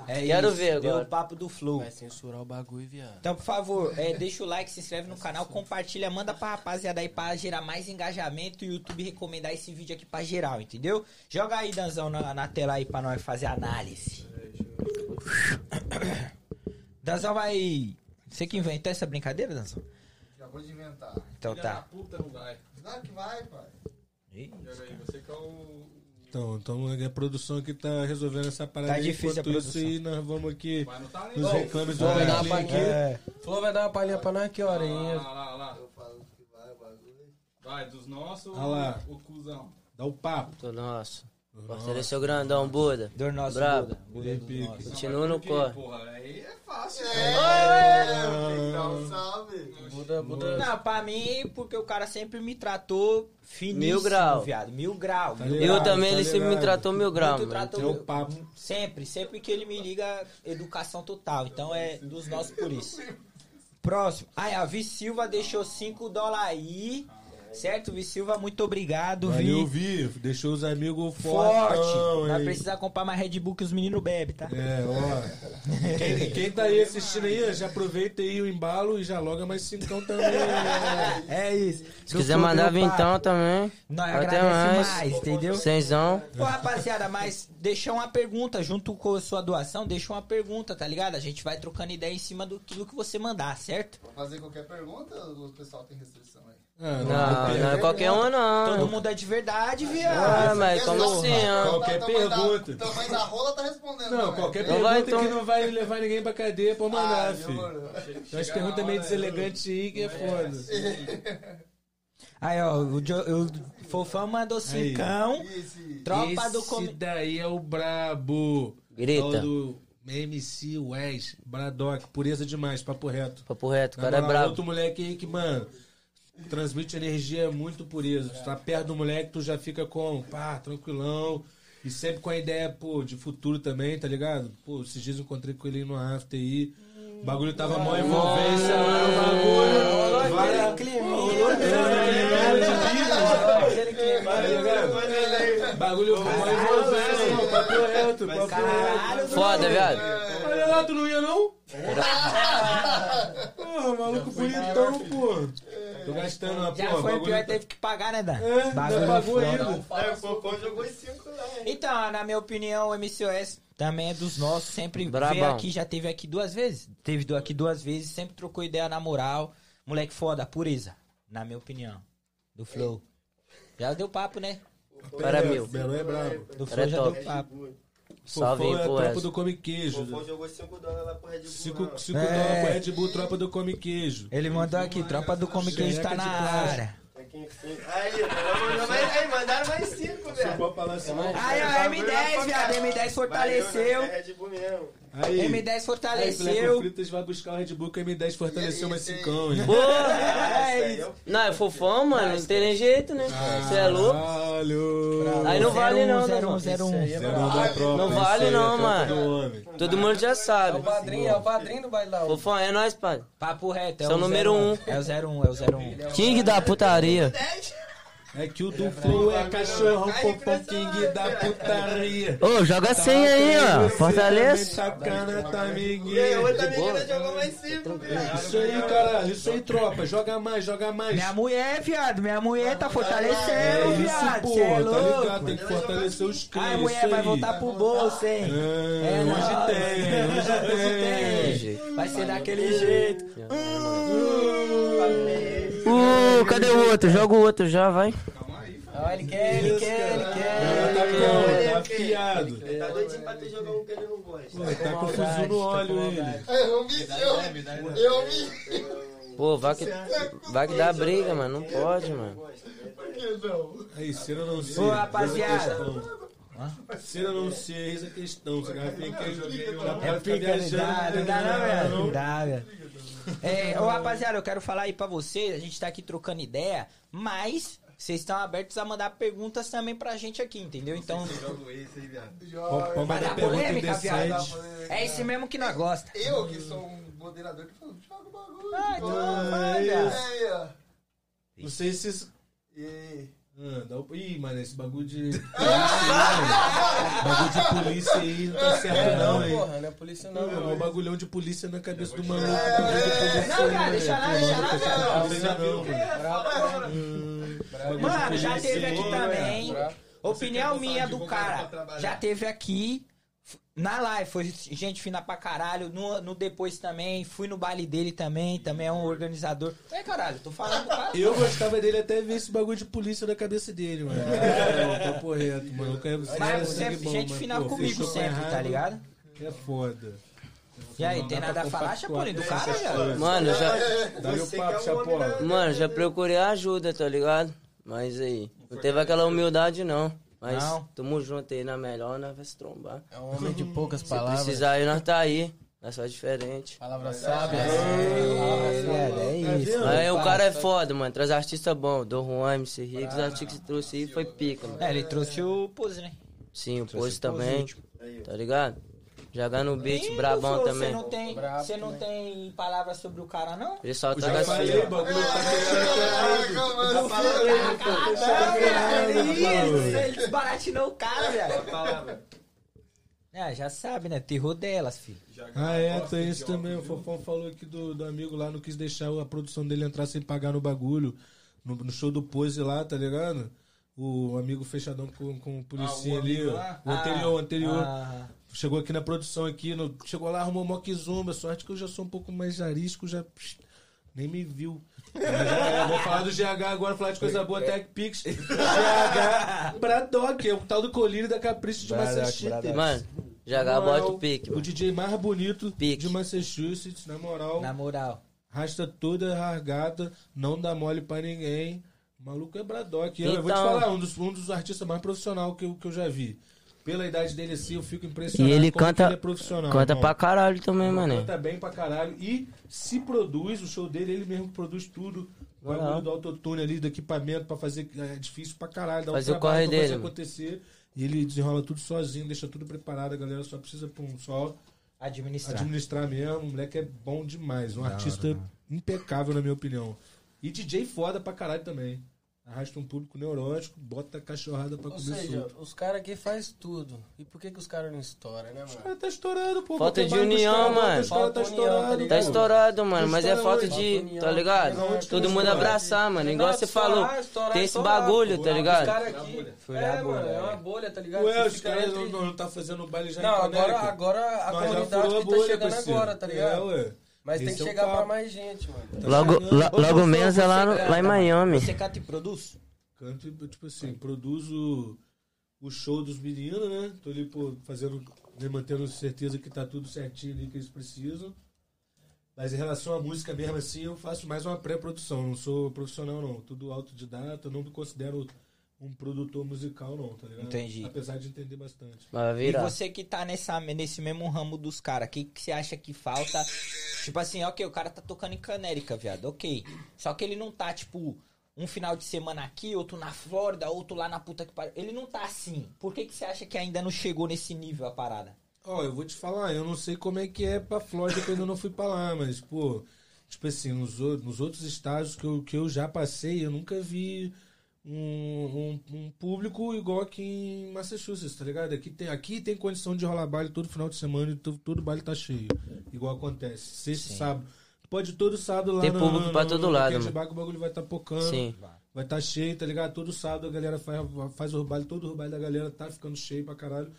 É Quero isso, ver Deu agora. o papo do Flow. Vai censurar o bagulho, viado. Então, por favor, é, deixa o like, se inscreve no canal, compartilha, manda pra rapaziada aí pra gerar mais engajamento e o YouTube recomendar esse vídeo aqui pra geral, entendeu? Joga aí, Danzão, na, na tela aí pra nós fazer a análise. Danzão vai. Você que inventou essa brincadeira, Danzão? um- Acabou de inventar. Então Filha da tá. puta não vai. Claro que vai, pai. Ih, Joga aí, você que é o. Então, então a produção aqui tá resolvendo essa parada. Tá aí, difícil a enquanto isso, produção. e nós vamos aqui Mas não tá nem. nos Olha reclames do Vamos dar Brasil uma aqui. palhinha. É, É. Flor vai dar uma palhinha pra nós que hora, lá, hein? lá, lá, lá. Eu falo que vai, o bagulho. Vai, dos nossos, Ah lá. o cuzão. Dá É o papo. Do nosso. Parceiro é seu grandão, Buda. Dor nosso. Brabo. Buda. Buda do Pique. nosso. Continua Não, no mas por quê, corre. Porra, aí é fácil. É, tem que dar Ah. um salve. Buda, Buda. Não, pra mim, porque o cara sempre me tratou finíssimo, Mil grau. viado. Mil grau. Tá mil ligado? grau. Eu também, tá ele sempre ligado. me tratou mil graus, Tu mano. tratou É o papo. Sempre, sempre que ele me liga, educação total. Então é dos nossos por isso. Próximo. Aí, a Vi Silva deixou 5 dólares aí. Certo, Vi Silva? Muito obrigado, Valeu, Vi. Vi. Deixou os amigos Forte. fortão, Vai hein? precisar comprar mais Red Bull que os meninos bebem, tá? É, ó. Quem, quem tá aí assistindo aí, já aproveita aí o embalo e já loga mais cincão também. né? É isso. Se quiser mandar então. vintão também. Nós até agradecemos mais, mais. entendeu? Cenzão. Pô, rapaziada, mas deixa uma pergunta junto com a sua doação, deixa uma pergunta, tá ligado? A gente vai trocando ideia em cima do aquilo que você mandar, certo? Pra fazer qualquer pergunta, o pessoal tem restrição aí. Ah, Não, não é qualquer um, Todo não. mundo é de verdade, viado. Ah, mas como Questão, assim, rapaz? ó? Qualquer Tamanho da- pergunta. Tamanho da rola tá respondendo. Não, também. qualquer Então pergunta vai, então. que não vai levar ninguém pra cadeia pode mandar, Ah, filho. demorou. Então as perguntas meio deselegantes aí que é foda. Aí, ó, o, Jo- o Fofão mandou cincão. Esse- Tropa do Esse com... daí é o brabo. Tal Grita. do MC Wes, Bradock, pureza demais, papo reto. Papo reto, o Na cara é moral, brabo. Outro moleque aí que, mano, transmite energia muito pureza. Tu tá perto do moleque, tu já fica com, pá, tranquilão. E sempre com a ideia, pô, de futuro também, tá ligado? Pô, esses dias eu encontrei com ele no after aí. O bagulho tava mó envolvência lá no bagulho. Várias- Rolou aquele clima. tá Bagulho mó envolvência, mano, papo reto, papo reto. Caralho, Foda, viado. Olha lá, tu não ia não? Porra, maluco bonitão, pô. Tô gastando uma já porra. foi bagulho pior, tá- teve que pagar, né, Dan? É, ainda pagou ainda. É, o Fofão jogou em cinco lá. hein? Então, na minha opinião, o MCOS também é dos nossos, sempre veio Brabão. aqui, já teve aqui duas vezes. Teve do- aqui duas vezes, sempre trocou ideia na moral. Moleque foda, pureza, na minha opinião. Do Flow. Já deu papo, né? Cara é mil. Belo é brabo. Do Cara Flow é já top. deu papo. Salve Fofão é aí a pro tropa do Wes. Come O Queijo. né? Fofão jogou 5 dólares lá pro Red Bull. Cinco não. cinco É. dólares pro Red Bull, tropa do Come Queijo. Ele mandou aqui, tropa do Comic Cage Xereca tá de na plástico. área. Aí, mandou mais- aí, mandaram mais 5, É. velho. Aí, ó, M10, viado, M10 fortaleceu. É Red Bull mesmo. Aí, M10 aí, Fleco fortaleceu. Fritas vai buscar o Red Bull que o M10 fortaleceu mais cincão, hein? Pô, tá É isso. não, é fofão, mano. Não tem nem jeito, né? Ah, Você é louco. Caralho. Aí não vale não, 01, né? 01. Zero da tropa, Não isso vale aí, não, é tropa do homem. Todo mundo já sabe. Padrinho, é o padrinho do bailão. Fofão, é nóis, pai. Papo reto, é São o número 01. um. É o 01, é o 01. King da putaria. É que o do Flow é cachorrão, popom king da putaria. Ô, joga a senha aí, ó. Você Fortalece. também Sacana, tá E amiguinho. outra menina jogou mais 5, velho. Isso aí, caralho. Isso aí, tropa. Joga mais, joga mais. Minha mulher, viado, minha mulher tá É fortalecendo, isso, viado. Cê é porra. Tá ligado? louco. Tem que fortalecer os Ai, crimes. mulher, isso vai aí. voltar pro bolso, hein? É, É, hoje não. tem, hoje tem. Vai ser daquele jeito. Uh, cadê o outro? Joga o outro já, vai. Calma aí, faz. Ah, ele quer, ele quer, ele Ela tá quer. como? Tá afiado. Ele tá doidinho pra tu jogar um que ele não gosta. Pô, tá com fuso no óleo ele. É, Eu me. né? Eu, eu me. Pô, vai que, vai que dá briga, mano. Não pode, mano. Aí, cera não sei. Ô, rapaziada. Cera não sei, eis a questão. Se a garrafinha quer, É já pode pica, ficar não dá, um viajando. né? não dá não, velho. Não Não. dá, velho. É, ô rapaziada, eu quero falar aí pra vocês, a gente tá aqui trocando ideia, mas vocês estão abertos a mandar perguntas também pra gente aqui, entendeu? Então, Pode pode vai mandar dar pergunta polêmica, viado. indecente. É esse mesmo que nós gosta. tá Eu que sou um moderador que fala, joga o bagulho. É, Ah, então manda. Aí, ó. Não sei se. isso- E Ah, dá o- Ih, mano, esse bagulho de. polícia aí, bagulho de polícia aí não tá certo, não, Não, hein? porra, não é polícia não. Não, mano. mano, é um bagulhão de polícia na cabeça do maluco. um Não, cara, deixa lá, deixa lá, cara. né? Não, deixa não, Hum, mano. Mano, já teve aqui Porra, também. bravo. Opinião Você quer minha botar do advogado pra cara. trabalhar. Já teve aqui. f- Na live, foi gente fina pra caralho. No, no depois também. Fui no baile dele também. Também é um organizador. É, caralho, tô falando do cara. Eu gostava dele até ver esse bagulho de polícia na cabeça dele, mano. É, papo reto, mano. Eu quero Mas você é gente fina comigo sempre, tá ligado? É foda. E aí, Não tem dá nada a pra falar, compactuar Chapolin, do com cara, essas velho? coisas. Mano, eu é, já, Dá-lhe o papo, Chapola. mano, já procurei ajuda, tá ligado? Mas aí, não teve aquela humildade, não. Mas Não. tamo junto aí na melhor, nós vai se trombar. É um homem de poucas Se precisar aí, nós tá aí. Nós só é diferente. Palavra sábia. né? É, é isso. Aí o cara é foda, mano. Traz artista bom. Do Juan, MC Rick, os artistas que trouxe aí foi pica, mano. É, ele trouxe o pose, né? Sim, o Pose também. Tá ligado? Jogar no beat, Ih, brabão Flor, também. Você não tem, Brabo você não tem palavras sobre o cara, não? Ele só tá Já falei, assim. o É, bagulho tá eu né? Não, velho, isso, ele desbaratinou o cara, velho. Ah, já sabe, né? Terror delas, filho. Ah, é, tem isso também. O Fofão falou aqui do, do amigo lá, não quis deixar a produção dele entrar sem pagar no bagulho. No, no show do Pose lá, tá ligado? O amigo fechadão com, com Ah, o policinha ali, ó. O anterior, o anterior. Ah, Chegou aqui na produção, aqui, no- chegou lá, arrumou mó quizumba. Sorte que eu já sou um pouco mais arisco, já psh, nem me viu. Mas já é, vou falar do GH agora, falar de coisa boa, Tech Pix. GH, Braddock, é o tal do colírio da Capricho de Massachusetts. Mano, Na jogar moral, bota o pique, O mano. DJ mais bonito Pique. de Massachusetts, na moral. na moral. Rasta toda rasgada, não dá mole pra ninguém. O maluco é Braddock. Eu, eu vou te Então- falar, um dos, um dos artistas mais profissional que eu, que eu já vi. Pela idade dele assim, eu fico E impressionado. ele como que canta, ele é profissional, canta irmão. pra caralho também, Ele mano. Canta bem pra caralho. E se produz, o show dele, ele mesmo produz tudo. O Moral. bagulho do autotune ali, do equipamento pra fazer. É difícil pra caralho. Dá um Fazer o trabalho corre pra fazer dele, mano. acontecer. E ele desenrola tudo sozinho, deixa tudo preparado. A galera só precisa pra um só Administrar. administrar mesmo. O moleque é bom demais. Um artista impecável, na minha opinião. E DJ foda pra caralho também. Arrasta um público neurótico, bota a cachorrada pra Ou comer seja, solto. os caras aqui faz tudo. E por que que os caras não estouram, né, mano? Ah, tá estourado, pô. Falta Qualquer de bairro que os união, caras botam, mano. os caras Falta tá união, tá estourado, Tá ligado? pô. estourado, mano, mas é Estoura falta hoje. Falta de, união, tá ligado? tá ligado? Todo mundo abraçar, mano, igual Não, você estourar, falou. estourar, Tem esse estourar. bagulho, tá Os ligado? caras aqui. a É, bolha, mano, é uma velho. bolha, tá ligado? Ué, Você os fica caras entre- não, não, não tá fazendo baile já Não, em agora, Connecticut. agora a Nós já comunidade furou a que tá bolha, chegando parceiro. agora, tá ligado? É, ué. Mas tem Esse que é o chegar pra papo. mais gente, mano. Logo, lo- logo Ô, menos é lá, no- você lá em canta, Miami. Você canta e produz? Canto, e, tipo assim, produzo o show dos meninos, né? Tô ali, pô, fazendo, né, mantendo certeza que tá tudo certinho ali que eles precisam. Mas em relação à música mesmo, assim, eu faço mais uma pré-produção. Não sou profissional, não. Tudo autodidata, não me considero um produtor musical, não, tá ligado? Entendi. Apesar de entender bastante. Mas vai virar. E você que tá nessa, nesse mesmo ramo dos caras, o que, que você acha que falta? Tipo assim, ok, o cara tá tocando em Canérica, viado, ok. Só que ele não tá, tipo, um final de semana aqui, outro na Flórida, outro lá na puta que pariu. Ele não tá assim. Por que, que você acha que ainda não chegou nesse nível a parada? Ó, eu vou te falar, eu não sei como é que é pra Flórida, que eu ainda não fui pra lá, mas, pô, tipo assim, nos, ou- nos outros estados que eu, que eu já passei, eu nunca vi um, um- um público igual aqui em Massachusetts, tá ligado? Aqui tem, aqui tem condição de rolar baile todo final de semana e todo, todo baile tá cheio, igual acontece, sexta e sábado. Pode ir todo sábado lá Tem na- público pra na- todo no lado, Kennedy mano. Bar que o bagulho vai tá pocando. Sim. Vai estar tá cheio, tá ligado? Todo sábado a galera faz, faz o roubado, todo o roubado da galera tá ficando cheio pra caralho.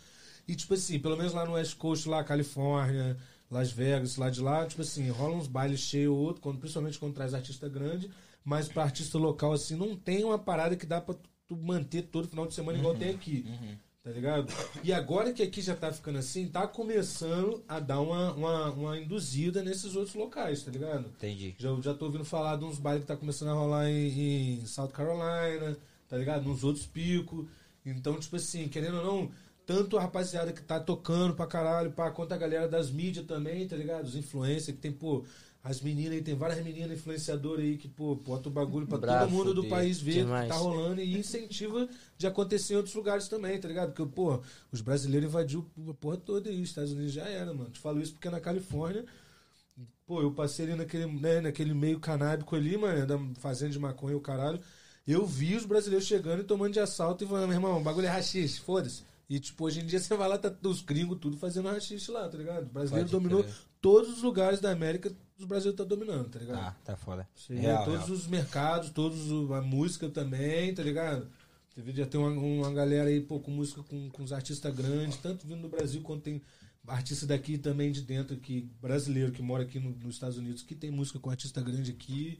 E tipo assim, pelo menos lá no West Coast, lá Califórnia, Las Vegas, lá de lá, tipo assim, rola uns bailes cheios ou outro, quando, principalmente quando traz artista grande, mas pra artista local, assim, não tem uma parada que dá pra tu tu manter todo final de semana igual tem aqui. Tá ligado? E agora que aqui já tá ficando assim, tá começando a dar uma, uma, uma induzida nesses outros locais, tá ligado? Entendi. Já, já tô ouvindo falar de uns bailes que tá começando a rolar em, em South Carolina, tá ligado? Nos outros picos. Então, tipo assim, querendo ou não, tanto a rapaziada que tá tocando pra caralho, pá, quanto a galera das mídias também, tá ligado? Os influencers que tem, pô, as meninas aí, tem várias meninas influenciadoras aí que, pô, bota o bagulho pra Bravo, todo mundo do Deus. país ver o que Demais. tá rolando e incentiva de acontecer em outros lugares também, tá ligado? Porque, pô, os brasileiros invadiu a porra toda aí, os Estados Unidos já era, mano. Te falo isso porque na Califórnia Pô, eu passei ali naquele, né, naquele meio canábico ali, mano, da fazenda de maconha e o caralho. Eu vi os brasileiros chegando e tomando de assalto e falando, meu irmão, o bagulho é rachixe, foda-se. E, tipo, hoje em dia você vai lá, tá os gringos tudo fazendo rachixe lá, tá ligado? O brasileiro Pode dominou crer. todos os lugares da América, os brasileiros tá dominando, tá ligado? Tá, tá foda. Você vê Real, É, todos real. os mercados, todos o- a música também, tá ligado? Você vê, já tem uma, uma galera aí, pô, com música com, com os artistas grandes, tanto vindo do Brasil quanto tem artista daqui também de dentro, que brasileiro que mora aqui no- nos Estados Unidos, que tem música com artista grande aqui.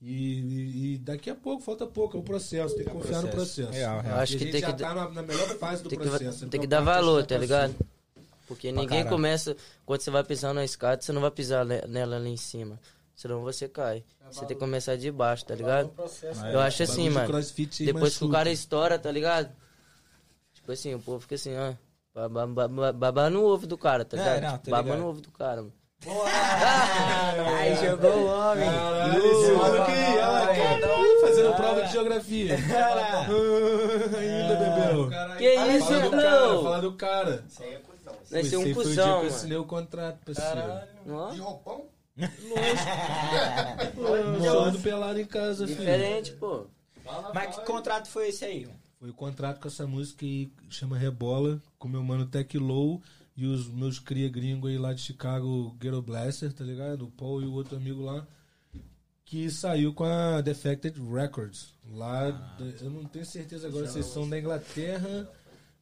E, e- e daqui a pouco, falta pouco, é o processo, tem que confiar no processo. Real, Eu real. acho E a que gente tem já que, tá na, na melhor fase do tem processo. que, então tem que a dar parte já valor, tá passou. ligado? Porque ninguém caralho. começa. Quando você vai pisar na escada, você não vai pisar ne- nela ali em cima. Senão você cai. Você tem que começar de baixo, tá ligado? processo. Eu acho assim, É, Bagulho de mano. crossfit aí Depois que o machuca. cara estoura, tá ligado? Tipo assim, o povo fica assim, ó. Babá babá- babá no ovo do cara, tá É, ligado? não, tô babá ligado. no ovo do cara, mano. Aí jogou o homem. Caralho, esse maluco aí, olha lá, fazendo prova de geografia. É. Ainda, bebeu. É. Que isso, Fala do cara, fala bro? do cara. é Vai Esse ser um aí foi o dia cuzão, que eu mano. assinei o contrato, parceiro. Ó, De roupão? Só ando pelado em casa, filho. Diferente, pô. Mas que contrato foi esse aí? Foi o contrato com essa música que chama Rebola, com meu mano Tech Low e os meus cria gringo aí lá de Chicago, Ghetto Blaster, tá ligado? O Paul e o outro amigo lá. Que saiu com a Defected Records. Lá, da- eu não tenho certeza agora se são da Inglaterra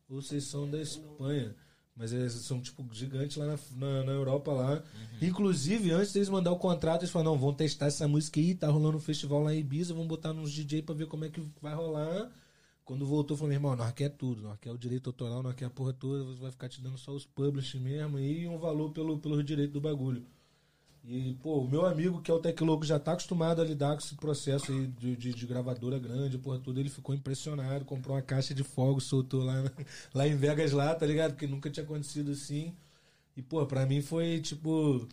ou se são da Espanha. Mas eles são, tipo, gigantes lá na, na, na Europa lá. Inclusive, antes deles mandar o contrato, eles falaram, não, vão testar essa música aí, tá rolando um festival lá em Ibiza, vamos botar nos DJ pra ver como é que vai rolar. Quando voltou, falou, meu irmão, nós quer tudo, nós quer o direito autoral, nós quer a porra toda, você vai ficar te dando só os publish mesmo e um valor pelo, pelo direito do bagulho. E, pô, o meu amigo, que é o Teclogo, já tá acostumado a lidar com esse processo aí de, de, de gravadora grande, porra toda, ele ficou impressionado, comprou uma caixa de fogo, soltou lá, na- lá em Vegas lá, tá ligado? Porque nunca tinha acontecido assim. E, pô, pra mim foi, tipo,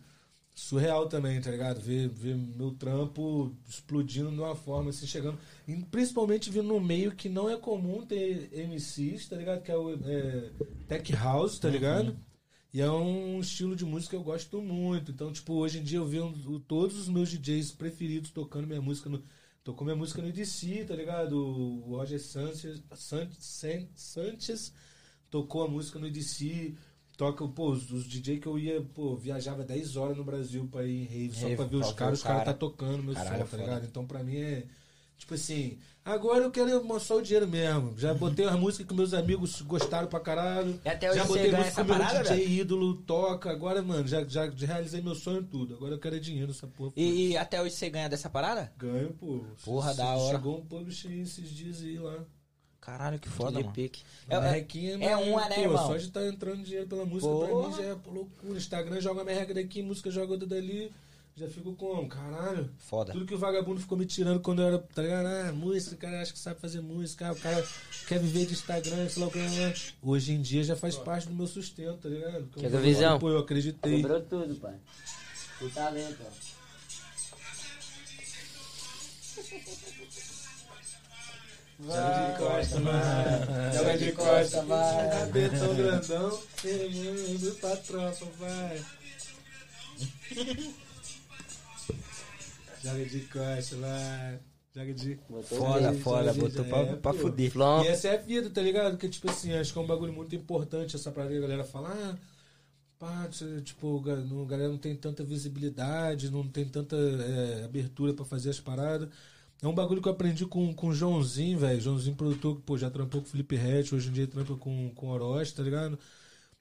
surreal também, tá ligado? Ver, ver meu trampo explodindo de uma forma, assim, chegando. E principalmente vindo num meio que não é comum ter MCs, tá ligado? Que é o é, Tech House, tá ligado? E é um estilo de música que eu gosto muito. Então, tipo, hoje em dia eu vejo o- todos os meus DJs preferidos tocando minha música no. Tocou minha música no DC, tá ligado? O Roger Sanchez, San- San- Sanchez tocou a música no DC. Toca, pô, os, os DJ que eu ia, pô, viajava 10 horas no Brasil pra ir em rave só Rave, pra ver pra os ver caras, o os caras cara. tá tocando meu Caralho, é som, tá foda. ligado? Então pra mim é. Tipo assim, agora eu quero mostrar o dinheiro mesmo. Já botei as músicas que meus amigos gostaram pra caralho. E até hoje já você botei ganha música essa que meu parada, DJ ídolo toca. Agora, mano, já, já realizei meu sonho tudo. Agora eu quero é dinheiro essa porra. E, e até hoje você ganha dessa parada? Ganho, pô. Porra, da hora. Chegou um publish aí esses dias aí lá. Caralho, que foda, De mano. pique. É- é- Merrequinha, é mano, uma, né, pô, irmão? Só de estar entrando dinheiro pela música pra Porra. mim já é loucura. Instagram joga merreca daqui, música joga outra dali. Já fico como? Caralho. Foda. Tudo que o vagabundo ficou me tirando quando eu era, tá ligado? Ah, música, o cara acha que sabe fazer música, ah, o cara quer viver de Instagram, sei lá o que. lá, lá. né. Hoje em dia já faz parte do meu sustento, tá ligado? Porque Quer eu- ver visão? Pô, eu acreditei. Quebrou tudo, pai. tá O talento, ó. Joga de costa, mano. Joga de costa, vai. Capetão grandão, servindo pra tropa, vai. Joga de costa, vai. Joga de. Foda, Joga foda, de- botou é, pra, pra pô. fuder. Flom. E essa é a vida, tá ligado? Porque, tipo assim, acho que é um bagulho muito importante essa parada que a galera fala. Ah, pá, tch- tipo, ga- não- a galera não tem tanta visibilidade, não tem tanta é, abertura pra fazer as paradas. É um bagulho que eu aprendi com, com o Joãozinho, velho. Joãozinho, produtor, que, pô, já trampou com o Felipe Rett, hoje em dia trampa com, com o Orochi, tá ligado?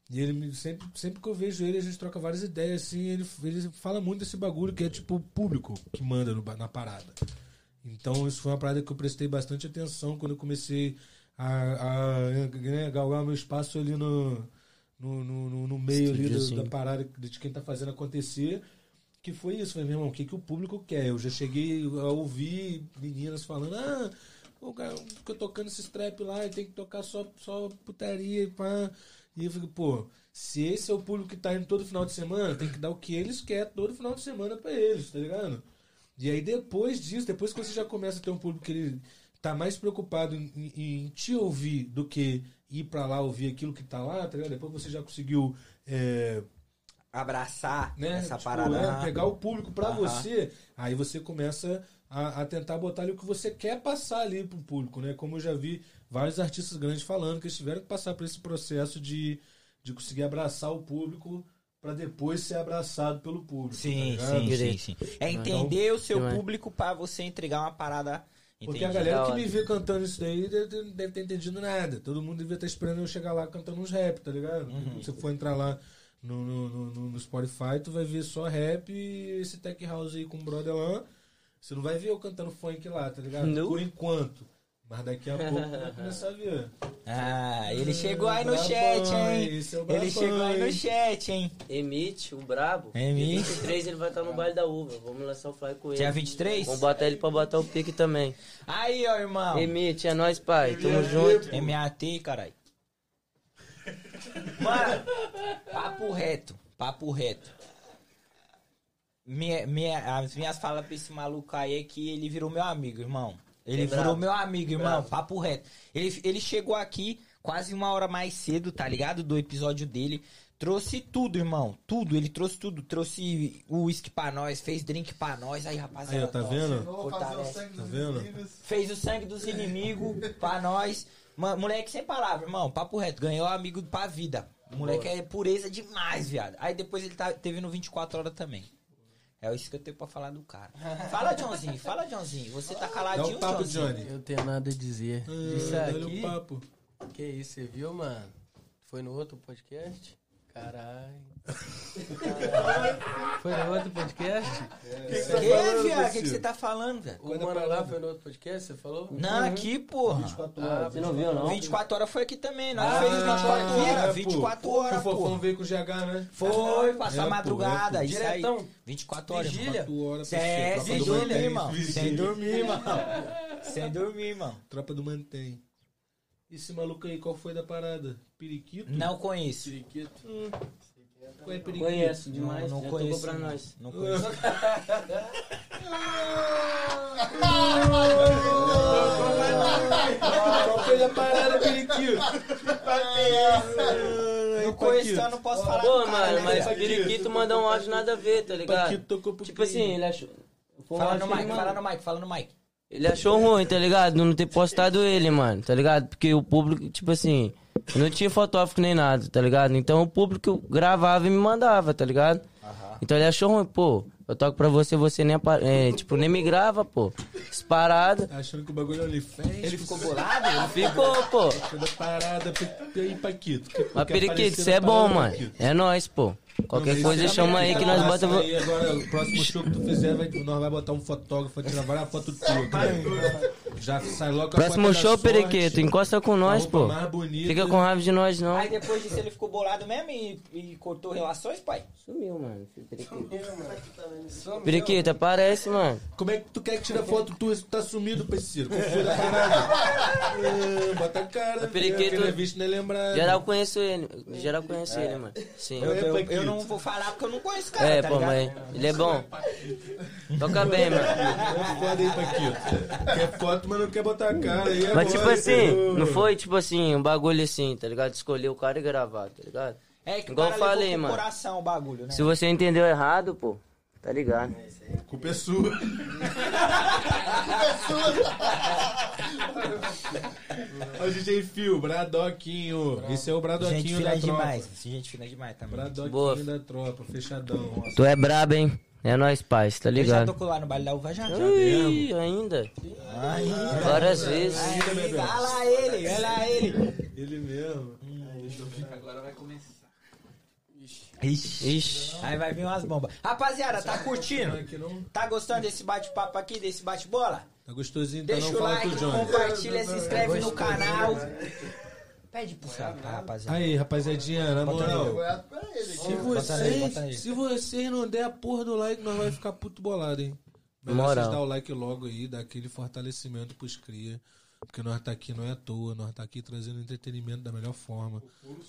E ele me- sempre, sempre que eu vejo ele, a gente troca várias ideias, assim, ele, ele fala muito desse bagulho que é tipo o público que manda no ba- na parada. Então, isso foi uma parada que eu prestei bastante atenção quando eu comecei a, a né, galgar meu espaço ali no, no, no, no- no meio ali do- Estúdiozinho. da parada de quem tá fazendo acontecer. Que foi isso, falei, meu irmão, o que, que o público quer? Eu já cheguei a ouvir meninas falando, ah, o cara fica tocando esse trap lá e tem que tocar só, só putaria e pá. E eu fico, pô, se esse é o público que tá indo todo final de semana, tem que dar o que eles querem todo final de semana pra eles, tá ligado? E aí depois disso, depois que você já começa a ter um público que ele tá mais preocupado em, em- em te ouvir do que ir pra lá ouvir aquilo que tá lá, tá ligado? Depois que você já conseguiu é, Abraçar né, essa tipo, parada. é, pegar o público pra Aham. você, aí você começa a, a tentar botar ali o que você quer passar ali pro público, né? Como eu já vi vários artistas grandes falando que eles tiveram que passar por esse processo de, de conseguir abraçar o público pra depois ser abraçado pelo público. Sim, tá ligado? sim, sim, Direito. sim. É entender o seu Não é. público pra você entregar uma parada. Porque a Entendi. galera Da que hora. me vê cantando isso daí deve deve ter entendido nada. Todo mundo devia estar esperando eu chegar lá cantando uns rap, tá ligado? Uhum. Se você for entrar lá no, no, no- no- no Spotify, tu vai ver só rap e esse tech house aí com o brother lá. Você não vai ver eu cantando funk lá, tá ligado? Não. Por enquanto. Mas daqui a pouco tu vai começar a ver. Ah, ele chegou aí no Brabão, chat, hein? Hum, esse é o Ele Brabão, chegou aí no hein? chat, hein? Emite, o Brabo. Emite. Dia 23 ele vai estar no baile da uva. Vamos lançar o fly com ele. Dia 23? Vamos botar ele pra botar o pique também. Aí, ó, irmão. Emite, é nóis, pai. Tamo junto. MAT, caralho. Mano, papo reto, papo reto. Minha, minha- as minhas falas pra esse maluco aí é que ele virou meu amigo, irmão. Ele É virou brabo. meu amigo, irmão, papo reto. Ele, ele chegou aqui quase uma hora mais cedo, tá ligado? Do episódio dele. Trouxe tudo, irmão. Tudo, ele trouxe tudo. Trouxe o uísque pra nós, fez drink pra nós. Aí, rapaziada. Aí, ó, tá toma. vendo? Vou fazer o Fortalece. sangue Tá dos vendo? meninos. Fez o sangue dos inimigos pra nós. Ma- moleque sem palavra, irmão. Papo reto. Ganhou amigo pra vida. O moleque é pureza demais, viado. Aí depois ele tá, teve no 24 horas também. É isso que eu tenho pra falar do cara. Fala, Johnzinho. Fala, Johnzinho. Você tá Dá caladinho, um papo, Johnzinho? Johnny. Eu tenho nada a dizer. Isso Ah, Olha o aqui- papo. Que isso, você viu, mano? Foi no outro podcast? Caralho. Caralho. Foi no outro podcast? É. Que, tá viado? O que, que você tá falando, velho? O mano lá foi no outro podcast, você falou? Uhum. Não, Uhum. aqui, porra. 24 horas. Ah, Você não viu, não? 24 horas foi aqui também. Nós Ah, Ah, fez 24 é, pô. horas. 24 O horas, fofão pô. veio com o GH, né? Foi, passar É, pô, madrugada. é, pô. Isso aí. Diretão. 24 horas, Vigília. irmão. 24 horas pra você. É, Tropa sem do dormir, Mantém, irmão. Sem vigília. dormir, irmão. Sem dormir, irmão. Tropa do Mantém. Esse maluco aí, qual foi da parada? Periquito? Não conheço. Periquito. Qual é periquito? Conheço Não, demais. não já conheço. tocou pra nós. Não conheço. Qual Ah, foi da parada, periquito? Não conheço, então eu não posso falar. Pô, do cara, mano, né, mas velho? Periquito mandou um áudio nada a ver, tá ligado? tocou pro Tipo assim, ele achou. Foi um Fala áudio no que ele Mike, mandou. fala no Mike, fala no Mike. Ele achou ruim, tá ligado? Não ter postado ele, mano, tá ligado? Porque o público, tipo assim, não tinha fotógrafo nem nada, tá ligado? Então o público gravava e me mandava, tá ligado? Então ele achou ruim, pô. Eu toco pra você, você nem, apa- é, tipo, nem me grava, pô. Disparada. Achando que o bagulho é OnlyFans. Ele ficou bolado? Ele Ficou, pô. Foi da parada, pe- e aí, Paquito? Que- Mas que periquito, apareceu você na é bom, parada, mano. Periquito. É nóis, pô. Não, Qualquer mas coisa isso é chama aí que nós maravilha, bota. nossa, aí agora, o próximo show que tu fizer, vai, nós vai botar um fotógrafo, vai tirar várias fotos tuas. cara. Já sai logo com a Próximo foto da show, sorte, periquito, encosta com a nós, roupa pô. mais bonita. Fica com raiva de nós, não. Aí depois disso ele ficou bolado mesmo e, e cortou relações, pai? Sumiu, mano. Periquito, Some- Periquito, aparece, mano. Como é que tu quer que tire a foto tua se tu tá sumido, parceiro? É. Qual foi da parada? É, bota a cara. Periquito. Quem não é visto não é lembrado. É, Geral conheço ele. Geral conheço ele, mano. Sim. Eu, eu- Paquito. eu não vou falar porque eu não conheço o cara, É, tá pô, ligado? mas ele é bom. Toca bem, mano. É foda aí, Paquito. Quer foto, mas não quer botar a cara. E agora, Mas tipo assim, entendeu? não foi tipo assim, um bagulho assim, tá ligado? Escolher o cara e gravar, tá ligado? É que o Igual cara eu falei, levou pro mano. coração o bagulho, né? Se você entendeu errado, pô, tá ligado? Culpa é sua. Ó, DJ Fio, Bradoquinho. Esse é o Gente Bradoquinho fina da tropa. demais. Gente fina demais também. Bradoquinho Boa. da tropa, fechadão. Tu é brabo, hein? É nóis, paz, tá Eu já ligado? tocou lá no baile da uva já. Ih, ainda. Várias vezes. Aí, olha lá ele, olha lá ele. Ele mesmo. Ixi. Ixi. Aí vai vir umas bombas. Rapaziada, tá curtindo? Aqui não Tá gostando desse bate-papo aqui, desse bate-bola? Tá gostosinho, tá Deixa não o fala like, com o Johnny. compartilha, se É inscreve no canal. né? Pede pro seu rapaziada. Aí, rapaziadinha, na moral. Goiás pra ele. Se nele, vocês, bota nele. se vocês não der a porra do like, nós vai ficar puto bolado, hein? Melhor Moral. vocês dar o like logo aí, dar aquele fortalecimento pros cria. Porque nós tá aqui não é à toa, nós tá aqui trazendo entretenimento da melhor forma.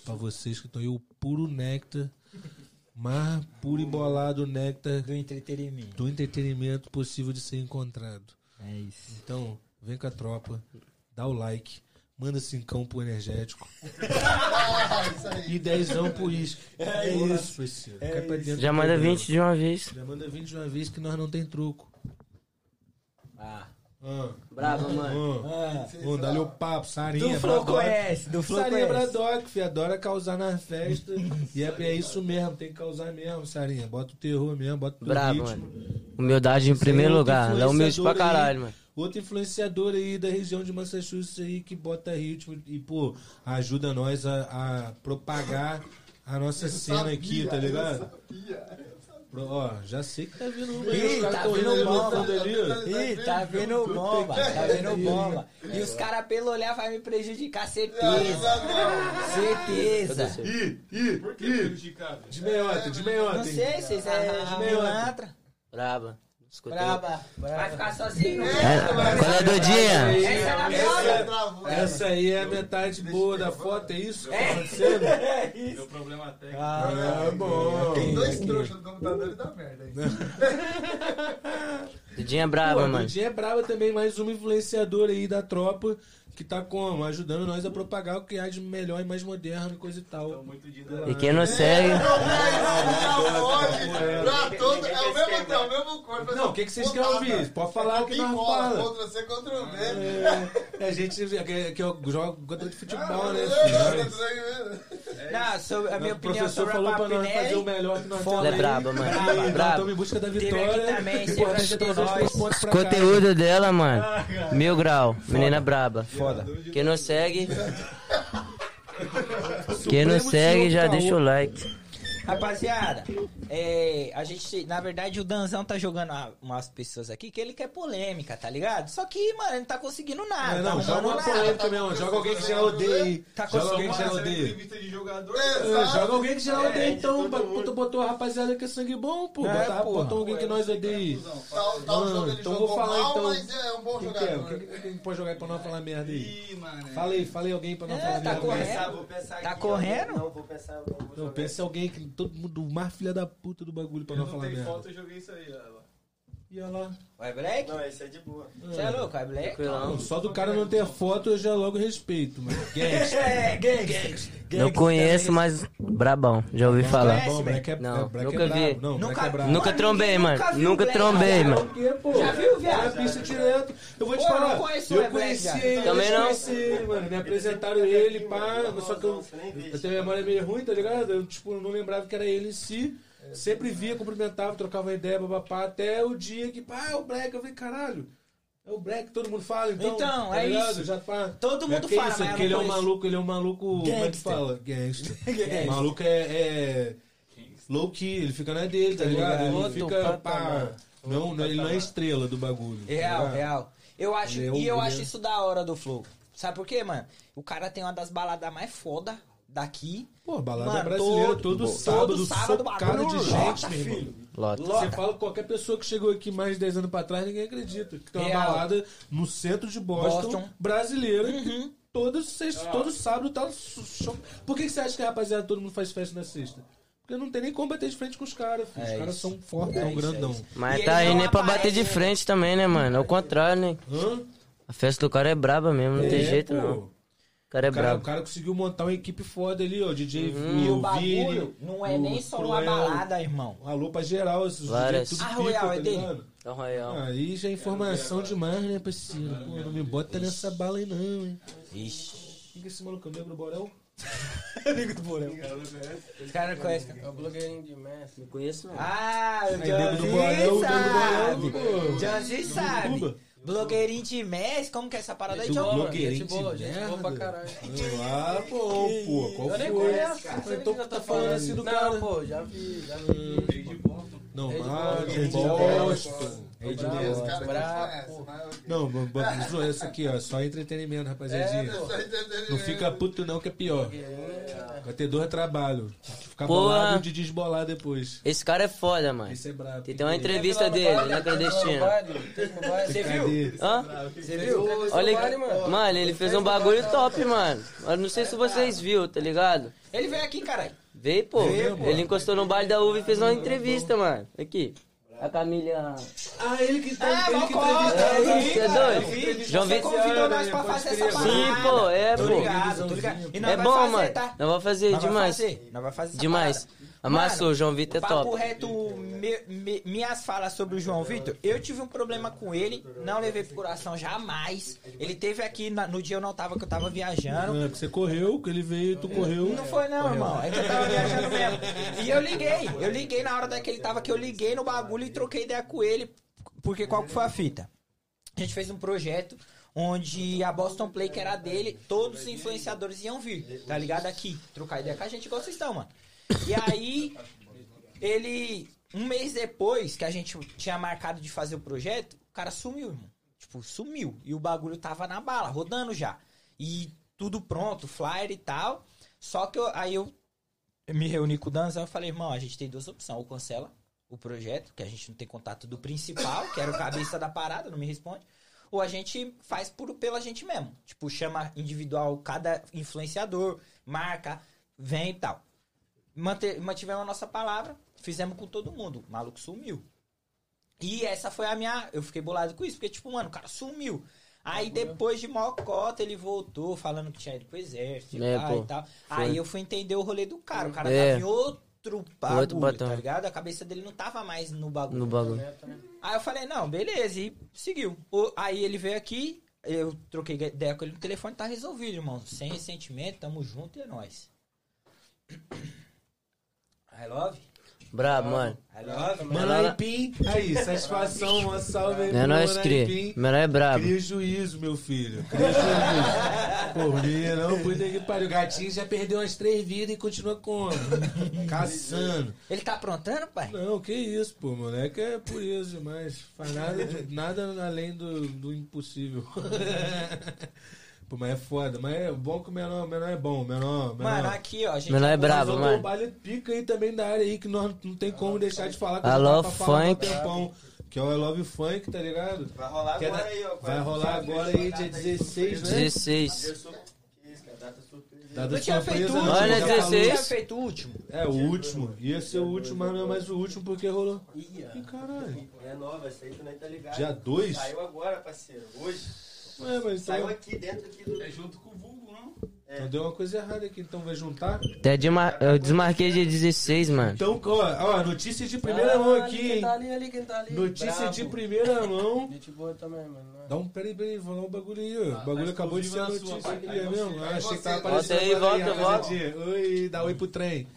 Pra vocês que estão aí, o puro néctar. Mas puro e bolado néctar Do entretenimento. do entretenimento possível de ser encontrado. É isso. Então, vem com a tropa, dá o like, manda cincão pro energético e dezão pro uísque. É, isso, parceiro. Cai pra dentro Já do manda programa. 20 de uma vez. Já manda 20 de uma vez que nós não tem truco. Ah. Ah, Brava, mano. ah. ah, ah, dá-lhe o papo, Do Sarinha, Flow Bradock. conhece, do Flow Sarinha conhece. Bradock, filho, adora causar na festa. e é, é isso mesmo, tem que causar mesmo, Sarinha. Bota o terror mesmo, bota o Brabo, ritmo. Humildade em Você primeiro é outro lugar. Ela é humilde pra influenciador aí. caralho, mano. Outro influenciador aí da região de Massachusetts aí que bota ritmo e, pô, ajuda nós a, a propagar a nossa cena aqui, tá ligado? Pro- ó, já sei que tá vindo uma aí, Ih, os caras tá tão vindo olhando uma tudo ali, ó. Ih, tá vindo bomba, tá vindo bomba. E os caras, pelo olhar, vai me prejudicar, Ah, certeza. Certeza. Por que prejudicado? De meiota, de meiota, Não hein? sei, vocês Ah, é de melantra. Braba. Escutei. Braba, vai ficar sozinho. né? É, Qual é, Dodinha? Essa é a Essa, melhor. essa aí é a metade boa da foto, é isso que tá acontecendo? Meu problema técnico. é Ah, bom. Tem dois trouxas no computador e dá merda aí. Dodinha é Pô, braba, a mano. Dudinha é brava também, mais uma influenciadora aí da tropa que tá como? Ajudando nós a propagar o que há de melhor e mais moderno e coisa e tal. Muito de E quem não segue, É, Pra todo, é o mesmo, é o mesmo corpo. Não, o que, que vocês querem ouvir? Pode É falar o que nós fala. Contra C, contra V. É, a gente que, que eu jogo contra de Ah, futebol, né? filho? É, Não, sobre a minha opinião o professor sobre a falou pra nós fazer o Papinelli. melhor que nós Foda. ela é braba, Brava, mano. Nós estamos Braba. Então, em busca da Teve aqui vitória. também, O sempre importante é trazer os ajudou três nós. pontos pra cá. Conteúdo dela, mano. Mil grau. Menina braba. Foda. Quem não segue. Quem não Supremo segue, Senhor já Caô. deixa o like. Rapaziada, é, a gente, na verdade, o Danzão tá jogando a- umas pessoas aqui que ele quer polêmica, tá ligado? Só que, mano, ele não tá conseguindo nada. Não, tá não, joga arrumando uma nada. polêmica mesmo. Joga alguém que já odeia. aí. Tá Joga alguém conseguindo que já Essa odeia. entrevista de jogador. É, joga alguém que já odeia, então. Puta, botou a rapaziada que é sangue bom, pô. É, Botar- porra. botou alguém que nós odeia. tal, tal Mano, Tá, jogo ele então jogou vou falar, mal, então. mas é um bom Quem que é? O jogador. que, que, que pode jogar aí pra não falar merda aí? Ih, mano. Fala aí, fala aí alguém pra não É, falar tá merda. correto. Tá correndo? Não, vou pensar. Não, pensa em alguém que todo mundo mais filha da puta do bagulho pra Eu não, não falar tenho merda. foto, eu joguei isso aí, ó. E olha lá. Vai, Black? Não, esse é de boa. Você é louco, vai, Black? Não, só do cara não ter foto eu já logo respeito, mano. Gangsta. É, gangs. Não conheço, mas brabão. Já ouvi falar. Bom, Black é, Não, Black nunca é brabo. vi. Não, Black Nunca- é brabo. Nunca Mano, trombei, ninguém mano. nunca viu Nunca Black, trombei, cara. mano. Porque, pô, Já viu, viado? Era pista direto. Eu vou te Pô, eu falar. não conheço o eu Black, conheci viado. ele, Também eu não. conheci ele, mano. Me apresentaram ele, pá. Só que eu, eu tenho a memória meio ruim, tá ligado? Eu, tipo, não lembrava que era ele em si. Sempre via, cumprimentava, trocava ideia, babapá, até o dia que, pá, é o Black. Eu falei, caralho, é o Black, todo mundo fala, então. Então, tá é ligado? isso. Já, pá. Todo É mundo que fala, isso, mas porque eu ele é não um conheço. maluco, ele é um maluco. Como é que Gangster. fala? Gangster. Gangster. Maluco é. é... Low key, ele fica na dele, tá ligado? Ele não Outro fica. Pá, patamar. não, não, ele não é estrela do bagulho. tá Real, ligado? real. Eu acho, Ele é um e eu grande. acho isso da hora do Flow. Sabe por quê, mano? O cara tem uma das baladas mais foda daqui. Pô, balada é Mano, brasileira, todo- todo, todo sábado, sábado, socado bagulho tá de lota, gente, meu irmão. Lota. Você fala com qualquer pessoa que chegou aqui mais de 10 anos pra trás, ninguém acredita. Que tem uma Real. balada no centro de Boston, Boston. Uhum. Ah. brasileira, que todo, sexta, todo sábado tá... so- so- Por que, que você acha que, rapaziada, todo mundo faz festa na sexta? Porque não tem nem como bater de frente com os caras, filho. É Os caras isso. são fortes, É são isso, é grandão. isso. E Mas ele tá aí não nem pra bater aparece, de né? frente também, né, mano? Ao contrário, né? Hã? A festa do cara é braba mesmo, não tem É, jeito pô. não. O cara é O cara, o brabo. cara conseguiu montar uma equipe foda ali, ó. Uhum. DJ E o Vini, bagulho não é o nem só uma Cruel. Um balada, irmão. Alô pra geral, esses Várias. DJ tudo Ah, pica, Royal, tá é dele? ligado? Então, Royal. Aí já é informação demais, né, parceiro? Pô, não me bota nessa bala aí não, hein? Ixi. O que que esse maluco é negro borel? Os caras não conhecem. É o blogueirinho de mestre. Não conheço não. Ah, o Nego do Borel, Johnzinho Nego do sabe. Borel, pô. Johnzinho sabe. Cuba. Blogueirinho de Messi, como que é essa parada aí, Do John? blogueirinho gente boa, de gente boa merda. pra caralho. Ah, bom, pô, qual Eu nem foi? conheço, cara. Mas Então tu tá falando assim do Não, cara. pô, já vi, já vi. Não, É de ah, de Boston. Boston. Aí de bravo, boa. Os caras que brabo. conhecem, mas... ok. Não, mas- mas isso- isso aqui, ó, é só entretenimento, rapaziadinha. É, pô. Só entendendo. Não fica puto não que é pior. Batedor é trabalho. Ficar Porra. bolado de desbolar depois. Esse cara é foda, mano. Isso é brabo. Tem até uma entendeu? entrevista dele na clandestina. Você viu? Cadê? Hã? Você viu? Olha Olha, aqui. é mano. Mano, ele fez um bagulho top, mano. Mas não sei se vocês viram, tá ligado? Ele veio aqui, caralho. Veio, pô. Veio, pô. Ele encostou no baile da uva e fez uma entrevista, mano. Aqui. A Camila. Ah, ele que tá. É, ele mal que corta, entrevista. é, eu vi, isso é cara, eu doido. vi. João Você Vitor- convidou nós É, pra pode fazer crer. essa parada. Sim, pô, é, Tô pô. ligado, tô ligado. E nós É vai bom, fazer, mano. tá? Nós vamos fazer Nós vai demais. fazer, Nós vai fazer essa Demais. parada. Amassou, Mano, João Vitor é papo top. reto, me- me- minhas falas sobre o João Vitor, eu tive um problema com ele, não levei pro coração jamais. Ele teve aqui, na- no dia eu não tava, que eu tava viajando. Ah, que você correu, que ele veio, tu correu. Não foi não, irmão. É que eu tava viajando mesmo. E eu liguei. Eu liguei na hora daquele tava que eu liguei no bagulho e troquei ideia com ele. Porque qual que foi a fita? A gente fez um projeto onde a Boston Play, que era dele, todos os influenciadores iam vir, tá ligado? Aqui, trocar ideia com a gente, igual vocês estão, mano. E aí, ele, um mês depois que a gente tinha marcado de fazer o projeto, o cara sumiu, irmão. Tipo, sumiu. E o bagulho tava na bala, rodando já. E tudo pronto, flyer e tal. Só que eu- aí eu me reuni com o Danzão e falei, irmão, a gente tem duas opções. Ou cancela o projeto, que a gente não tem contato do principal, que era o cabeça da parada, não me responde. Ou a gente faz por, pela gente mesmo. Tipo, chama individual cada influenciador, marca, vem e tal. Mante- mantivemos a nossa palavra, fizemos com todo mundo. O maluco sumiu. E essa foi a minha. Eu fiquei bolado com isso, porque, tipo, mano, o cara sumiu. Aí depois de mocota ele voltou falando que tinha ido pro exército É, e tal, pô. e tal. Aí eu fui entender o rolê do cara. O cara É. tava em outro bagulho, Outro batom. tá ligado? A cabeça dele não tava mais no bagulho. No bagulho. Aí eu falei, não, beleza, e seguiu. O- aí ele veio aqui, eu troquei ideia com ele no telefone, tá resolvido, irmão. Sem ressentimento, tamo junto e é nóis. I love, Brabo, mano. I love. Mano, Aipim, aí, satisfação, uma salve aí Não é pro nós, Mano Cri. Aipim. Menor é brabo. Cria juízo, meu filho. Cria juízo. Por mim, não, puta que pariu. O gatinho já perdeu umas três vidas e continua como? Caçando. Ele tá aprontando, pai? Não, que isso, pô, moleque é por isso demais. Faz nada, nada além do, do impossível. pô, mas é foda. Mas é bom que o menor, o menor é bom. o Menor, o menor. Mano, aqui, ó, a gente. Menor é Mas brabo, o mano. trabalho pica aí também da área aí, que nós não tem como deixar de falar. que Alô, a gente tá pra falar há um funk. tempão, Que é o I Love Funk, tá ligado? Vai rolar Que é agora da- aí, ó. Vai rolar agora aí, dia 16, né? 16. Data Não tinha feito o surpresa, último. né? Olha, não 16. tinha feito o último. É, o último. Ia ser o último, mas não é mais o último porque rolou. Ih, caralho. É nova, essa aí tu não tá ligado. Dia 2? Saiu agora, parceiro. Hoje. É, mas Saiu então, aqui dentro aqui do. É. É junto com o vulgo, não? então deu uma coisa errada aqui, então vai juntar. Até desmar... eu desmarquei dia 16, mano. Então, ó, ó, notícia de primeira Ah, mão aqui, hein? Tá ali, ali, quem tá ali. Notícia Brabo. de primeira mão. Gente boa também, mano. Dá um peraí, peraí, vou dar um bagulho aí, ó. O bagulho acabou de ser exclusiva Tá, na notícia sua, aqui pai. é mesmo. Ah, achei que tava tá Volta aparecendo. aí, agora volta, rapazadinha. Oi, dá oi pro trem.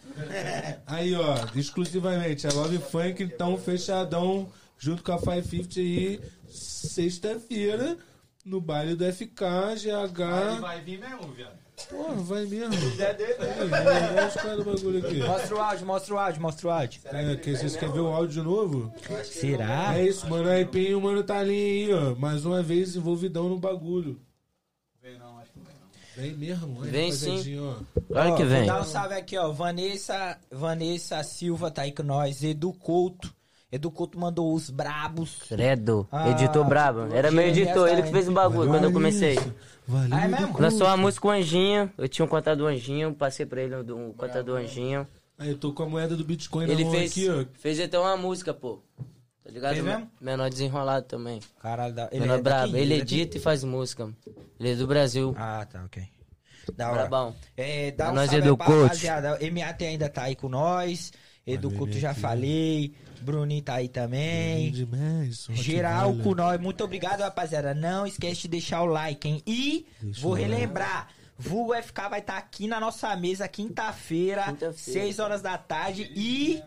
Aí, ó, exclusivamente, a Love Funk, então, fechadão, junto com a 550 aí, sexta-feira, no baile do FK, Ele GH. vai vir mesmo, viado. É né? Porra, vai mesmo. Olha os caras do bagulho aqui. Mostra o áudio, mostra o áudio, mostra o áudio. É, que vocês querem ver o áudio de novo? Será? É isso, mano. Aí Pinho, mano, tá ali aí, ó. Mais uma vez envolvidão no bagulho. Vem não, acho que não vem não. Vem mesmo, hein, Vem sim. rapaziadinha, ó. Claro que Ó, vem. Dá um salve aqui, ó. Vanessa, Vanessa Silva tá aí com nós. Edu Couto. Edu Couto mandou os brabos. Credo. Ah, Editor brabo. Era meu editor, ele que fez o bagulho quando eu comecei. Valeu. então, Ah, é mesmo? Lançou a música O Anjinho. Eu tinha um contato do Anjinho, passei pra ele do- o contato do Anjinho. Aí eu tô com a moeda do Bitcoin Ele na mão fez, aqui, ó. fez até uma música, pô. Tá ligado? um Fez mesmo? Menor desenrolado também. Caralho, da- Menor é brabo. daqui? Ele é daqui? edita e faz música. mano. Ele é do Brasil. Ah, tá, ok. Da hora. Brabão. É, dá um Nós salve é do aí pra coach. rapaziada. O MAT ainda tá aí com nós. Edu Couto já falei. Bruninho tá aí também. Demais, ó, que Geral vale. com nós. Muito obrigado, rapaziada. Não esquece de deixar o like, hein? E vou relembrar. Vulgo FK vai estar aqui na nossa mesa quinta-feira, Quinta-feira. 6 horas da tarde. E,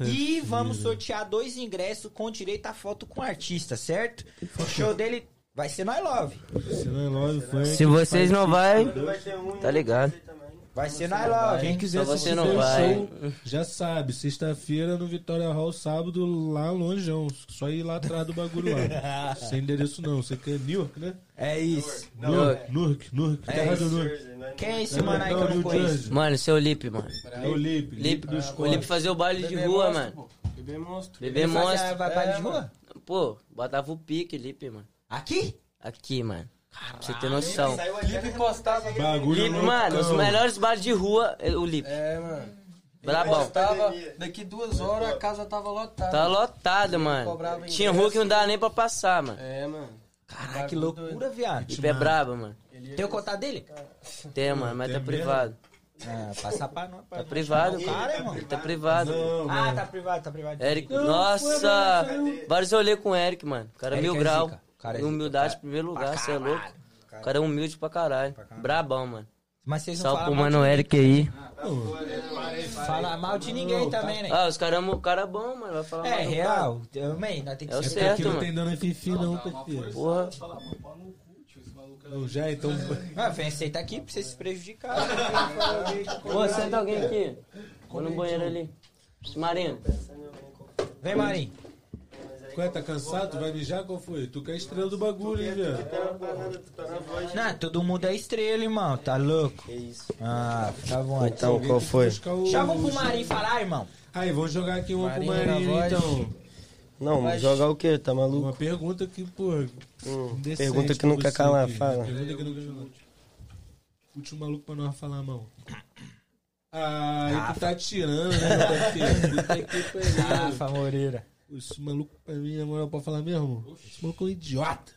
e vamos sortear dois ingressos com direito a foto com o artista, certo? O show dele vai ser nós love. Se não é love, funk. Se vocês não vai, Vai ter um. tá ligado. Também. Vai ser nós lá, Quem gente. quiser Só você assistir não o vai. show, já sabe, sexta-feira no Vitória Hall, sábado lá longeão. Só ir lá atrás do bagulho lá. Sem endereço não, você quer New York, né? É isso. Não, Newark, Newark, Newark, É terra do New Newark. Jersey, não é Quem é esse Não, mano aí que não, eu não New conheço? Jersey. Mano, seu Lipe, mano. É o Lip, Lip Lip, dos o Lipe Corpos. fazia o baile de rua, mano. Bebê monstro. Bebê Ele fazia monstro. batalha É, de rua? Pô, botava o pique, Lipe, mano. Aqui? Aqui, mano. Pra você ter noção. Saiu ali, Lipe postava. Bagulho é Lipe, mano, os loucão. melhores bailes de rua, é o Lipe. É, mano. Brabão. Postava, Pandemia. daqui duas horas a casa tava lotada. Tá lotado, cobrava mano. ingresso. Tinha rua que não dava nem pra passar, mano. É, mano. Caraca, que Bagulho loucura, viado. Lipe é brabo, mano. Tem o contato dele? Tem, mano, mas tá tem mesmo? privado. Ah, passa pra nós. pra Tá nós. privado, Não, pô. Cara, irmão. Tá privado. Não, Ah, mano. tá privado, tá privado. Eric, nossa! Vários eu olhei com o Eric, mano. O cara é Eric mil é grau. zica. O cara é zica, Humildade cara. em primeiro lugar, Pra cê é louco. caralho. O cara é humilde pra caralho. Brabão, mano. Mas vocês não Salve pro falam mal, mano Eric aí. né? é de- fala mal de ninguém também, né? Ah, os caras, o cara é bom, mano. Vai falar É, mal do cara. real. Também, nós tem É o que ser. certo, Aqui não mano. tem dano FF não, parceiro. Porra. Não, Já, então... Ah, vem aceitar aqui pra vocês se prejudicarem. Pô, senta alguém aqui. Vou no banheiro ali. Marino. Vem, Marinho. Ué, tá cansado? Tu vai mijar? Qual foi? Tu que é a estrela do bagulho, hein, velho? Não, todo mundo é estrela, irmão. Tá louco? Que isso. Ah, tá bom. Então. Então, qual foi? Buscar o- Chama o Marinho falar, irmão. Aí, vamos jogar aqui uma pro Marinho na Marinho, voz. então. Não, mas jogar o quê? Tá maluco? Uma pergunta que, pô. Hum, indecente pergunta que pra nunca você cala, aqui. fala. Pergunta que nunca cala. Último maluco pra nós falar, mão. Ah, e tu tá tirando, né, meu parceiro? Puta que pariu. Rafa Moreira. Esse maluco pra mim, na moral, pode falar mesmo? Esse maluco é um idiota.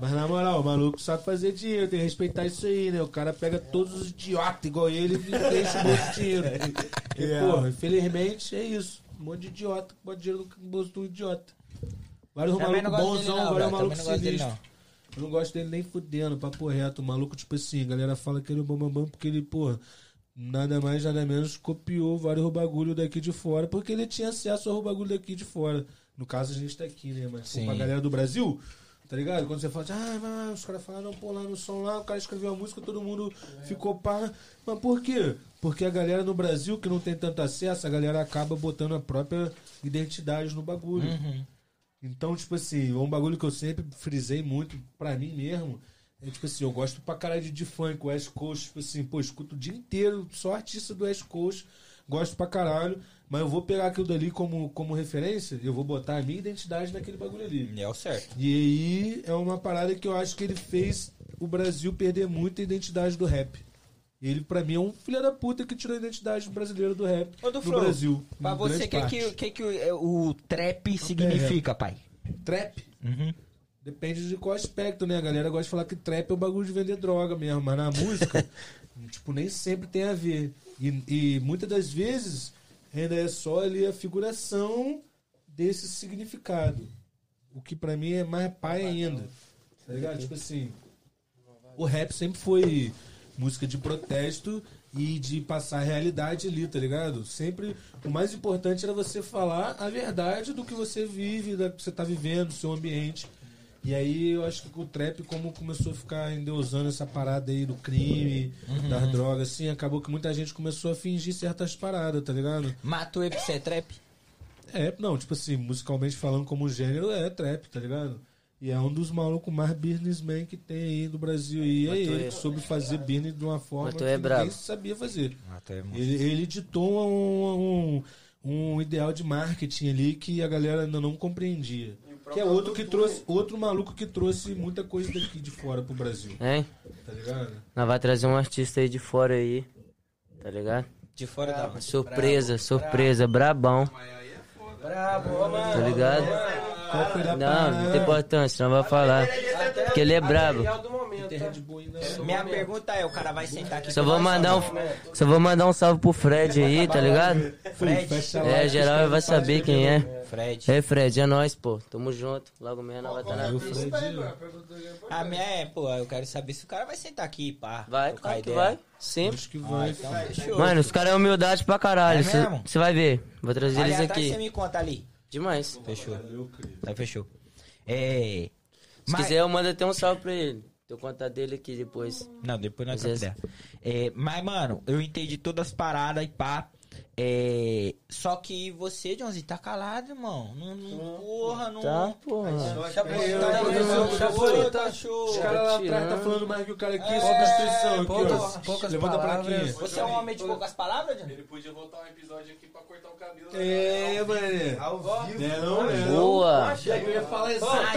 Mas na moral, o maluco sabe fazer dinheiro, tem que respeitar isso aí, né? O cara pega todos os idiotas igual ele e deixa o bolso de dinheiro. E, É. porra, infelizmente é isso. Um monte de idiota que bota dinheiro no bolso do idiota. Vários Também não malucos gosto dele, bonzão, não, velho. vários Também malucos não gosto dele, sinistros. não. Eu não gosto dele nem fudendo, papo reto. O maluco, tipo assim, a galera fala que ele é o bambambam porque ele, porra, nada mais, nada menos, copiou vários bagulho daqui de fora, porque ele tinha acesso ao bagulho daqui de fora. No caso, a gente tá aqui, né? Mas pô, Sim. pra galera do Brasil, tá ligado? Quando você fala, assim, ah, mas os caras falaram, pô, lá no som lá, o cara escreveu a música, todo mundo ficou pá. Mas por quê? Porque a galera no Brasil, que não tem tanto acesso, a galera acaba botando a própria identidade no bagulho. Então, tipo assim, um bagulho que eu sempre frisei muito pra mim mesmo. É tipo assim, eu gosto pra caralho de, de funk, West Coast, tipo assim, pô, escuto o dia inteiro, só artista do West Coast, gosto pra caralho, mas eu vou pegar aquilo dali como, como referência, eu vou botar a minha identidade naquele bagulho ali. É o certo. E aí é uma parada que eu acho que ele fez o Brasil perder muita identidade do rap. Ele, pra mim, é um filho da puta que tirou a identidade brasileira do rap Ô, do do Flow, Brasil. Pra em você, grande o que, parte. né? que, que, que o, é, o trap significa, pai? Trap? Uhum. Depende de qual aspecto, né? A galera gosta de falar que trap é o bagulho de vender droga mesmo, mas na música, tipo, nem sempre tem a ver. E, e muitas das vezes ainda é só ali a figuração desse significado. O que pra mim é mais pai ainda. Tá ligado? Tipo assim, o rap sempre foi música de protesto e de passar a realidade ali, tá ligado? Sempre o mais importante era você falar a verdade do que você vive, da que você tá vivendo, do seu ambiente. E aí eu acho que o trap, como começou a ficar endeusando essa parada aí do crime, das drogas, assim, acabou que muita gente começou a fingir certas paradas, tá ligado? Matou ele pra ser trap? É, não, tipo assim, musicalmente falando como gênero, é trap, tá ligado? E é um dos malucos mais businessmen que tem aí no Brasil. E é Matuê. ele que soube fazer business de uma forma que Matuê é ninguém brabo. sabia fazer. Matou ele, Ele, ele ditou um, um, um ideal de marketing ali que a galera ainda não compreendia. Que é outro que trouxe, outro maluco que trouxe muita coisa daqui de fora pro Brasil, Hein? tá ligado? Nós vai trazer um artista aí de fora aí. Tá ligado? De fora da onde? Surpresa, surpresa, brabão. Brabo, ó, mano. Tá ligado? Qual foi da Não, não tem importância, não vai falar. Porque ele é brabo. Real do momento, tá? Minha pergunta é, o cara vai sentar aqui. Só com vou nós, mandar não? um, só vou mandar um salve pro Fred aí, tá ligado? Fred. É, geral vai saber quem é. Fred. Ei, Fred, é nóis, pô. Tamo junto. Logo menos vai estar na pista. A minha é, pô, eu quero saber se o cara vai sentar aqui, pá. Vai, trocar claro que ideia. vai. Simples. Acho que vai. Fechou. Mano, os caras é humildade pra É caralho. mesmo? tá Você vai ver. Vou trazer ali eles atrás você aqui. me conta ali. Demais. Fechou. Tá, fechou. É... Se Mas- quiser, eu mando até um salve pra ele. Deu conta dele que depois. Não, depois nós Às vezes- trocamos ideia. É, mas, mano, eu entendi todas as paradas e pá. É, só que você, Johnzinho, tá calado, irmão. Não, não porra, não. Tá, É porra. Tá Os show. caras lá atrás tá falando mais que o cara aqui, só a Constituição. É, poucas- Aqui, ó. poucas Levanta a plaquinha. palavras. Você é um homem de poucas palavras, Johnzinho? Ele podia voltar um episódio aqui pra cortar o cabelo. É, mané. Ao vivo. Não, é não, né? Boa! Eu ia falar Ainda?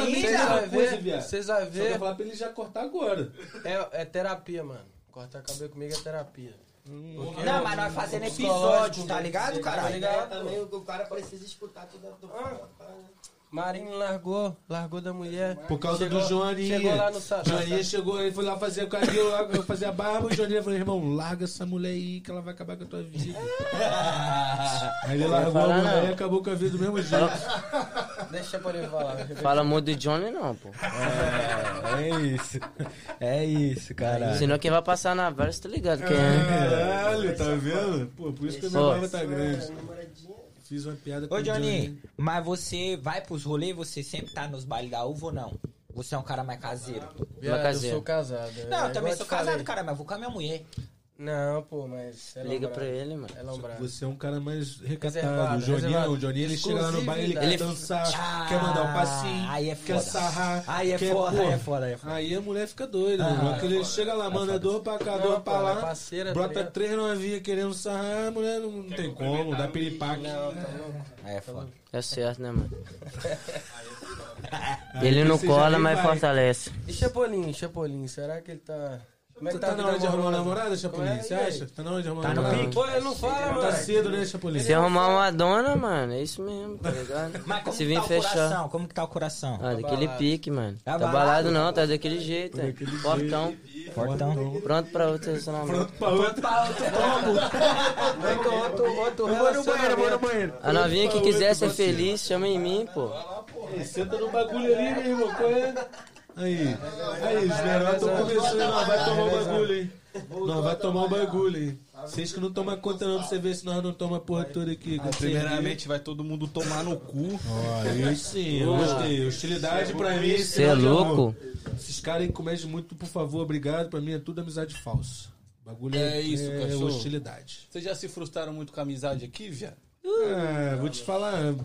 exatamente Vocês a vão mesma coisa, ver, viado. Só vocês vão que eu ia ver. falar pra ele já cortar agora. É, é terapia, mano. Cortar cabelo comigo é terapia. Não, mas nós fazendo episódio, Psicológico, tá ligado, Tá caralho? ligado? Também o, o cara precisa escutar toda a Marinho largou, largou da mulher. Por causa Chegou- do Joaninha. Chegou lá no salão. Joaninha chegou, ele foi lá fazer o cabelo, lá, eu fazer a barba, e o Joaninha falou, irmão, larga essa mulher aí que ela vai acabar com a tua vida. aí ele largou a falar, mulher não. e acabou com a vida do mesmo jeito. Deixa pra ele falar. Fala muito do Johnny, não, pô. É isso. É isso, caralho. Senão quem vai passar na versa, tá ligado? Quem é. Caralho, é tá vendo? Pô, por isso que a minha Ó. barba tá grande. Fiz uma piada com Ô, o Johnny, mas você vai pros rolês, você sempre tá nos bailes da uva ou não? Você é um cara mais caseiro? Viado, eu caseiro. sou casado. é, Não, igual eu também eu sou te falei. casado, cara, mas vou com a minha mulher. Não, pô, mas. É Liga lombrado. pra ele, mano. É lombrado. Você é um cara mais recatado. Reservado, O Johnny não. O reservado. Johnny ele chega lá no baile, ele quer Exclusividade. dançar, Ah, quer mandar um passinho, aí é quer foda. sarrar. Aí é quer, foda, pô, aí é foda, aí é foda. Aí a mulher fica doida, Ah, mano. Porque é ele chega lá, manda dor pra cá, dor Não, pô, pra ela é lá. parceira, tá Brota ligado? três novinhas querendo sarrar, a mulher não, não tem como, dá piripaque. Aí é foda. É certo, né, mano? Aí Ele não você já cola, nem mas vai. fortalece. E Chapolin, Chapolin, será que ele tá. Como é Você tá na hora de arrumar uma namorada, Chapolin? É, Você e aí? acha? Tá na hora de arrumar Tá uma no namorada? pique? é um Pô, ele não fala, mano. Tá cedo, né, Chapolin? Se arrumar uma dona, mano, é isso mesmo, tá ligado? Mas como Se que vir tá o fechar. coração? Como que tá o coração? Ah, daquele pique, mano. Tá Tá balado? balado não, tá daquele jeito. é. Daquele Fortão. Fortão. Pronto pra outro relacionamento. Pra outra. Outro, outro Vou no banheiro, vou no relacionamento. banheiro. A novinha que quiser ser feliz, chama em mim, pô. Senta no bagulho ali, meu irmão. Qual é? Aí, aí, os garotos estão começando. Nós vai tomar o bagulho, hein? Nós vai tomar o bagulho, hein? Vocês que não tomam conta, não, pra você ver se nós não tomamos a porra toda aqui. com vocês aqui. Primeiramente, vai todo mundo tomar no cu. Ó, aí sim, eu gostei. Hostilidade pra mim. Você é louco? Esses caras aí comedem muito, por favor, obrigado. Pra mim é tudo amizade falsa. O Bagulho é, É isso, é cachorro. hostilidade. Vocês já se frustraram muito com a amizade aqui, viado? Ah, vou te falar.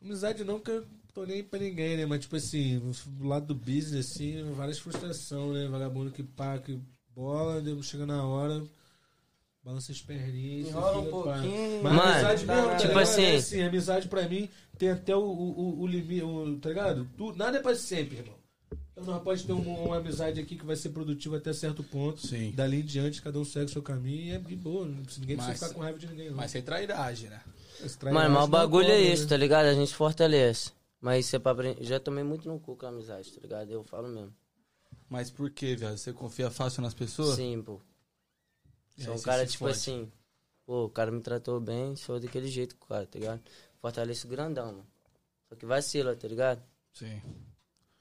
Amizade não, porque eu tô nem pra ninguém, né? Mas, tipo assim, do lado do business, assim, várias frustrações, né? Vagabundo que pá, que bola, deu- chega na hora, balança as perninhas. Enrola um fica, pá. pouquinho. Mas Mano, amizade mesmo, tá tipo ligado? assim- É amizade pra mim tem até o, o, o- o limite, o- tá ligado? Tu- nada é pra sempre, irmão. Então nós pode ter um- uma amizade aqui que vai ser produtiva até certo ponto. Sim. Dali em diante, cada um segue o seu caminho e é de boa. não precisa- Ninguém Mas- precisa ficar com raiva de ninguém, não. Mas sem trairagem, né? Esse trairagem Mano, mas o não bagulho é cobra, isso, né? tá ligado? A gente fortalece. Mas isso é pra aprender. Já tomei muito no cu com a amizade, tá ligado? Eu falo mesmo. Mas por que, viado? Você confia fácil nas pessoas? Sim, pô. E Sou É, aí um você cara, se tipo fode. assim. Pô, o cara me tratou bem, sou daquele jeito com o cara, tá ligado? Fortalece grandão, mano. Só que vacila, tá ligado? Sim.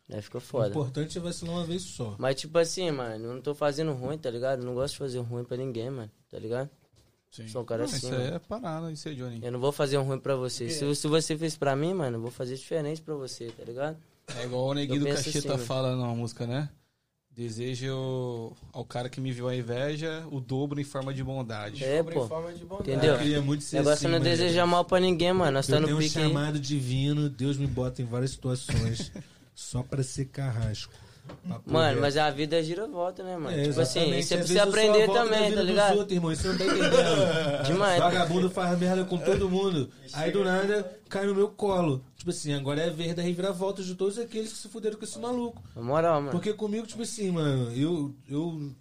Aí fica O foda. importante é vacilar uma vez só. Mas tipo assim, mano, eu não tô fazendo ruim, tá ligado? Eu Não gosto de fazer ruim pra ninguém, mano, tá ligado? Sim. Sou um cara assim, Isso mano. aí é parada, isso aí, Johnny. Eu não vou fazer um ruim pra É. você. Se, se você fez pra mim, mano, eu vou fazer diferente pra você, tá ligado? É igual o Neguinho Eu do penso Cacheta assim, né? fala numa música, né? Desejo ao cara que me viu a inveja o dobro em forma de bondade. É, Sobre pô. forma de bondade. Entendeu? Eu queria muito ser O negócio assim, é não mas- desejar mal pra ninguém, mano. Nós tá Eu no tenho um pique. aí. chamado divino, Deus me bota em várias situações só pra ser carrasco. Papo Mano, reto. mas a vida gira e volta, né, mano? É, tipo assim, exatamente. isso é pra você Às vezes eu sou a aprender volta da também, vida tá dos ligado? outros, irmão, isso eu não tá entendendo. Demais. É. Vagabundo faz merda com todo mundo. Aí do nada cai no meu colo. Tipo assim, agora é a vez da reviravolta de todos aqueles que se fuderam com esse maluco. Na moral, mano. Porque comigo, tipo assim, mano, eu, eu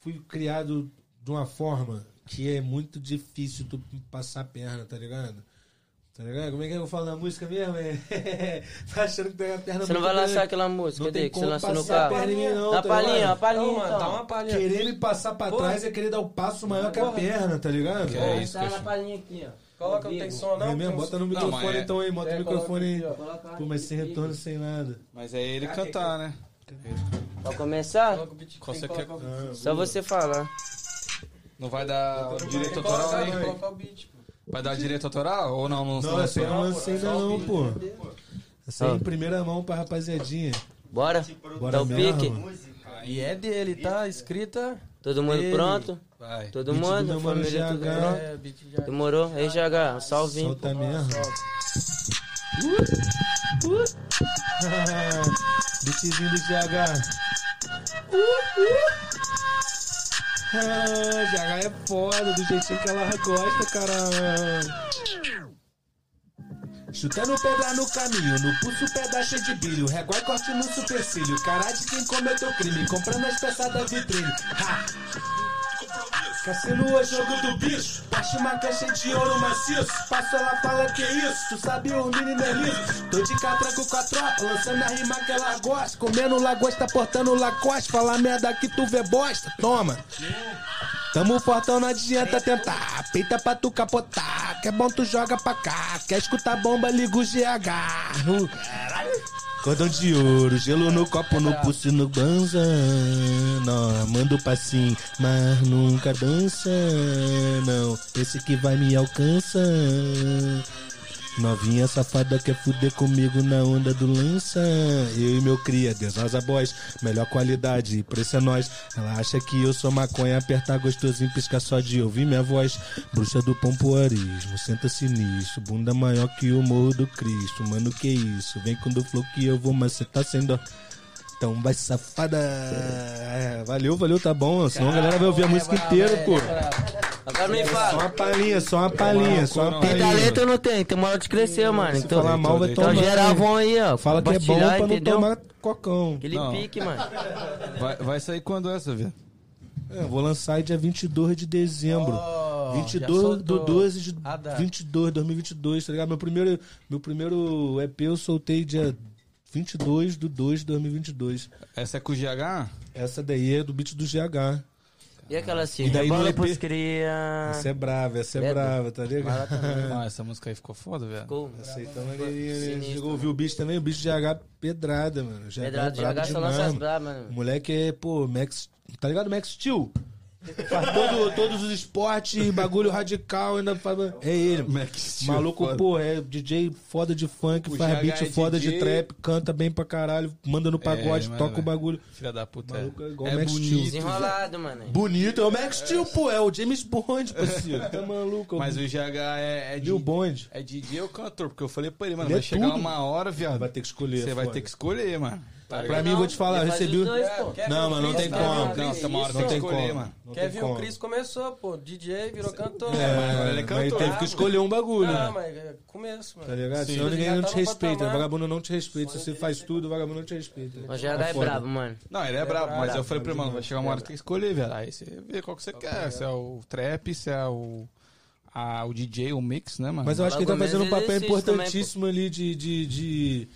fui criado de uma forma que é muito difícil tu passar a perna, tá ligado? Tá ligado? Como é que eu falo na música mesmo? É, tá achando que tem a perna Você não muito vai lançar grande. aquela música Não tem daí que você como lançou no passar a carro? perna em mim, não, Dá uma tá palhinha, ligado? uma palhinha, Então, mano, então. dá uma palhinha. Querer me passar pra Porra. trás é querer dar o passo maior que a perna, tá ligado? Que é isso, cachorro. palhinha aqui, ó. Coloca, não tem som, não? É mesmo, Tem um bota som. no Não, microfone mas é- então aí, bota É, o microfone aí. coloca Pô, mas sem retorno, sem nada. Mas é ele cantar, né? Pra começar, Coloca o beat- Qual tem você que quer- colocar o- Ah. só você falar. Não vai dar tem que direito autoral, colocar, tem que né? colocar o beat, pô. Vai dar direito autoral ou não? é um Não, Não, não essa sei. eu não lancei ainda não, pô. Essa aí em primeira mão pra rapaziadinha. Bora? Bora Dá o é mesmo. pique. mano. E é dele, tá? Escrita. Todo mundo dele. pronto? Vai. Todo Beat do mundo? meu mano família, tudo GH. pronto? É, beat de artista. Demorou? Ei, GH, um salvinho. Solta mesmo. Bitzinho do GH. Ah, GH é foda, do jeitinho que ela gosta, cara. Chutando pedra no caminho, no pulso pedra cheio de brilho. Régua e corte no supercílio. Cara de quem cometeu crime, comprando as peças da vitrine. Ha! Cassino é jogo do bicho. Bate uma caixa de ouro maciço. Passo ela fala que é isso. Tu sabe o menino é liso. Tô de catraco com a tropa, lançando a rima que ela gosta. Comendo lagosta, portando lacoste. Fala merda que tu vê bosta. Toma. Tamo fortão, não adianta tentar. Peita pra tu capotar. Que é bom tu joga pra cá. Quer escutar bomba, liga o GH. Uh. Cordão de ouro, gelo no copo, no pulso e no banza. Não, mando passinho, mas nunca dança. Não, esse que vai me alcança. Novinha safada quer fuder comigo na onda do lança. Eu e meu cria, desosa boys, melhor qualidade, preço é nós. Ela acha que eu sou maconha, apertar gostosinho, pisca só de ouvir minha voz. Bruxa do pompoarismo, senta sinistro, bunda maior que o morro do Cristo. Mano, que isso, vem com do flow que eu vou macetar sem dó. Então vai safada. É, Valeu, valeu, tá bom. Senão a galera vai ouvir a música inteira, pô. Agora me Só fala. uma palhinha, só uma palhinha, só uma Tem palhinha. talento ou não tem? Tem uma hora de crescer, mano. Então, falar mal, vai então tomar, geral né? vão aí, ó. Fala que é bom compartilhar, pra não entendeu? tomar cocão. Aquele Não. pique, mano. Vai, vai sair quando essa, viu? É, vou lançar aí dia 22 de dezembro. Oh, 22 já do soltou 12 de a data. 22, 2022, tá ligado? Meu primeiro, meu primeiro EP eu soltei dia 22 do 2 de 2022. Essa é com o GH? Essa daí é do beat do GH. E aquela assim, E daí no bola EP? pros cria. Essa é brava, essa é Ah. Credo. brava, tá ligado? Ah, essa música aí ficou foda, velho. Gol. Essa aí tá maneirinha, né? Sinistro, Chegou a ouvir o bicho também, o bicho de GH pedrada, mano. O GH Pedrado, é brabo GH só demais, lança as mano. brabas, mano. O moleque é, pô, Max. Tá ligado, Max Steel? Faz todo- todos os esportes, bagulho radical, ainda faz. É ele, mano. Maluco, pô, é DJ foda de funk, O faz GH beat é foda de DJ. trap, canta bem pra caralho, manda no pagode, É, toca mano, o bagulho. Filha da puta. Maluco é igual é Max Steel. bonito. Desenrolado, mano. Bonito, é o Max Steel, pô, é o James Bond, parceiro. Tá maluco, Mas o o GH é, é, Lil de, Bond. é DJ ou cantor? Porque eu falei pra ele, mano, Ele vai é chegar tudo. uma hora, viado. Vai ter que escolher. Você vai foda. Tá ter que escolher, mano. Pra mim, vou te falar, eu Ele faz recebi. os o- dois, pô. Não, mano, não tem Não, como. não, Não, essa uma hora Não tem que tem escolher, como. mano. Não Quer tem ver? como. O Cris começou, pô. DJ virou cantor. É, mas ele é mas cantor. teve que escolher um bagulho, Ah, Não, né? mas é começo, mano. Tá ligado? Sim. Senão Ele ninguém já não tá te no respeita. né? patamar. Vagabundo não te respeita. Se você faz tudo, vagabundo não te respeita. O GH é brabo, mano. Não, ele é brabo, mas eu falei pra ele, mano, é vai chegar uma hora que tem que escolher, velho. Aí você vê qual que Tá você quer. Se é o trap, se é o, a- o DJ, o mix, né, mano? Mas eu acho que ele tá Logo fazendo um menos papel exercício é também, importantíssimo ali de. de, de...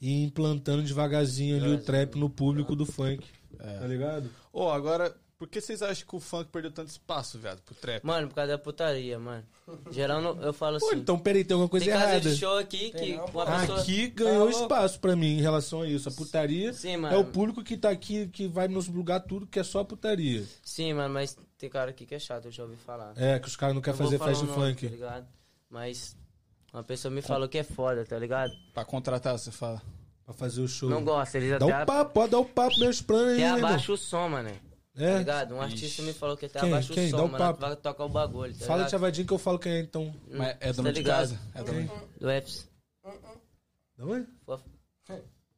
E implantando devagarzinho ali o trap no público do funk. Tá ligado? Ô, agora, por que vocês acham que o funk perdeu tanto espaço, viado, pro trap? Mano, por causa da putaria, mano. Geral, não- eu falo Pô, assim. então peraí, tem alguma tem coisa casa errada. de show aqui que uma pessoa. Aqui ganhou espaço pra mim em relação a isso. A putaria Sim, é mano. o público que tá aqui, que vai nos lugar tudo que é só putaria. Sim, mano, mas tem cara aqui que é chato, eu já ouvi falar. É, que os caras não Eu querem vou fazer falar festa o do nome, funk. Tá ligado? Mas uma pessoa me falou que é foda, tá ligado? Pra contratar, você fala. Pra fazer o show. Não gosta, eles Dá até, o um papo, pode dar o um papo meus planos até aí, né, irmão? abaixa o som, mano. Tá É. ligado? Um artista me falou que até Quem? abaixa o Quem? som, Dá o mano. papo. Vai tocar o bagulho, tá Fala ligado? Tchavadinho que eu falo quem é então. Mas é Tá dono de ligado? casa? É dono de casa. Do EPS. Não é? Fof-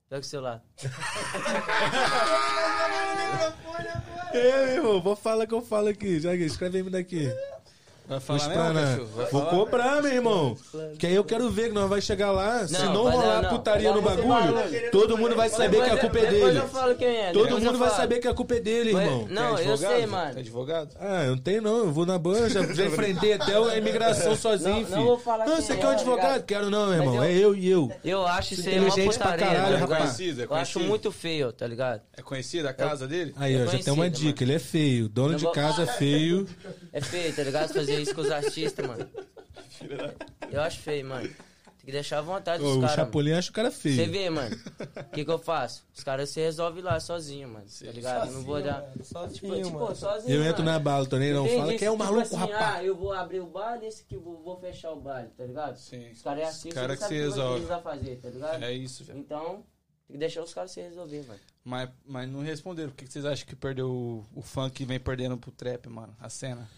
Pega o celular. É, meu irmão, vou falar que eu falo aqui. Joga, escreve aí daqui. Vai Vou né, né? falar mesmo, explanar. cachorro? Vai Vou falar? cobrar, meu irmão. Que aí eu quero ver que nós vai chegar lá. se Não, não vai rolar não, não. putaria no Vai ser bagulho, maluco. todo mundo vai saber que a Depois eu- culpa é Depois dele. eu falo quem é. Todo depois eu mundo vai falo. saber que a culpa é dele, Mas- irmão. Não, eu sei, mano. É advogado? Ah, eu não tenho não, eu vou na banca, já, já enfrentei até a imigração sozinho, não filho. vou falar não, quem você é, quer um tá advogado? ligado? Quero não, meu irmão, eu- é eu e eu. Eu acho isso aí uma Inteligente pra putaria. caralho, tá ligado? rapaz. Conhecido, é Eu acho conhecido. muito feio, tá ligado? É conhecido a casa dele? Aí, É ó, já tem uma conhecido, dica, ele é feio, dono Não de vou- casa é feio. É feio, tá ligado? Fazer isso com os artistas, mano. Eu acho feio, mano. Tem que deixar à vontade Ô, dos o caras. mano. Chapolin acha o cara feio. Você vê, mano. O que, que eu faço? Os caras se resolvem lá sozinho, mano. Tá ligado? não vou olhar. Tipo, Sozinho, tipo, mano. assim, sozinho. Eu entro mano. na bala, tô nem não. Tem Fala gente que é um tipo maluco, assim, rapaz. Ah, eu vou abrir o bar, esse que vou, vou fechar o bar, tá ligado? Sim. Os caras é assim, Os cara que se você sabe como é que resolve. eles vão fazer, tá ligado? É isso, velho. Então, tem que deixar os caras se resolver, mano. Mas, mas não responderam. Por que que vocês acham que perdeu o, o funk e vem perdendo pro trap, mano? A cena.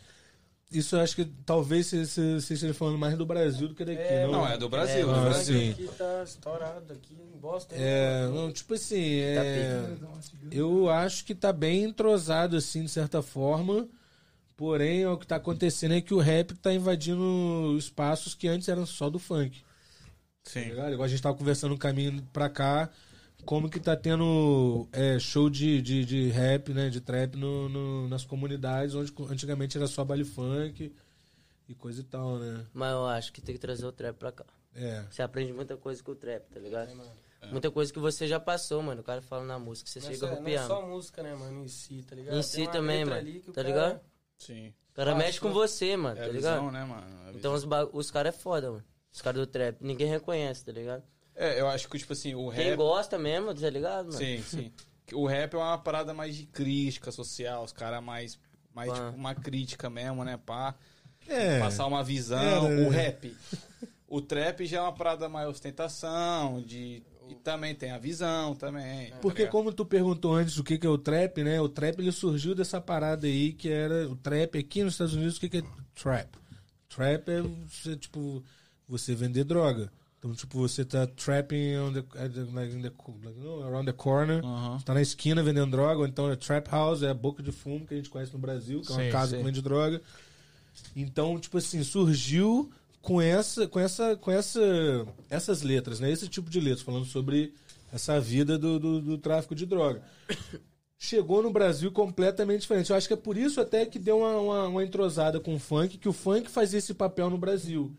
Isso eu acho que talvez você- você você esteja falando mais do Brasil do que daqui. É, não, não, é do Brasil, do Ah, Brasil. sim. Aqui tá estourado, aqui em Boston. É, não, tipo assim, Tá é, né, então, eu acho que tá bem entrosado, assim, de certa forma. Porém, o que tá acontecendo é que o rap tá invadindo espaços que antes eram só do funk. Tá Sim. ligado? Igual a gente tava conversando no caminho pra cá, como que tá tendo é, show de, de, de rap, né? De trap no, no- nas comunidades, onde antigamente era só baile funk e coisa e tal, né? Mas eu acho que tem que trazer o trap pra cá. É. Você aprende muita coisa com o trap, tá ligado? É. Muita coisa que você já passou, mano. O cara fala na música, você Não é chega só- no não é só um piano. música, né, mano? Em si, tá ligado? Em Tem si uma também, letra mano. ali que o Tá cara- ligado? Sim. O cara Fácil, mexe com né? você, mano, É tá a ligado? visão, né, mano? A Então os, ba- os caras é foda, mano. Os caras do trap, ninguém reconhece, tá ligado? É, eu acho que, tipo assim, o Quem rap. gosta mesmo, tá ligado, mano? Sim, sim. Que O rap é uma parada mais de crítica social, os caras mais. Mais Pá. tipo uma crítica mesmo, né? Pá. É. Passar uma visão. É, né? O rap. O trap já é uma parada mais ostentação, de. E também tem a visão também. tá Porque ligado? como tu perguntou antes o que que é o trap, né? O trap ele surgiu dessa parada aí que era o trap aqui nos Estados Unidos, o que que é trap? Trap é você, tipo você vender droga. Então, tipo, você tá trapping on the, at the- like, in the co- like, no, around the corner, Aham. você tá na esquina vendendo droga, ou então é trap house, é a boca de fumo que a gente conhece no Brasil, que é uma Sei, casa sei. que vende droga. Então, tipo assim, surgiu com essa com essa com essa essas letras, né? Esse tipo de letras falando sobre essa vida do, do, do tráfico de droga. Chegou no Brasil completamente diferente. Eu acho que é por isso até que deu uma, uma, uma entrosada com o funk, que o funk fazia esse papel no Brasil.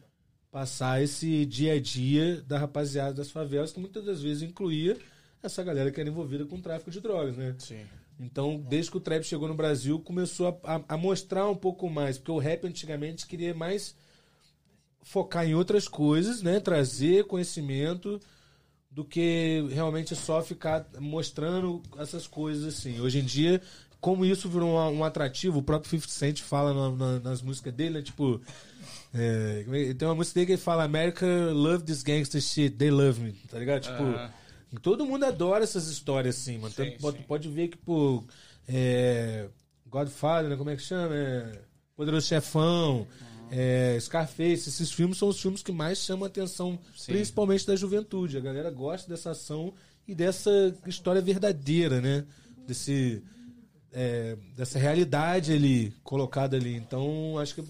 Passar esse dia a dia da rapaziada das favelas, que muitas das vezes incluía essa galera que era envolvida com o tráfico de drogas, né? Sim. Então, desde que o trap chegou no Brasil, começou a, a- a mostrar um pouco mais. Porque o rap antigamente queria mais focar em outras coisas, né? Trazer conhecimento do que realmente é só ficar mostrando essas coisas assim. Hoje em dia, como isso virou um, um atrativo, o próprio 50 Cent fala na- na- nas músicas dele, né? Tipo. é, como é- tem uma música dele que ele fala America love this gangster shit, they love me, tá ligado? Tipo, Aham. todo mundo adora essas histórias assim, mano. Sim, Tanto pode, sim. pode ver que, pô, é, Godfather, né? Como é que chama? É, Poderoso Chefão, é, Scarface, esses filmes são os filmes que mais chamam a atenção, Sim. principalmente da juventude. A galera gosta dessa ação e dessa história verdadeira, né? Desse, é, dessa realidade ali, colocada ali. Então, acho que é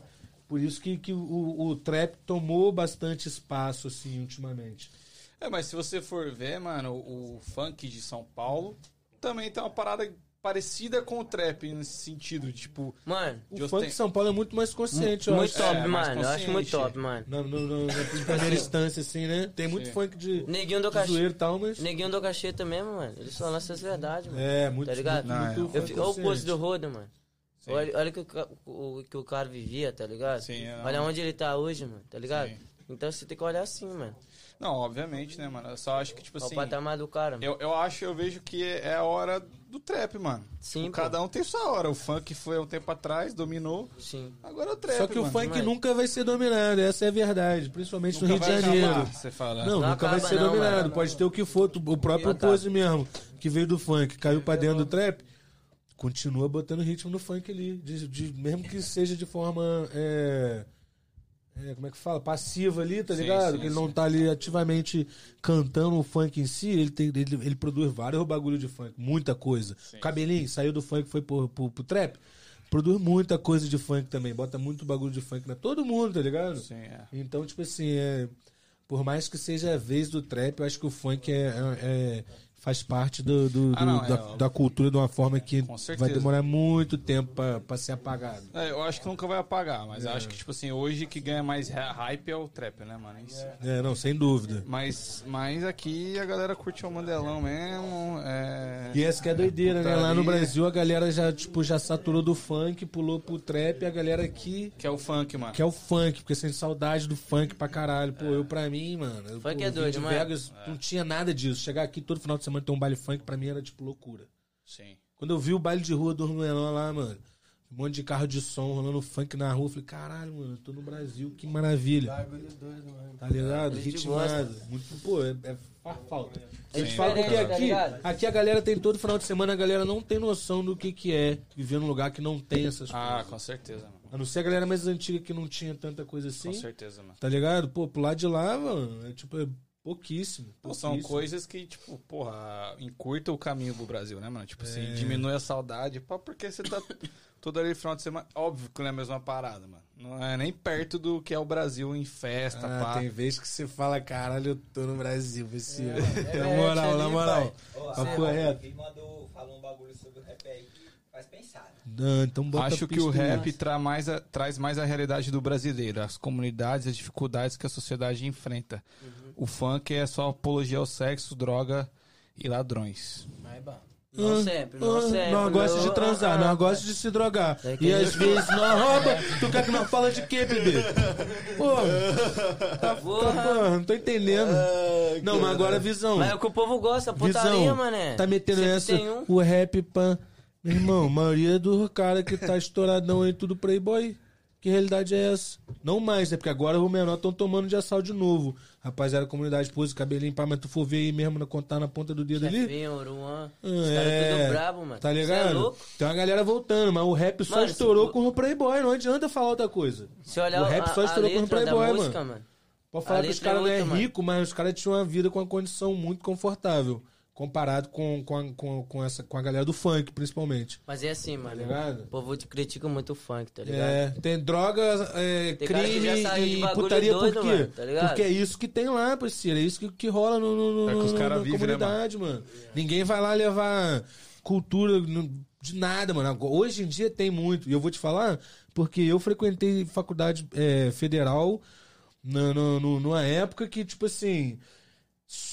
por isso que, que o, o trap tomou bastante espaço, assim, ultimamente. É, mas se você for ver, mano, o funk de São Paulo também tem uma parada parecida com o trap nesse sentido, tipo, Mano, O Just funk tem- de São Paulo é muito mais consciente, eu muito acho. top, mais mano. Eu acho muito consciente. top, mano. Na, no- no- na primeira instância, assim, né? Tem muito Sim. funk de, de Neguinho do cachê. zoeiro e tal, mas. Neguinho do cachê também, mano. Eles só lançam as verdades, mano. É, muito. Tá ligado? muito- muito Não, é. funk Eu fico, olha o posto consciente. do Rodo, mano. Sim. Olha, olha que o, ca- o- que o cara vivia, tá ligado? Sim, é, olha não. onde ele tá hoje, mano, tá ligado? Sim. Então você tem que olhar assim, mano. não, obviamente, né, mano? Eu só acho que tipo Olha o assim, patamar do cara, mano. eu, eu acho, eu vejo que é a hora do trap, mano. Sim, Tipo, pô. cada um tem sua hora. O funk foi há um tempo atrás, dominou, Sim. agora é o trap, Só que o mano. funk Mas- nunca vai ser dominado, essa é a verdade. Principalmente Nunca no Rio de vai Janeiro. acabar, você fala. Não, Não nunca vai acaba ser não, dominado. né? mano. Pode ter o que for. Tu- O Ah, próprio tá. acaba. Pose mesmo, que veio do funk, caiu pra dentro do trap, continua botando ritmo no funk ali. de- de- mesmo que seja de forma. é, é, como é que fala? Passiva ali, tá Sim, ligado? sim, que ele sim. não tá ali ativamente cantando o funk em si, ele, tem, ele, ele produz vários bagulho de funk, muita coisa. Cabelinho saiu do funk foi pro, pro, pro trap. Produz muita coisa de funk também, bota muito bagulho de funk na todo mundo, tá ligado? Sim, é. Então, tipo assim, é, por mais que seja a vez do trap, eu acho que o funk é, é- é- faz parte do, do- Ah, não, do- da, é, ó. da cultura de uma forma que Com certeza. vai demorar muito tempo pra, pra ser apagado. É, eu acho que nunca vai apagar, mas É. eu acho que, tipo assim, hoje que ganha mais ra- hype é o trap, né, mano? Isso. É, não, sem dúvida. Mas, mas aqui a galera curte o Mandelão mesmo. É... E essa que é a doideira, né? Lá no Putaria. Brasil a galera já, tipo, já saturou do funk, pulou pro trap, e a galera aqui Que é o funk, mano. quer o funk, porque sente saudade do funk pra caralho. Pô, eu pra mim, mano. Eu, Funk pô, é vim doido, de mano. Vegas, Não tinha nada disso. Chegar aqui todo final de semana ter um baile funk, pra mim era, tipo, loucura. Sim. Quando eu vi o baile de rua do Rumelão lá, mano, Um monte de carro de som rolando funk na rua. Eu Falei, caralho, mano, eu tô no Brasil, que maravilha. Bagulho doido, mano. Tá ligado? A gente Ritmado. Muito, pô, é, é faz falta. A gente Sim. fala porque Diferente, tá aqui, ligado? aqui a galera tem todo final de semana, a galera não tem noção do que, que é viver num lugar que não tem essas Ah, coisas. com certeza, mano. A não ser a galera mais antiga que não tinha tanta coisa assim. Com certeza, mano. Tá ligado? Pô, pro lado de lá, mano, é tipo, é pouquíssimo. Pô, são pouquíssimo. coisas que, tipo, porra, encurta o caminho pro Brasil, né, mano? Tipo assim, diminui a saudade, pá, porque você tá todo ali final de semana. Óbvio que não é a mesma parada, mano. Não é nem perto do que é o Brasil em festa, Ah, tá pá. tem vez que você fala, caralho, eu tô no Brasil, esse ano. Na é, moral, é, na ali, moral. Ó, é Papo a- reto. é Ele mandou, falou um bagulho sobre o rap aí que faz pensar. né? Não, então bota Acho a que o pista aí. rap tra mais a- traz mais a realidade do brasileiro, as comunidades, as dificuldades que a sociedade enfrenta. O funk é só apologia ao sexo, droga e ladrões. Mas, bah. Não sempre, não Ah, sempre. Nós gosta de transar, não nós gosta de se drogar. É que E eu- às vezes nós rouba. Tu quer que nós fala de quê, bebê? Pô, tá, tá, pô, não tô entendendo. Não, mas agora a visão. Ah, Mas é o que o povo gosta, putaria, Visão, mané. tá metendo né? Sempre essa, tem um. o rap pan. Meu irmão, a maioria do cara que tá estouradão aí, tudo playboy. Que realidade é essa? Não mais, né? Porque agora o menor estão tomando de assalto de novo. Rapaziada, comunidade, pôs o cabelinho, pá, mas tu for ver aí mesmo, na- contar na ponta do dedo ali. Chefinho, Uruan. Ah, Os caras é. tudo brabo, mano. Tá Cê é ligado? louco? Tem uma galera voltando, mas o rap só Mano, se estourou tu- com o Playboy, não adianta falar outra coisa. Se olhar O rap só a, a estourou com o letra da Playboy, música, mano. Pode falar A que os letra é caras não é outra, mano. rico, mas os caras tinham uma vida com uma condição muito confortável. Comparado com, com, a, com, com essa, com a galera do funk, principalmente. Mas é assim, mano. Tá ligado? O povo te critica muito o funk, tá ligado? É, tem droga, é, Tem cara que crime já saiu de e bagulho putaria doido, por quê? mano, tá ligado? Porque é isso que tem lá, parceiro. É isso que, que rola no, no, no, É que os no- cara na vive, né, comunidade, mano. Ninguém vai lá levar cultura no- de nada, mano. Agora- Hoje em dia tem muito. E eu vou te falar, porque eu frequentei faculdade é, federal na, no- no- numa época que, tipo assim.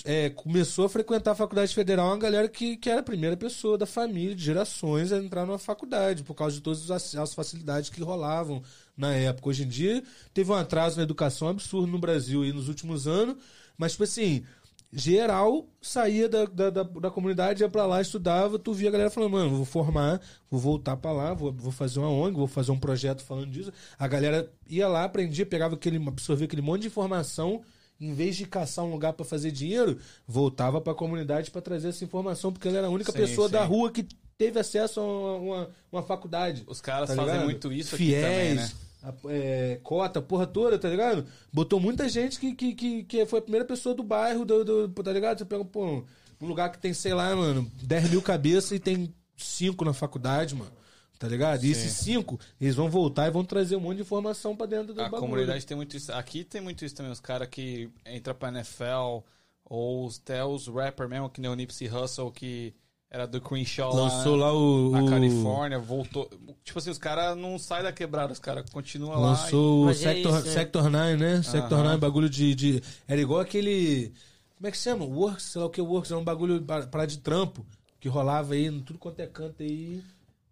é, começou a frequentar a faculdade federal uma galera que, que era a primeira pessoa da família, de gerações, a entrar numa faculdade, por causa de todas as, as facilidades que rolavam na época. Hoje em dia, teve um atraso na educação absurdo no Brasil e nos últimos anos, mas, tipo assim, geral saía da, da, da, da comunidade, ia pra lá, estudava, tu via a galera falando, mano, vou formar, vou voltar pra lá, vou, vou fazer uma ONG, vou fazer um projeto falando disso. A galera ia lá, aprendia, pegava aquele, absorvia aquele monte de informação, em vez de caçar um lugar pra fazer dinheiro, voltava pra comunidade pra trazer essa informação, porque ela era a única Sim, pessoa da sim. rua que teve acesso a uma, uma, uma faculdade. Os caras Tá fazem ligado? muito isso Fiéis, aqui também, né? a- é, cota, porra toda, tá ligado? Botou muita gente que, que, que, que foi a primeira pessoa do bairro, do, do- tá ligado? Você pega, pô, um lugar que tem, sei lá, mano, 10 mil cabeças e tem cinco na faculdade, mano. Tá ligado? E esses cinco, eles vão voltar e vão trazer um monte de informação pra dentro do A bagulho. comunidade tem muito isso. Aqui tem muito isso também. Os caras que entram pra NFL, ou os- até os rapper mesmo, que nem o Nipsey Hussle, que era do Crenshaw lá Lançou lá o. na o- Califórnia, voltou. Tipo assim, os caras não saem da quebrada, os caras continuam lá. Lançou o Mas é Sector, isso, né? Sector 9, né? Sector Aham. 9, bagulho de, de- Era igual aquele. Como é que chama? Works, sei lá o que, Works. Era um bagulho pra pra de trampo que rolava aí, em tudo quanto é canto aí.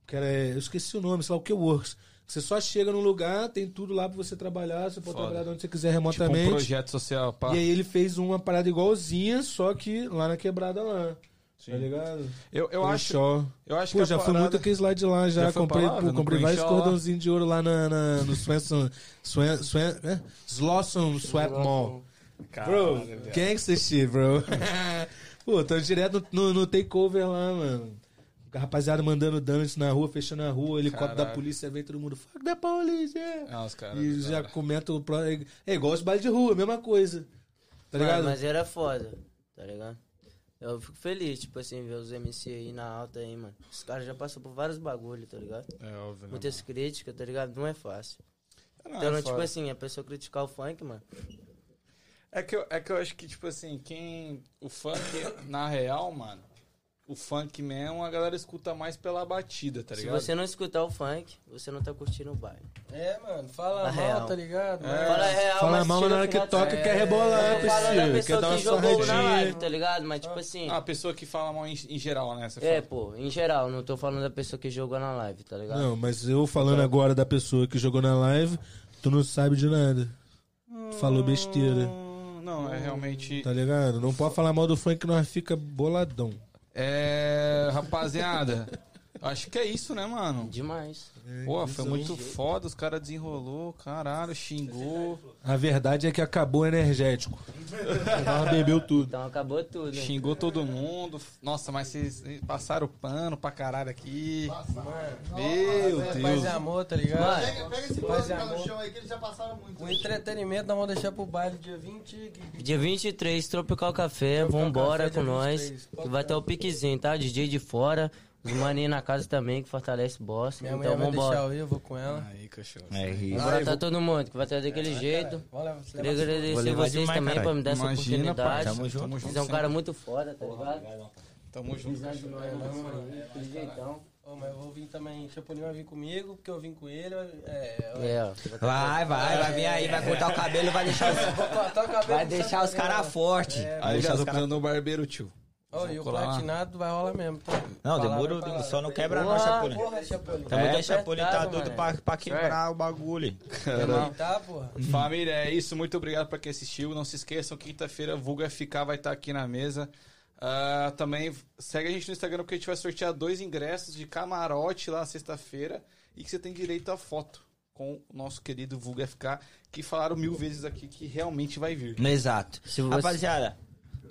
Que era, eu esqueci o nome, sei lá o que, Works. Você só chega num lugar, tem tudo lá pra você trabalhar, você pode Foda. trabalhar de onde você quiser e, tipo, um remotamente. projeto social. Pá. e aí ele fez uma parada igualzinha, só que lá na quebrada lá. Tá ligado? eu, eu, Foi um acho, show. eu acho que Pô, a já fui parada- muito aqueles lá de lá, já. Já foi comprei pra lá, né? pô, no comprei Crenshaw vários lá? cordãozinhos de ouro lá na, na- no Swanson. Swan, Swan, é? Slosson Swap Mall. Bro, gangster shit, bro. pô, tô direto no, no, no takeover lá, mano. A rapaziada mandando dance na rua, fechando a rua, helicóptero da Caralho. polícia, vem todo mundo, fuck da polícia. Ah, os caras. E já comenta o. pró- É é igual os bailes de rua, mesma coisa. Tá Mano, ligado? mas era foda, tá ligado? Eu fico feliz, tipo assim, ver os MC aí na alta aí, mano. Os caras já passaram por vários bagulho, tá ligado? É óbvio, né, Muitas críticas, tá ligado? Não é fácil. Ah, mano? então, Não, é tipo foda. assim, a pessoa criticar o funk, mano. Tá É que, eu, é que eu acho que, tipo assim, quem. O funk, na real, mano. O funk mesmo, a galera escuta mais pela batida, tá se ligado? você não escutar o funk, você não tá curtindo o baile. É, mano, fala Na mal, real. tá ligado? É. Fala a real, Fala mas mal, mas tira na o hora que final de toca, semana. quer rebolar, é, Eu tô falando da Priscila. Quer pessoa dar que uma jogou na live, sorradinha. tá ligado? Mas tipo assim. Ah, a pessoa que fala mal em, em geral, né? Você É, fala. pô, em geral, não tô falando da pessoa que jogou na live, tá ligado? Não, mas eu falando agora da pessoa que jogou na live, tu não sabe de nada. Tu falou besteira, Hum, Não, é realmente. tá ligado? Não pode falar mal do funk que nós fica boladão. É. Rapaziada. Acho que é isso, né, mano? Demais. Pô, Então, foi muito foda, os caras desenrolou, caralho, xingou, A verdade é que acabou o energético. Ela bebeu tudo. Então acabou tudo. hein? xingou todo mundo. Nossa, mas vocês passaram pano pra caralho aqui. Meu Paz e Deus. amor, tá ligado? Pega, pega esse Paz bolo e que tá no amor. chão aí que eles já passaram muito. O Um entretenimento nós vamos deixar pro baile dia 20. que- Dia 23, Tropical Café, Tropical vambora Café, dia com nós. 23. Que vai ter o piquezinho, tá? DJ de fora, os maninhos na casa também, que fortalece o boss. Minha então mulher vai deixar vambora. eu ir, eu vou com ela. Aí, cachorro. É isso. Vambora tá todo mundo, que vai estar daquele jeito. Vamos levar- Queria levar- Vou agradecer levar vocês demais, também caralho. pra me dar essa Imagina, pai. oportunidade. Tamo junto. Tamo Vocês é um junto. cara muito foda, tá ligado? Tamo junto. Ô, mas eu vou vir também, Chapolin vai vir comigo, porque eu vim com ele. É, É, ó. Vai, vai, vai vir aí, vai cortar o cabelo, vai deixar os, vai deixar os caras fortes. Aí já tô precisando do barbeiro, tio. Ó, né? e o Colar lá. platinado vai rolar mesmo, tá? Não, Palavra demorou, é palavra. só não quebra Boa, não, Chapolin. Porra, Chapolin. Tamo É, é, Chapolin tá apertado, doido mané. pra, pra quebrar o bagulho. Tá, tá, porra. Família, é isso. Muito obrigado pra quem assistiu. Não se esqueçam, quinta-feira, Vulga FK vai estar aqui na mesa. Ah, também segue a gente no Instagram porque a gente vai sortear dois ingressos de camarote lá sexta-feira e que você tem direito à foto com o nosso querido Vulga FK, que falaram mil vezes aqui que realmente vai vir. Exato. Se você- Rapaziada,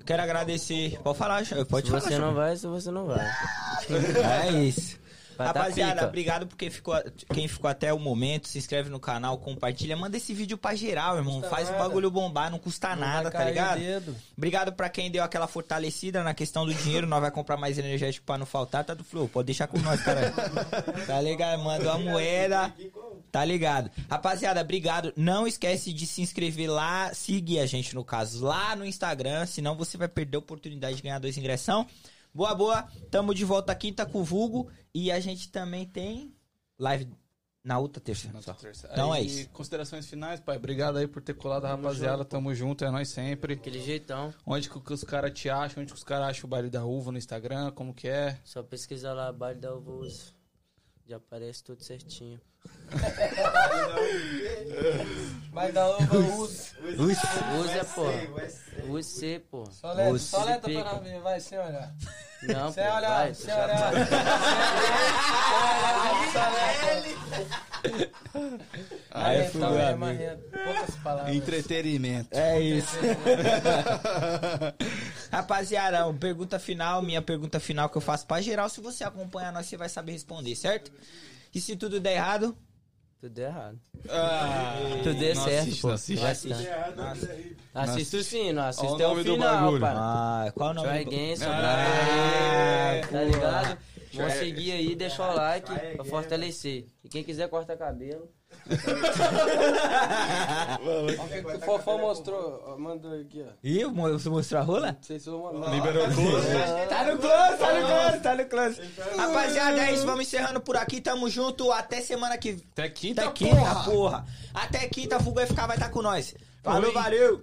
quero agradecer. Pode falar, Cha- pode Se falar. você não vai, se você não vai. Chapolin. É isso. Vai dar Rapaziada, pica. obrigado porque ficou, quem ficou até o momento. Se inscreve no canal, compartilha, manda esse vídeo pra geral, irmão. Custa Faz nada. o bagulho bombar, não custa Vai nada, tá cair o ligado? dedo. Obrigado pra quem deu aquela fortalecida na questão do dinheiro. Nós vai comprar mais energético pra não faltar, tá do Flow. Pode deixar com nós, cara. Tá ligado? Mandou a moeda. Tá ligado? Rapaziada, obrigado. Não esquece de se inscrever lá, seguir a gente, no caso, lá no Instagram. Senão você vai perder a oportunidade de ganhar dois ingressão. Boa, boa. Tamo de volta quinta com o Vulgo. E a gente também tem live na outra terça. Na só. terça. Então Aí, é isso. Considerações finais, pai. Obrigado aí por ter colado, rapaziada. Tamo junto, é nós sempre. Aquele jeitão. Onde que os caras te acham? Onde que os caras acham o baile da uva no Instagram? Como que é? Só pesquisa lá, baile da Alvoz. Já aparece tudo certinho. Vai dar uva, uso. Usa, pô. Use, pô. Só leta, Uso. só leta pra Pica. nós ver, vai, sem olhar. Não, pô. Sem olhar, Vai, tá sem olhar. Sem olhar, sem olhar. Aí Marrento, tá, fui, também meu é amigo. marrento. Poucas palavras. Entretenimento. É isso. Rapaziada, uma pergunta final, minha pergunta final que eu faço pra geral, se você acompanhar nós, você vai saber responder, certo? E se tudo der errado, Tudo errado. Ah, Tudo é não certo, assiste, pô. não assiste. É, Não assiste. Assisto sim, não Olha assisto o até o nome do final, bagulho. pai. ah, qual o nome Try do- Again, seu Ah, brother. Tá ligado? Vão seguir é, aí, deixa o like pra fortalecer. E quem quiser corta cabelo. Olha o que que o Fofão mostrou, ó, mandou aqui, ó. Ih, mo- você mostrou a rola? Não sei se eu vou mandar. Liberou o close. Tá no close, tá no close, tá no close. Rapaziada, é isso, vamos encerrando por aqui, tamo junto, até semana que Até quinta, Até Até quinta, porra. Até quinta, Fuga FK vai estar com tá nós. Falou, Oi. valeu.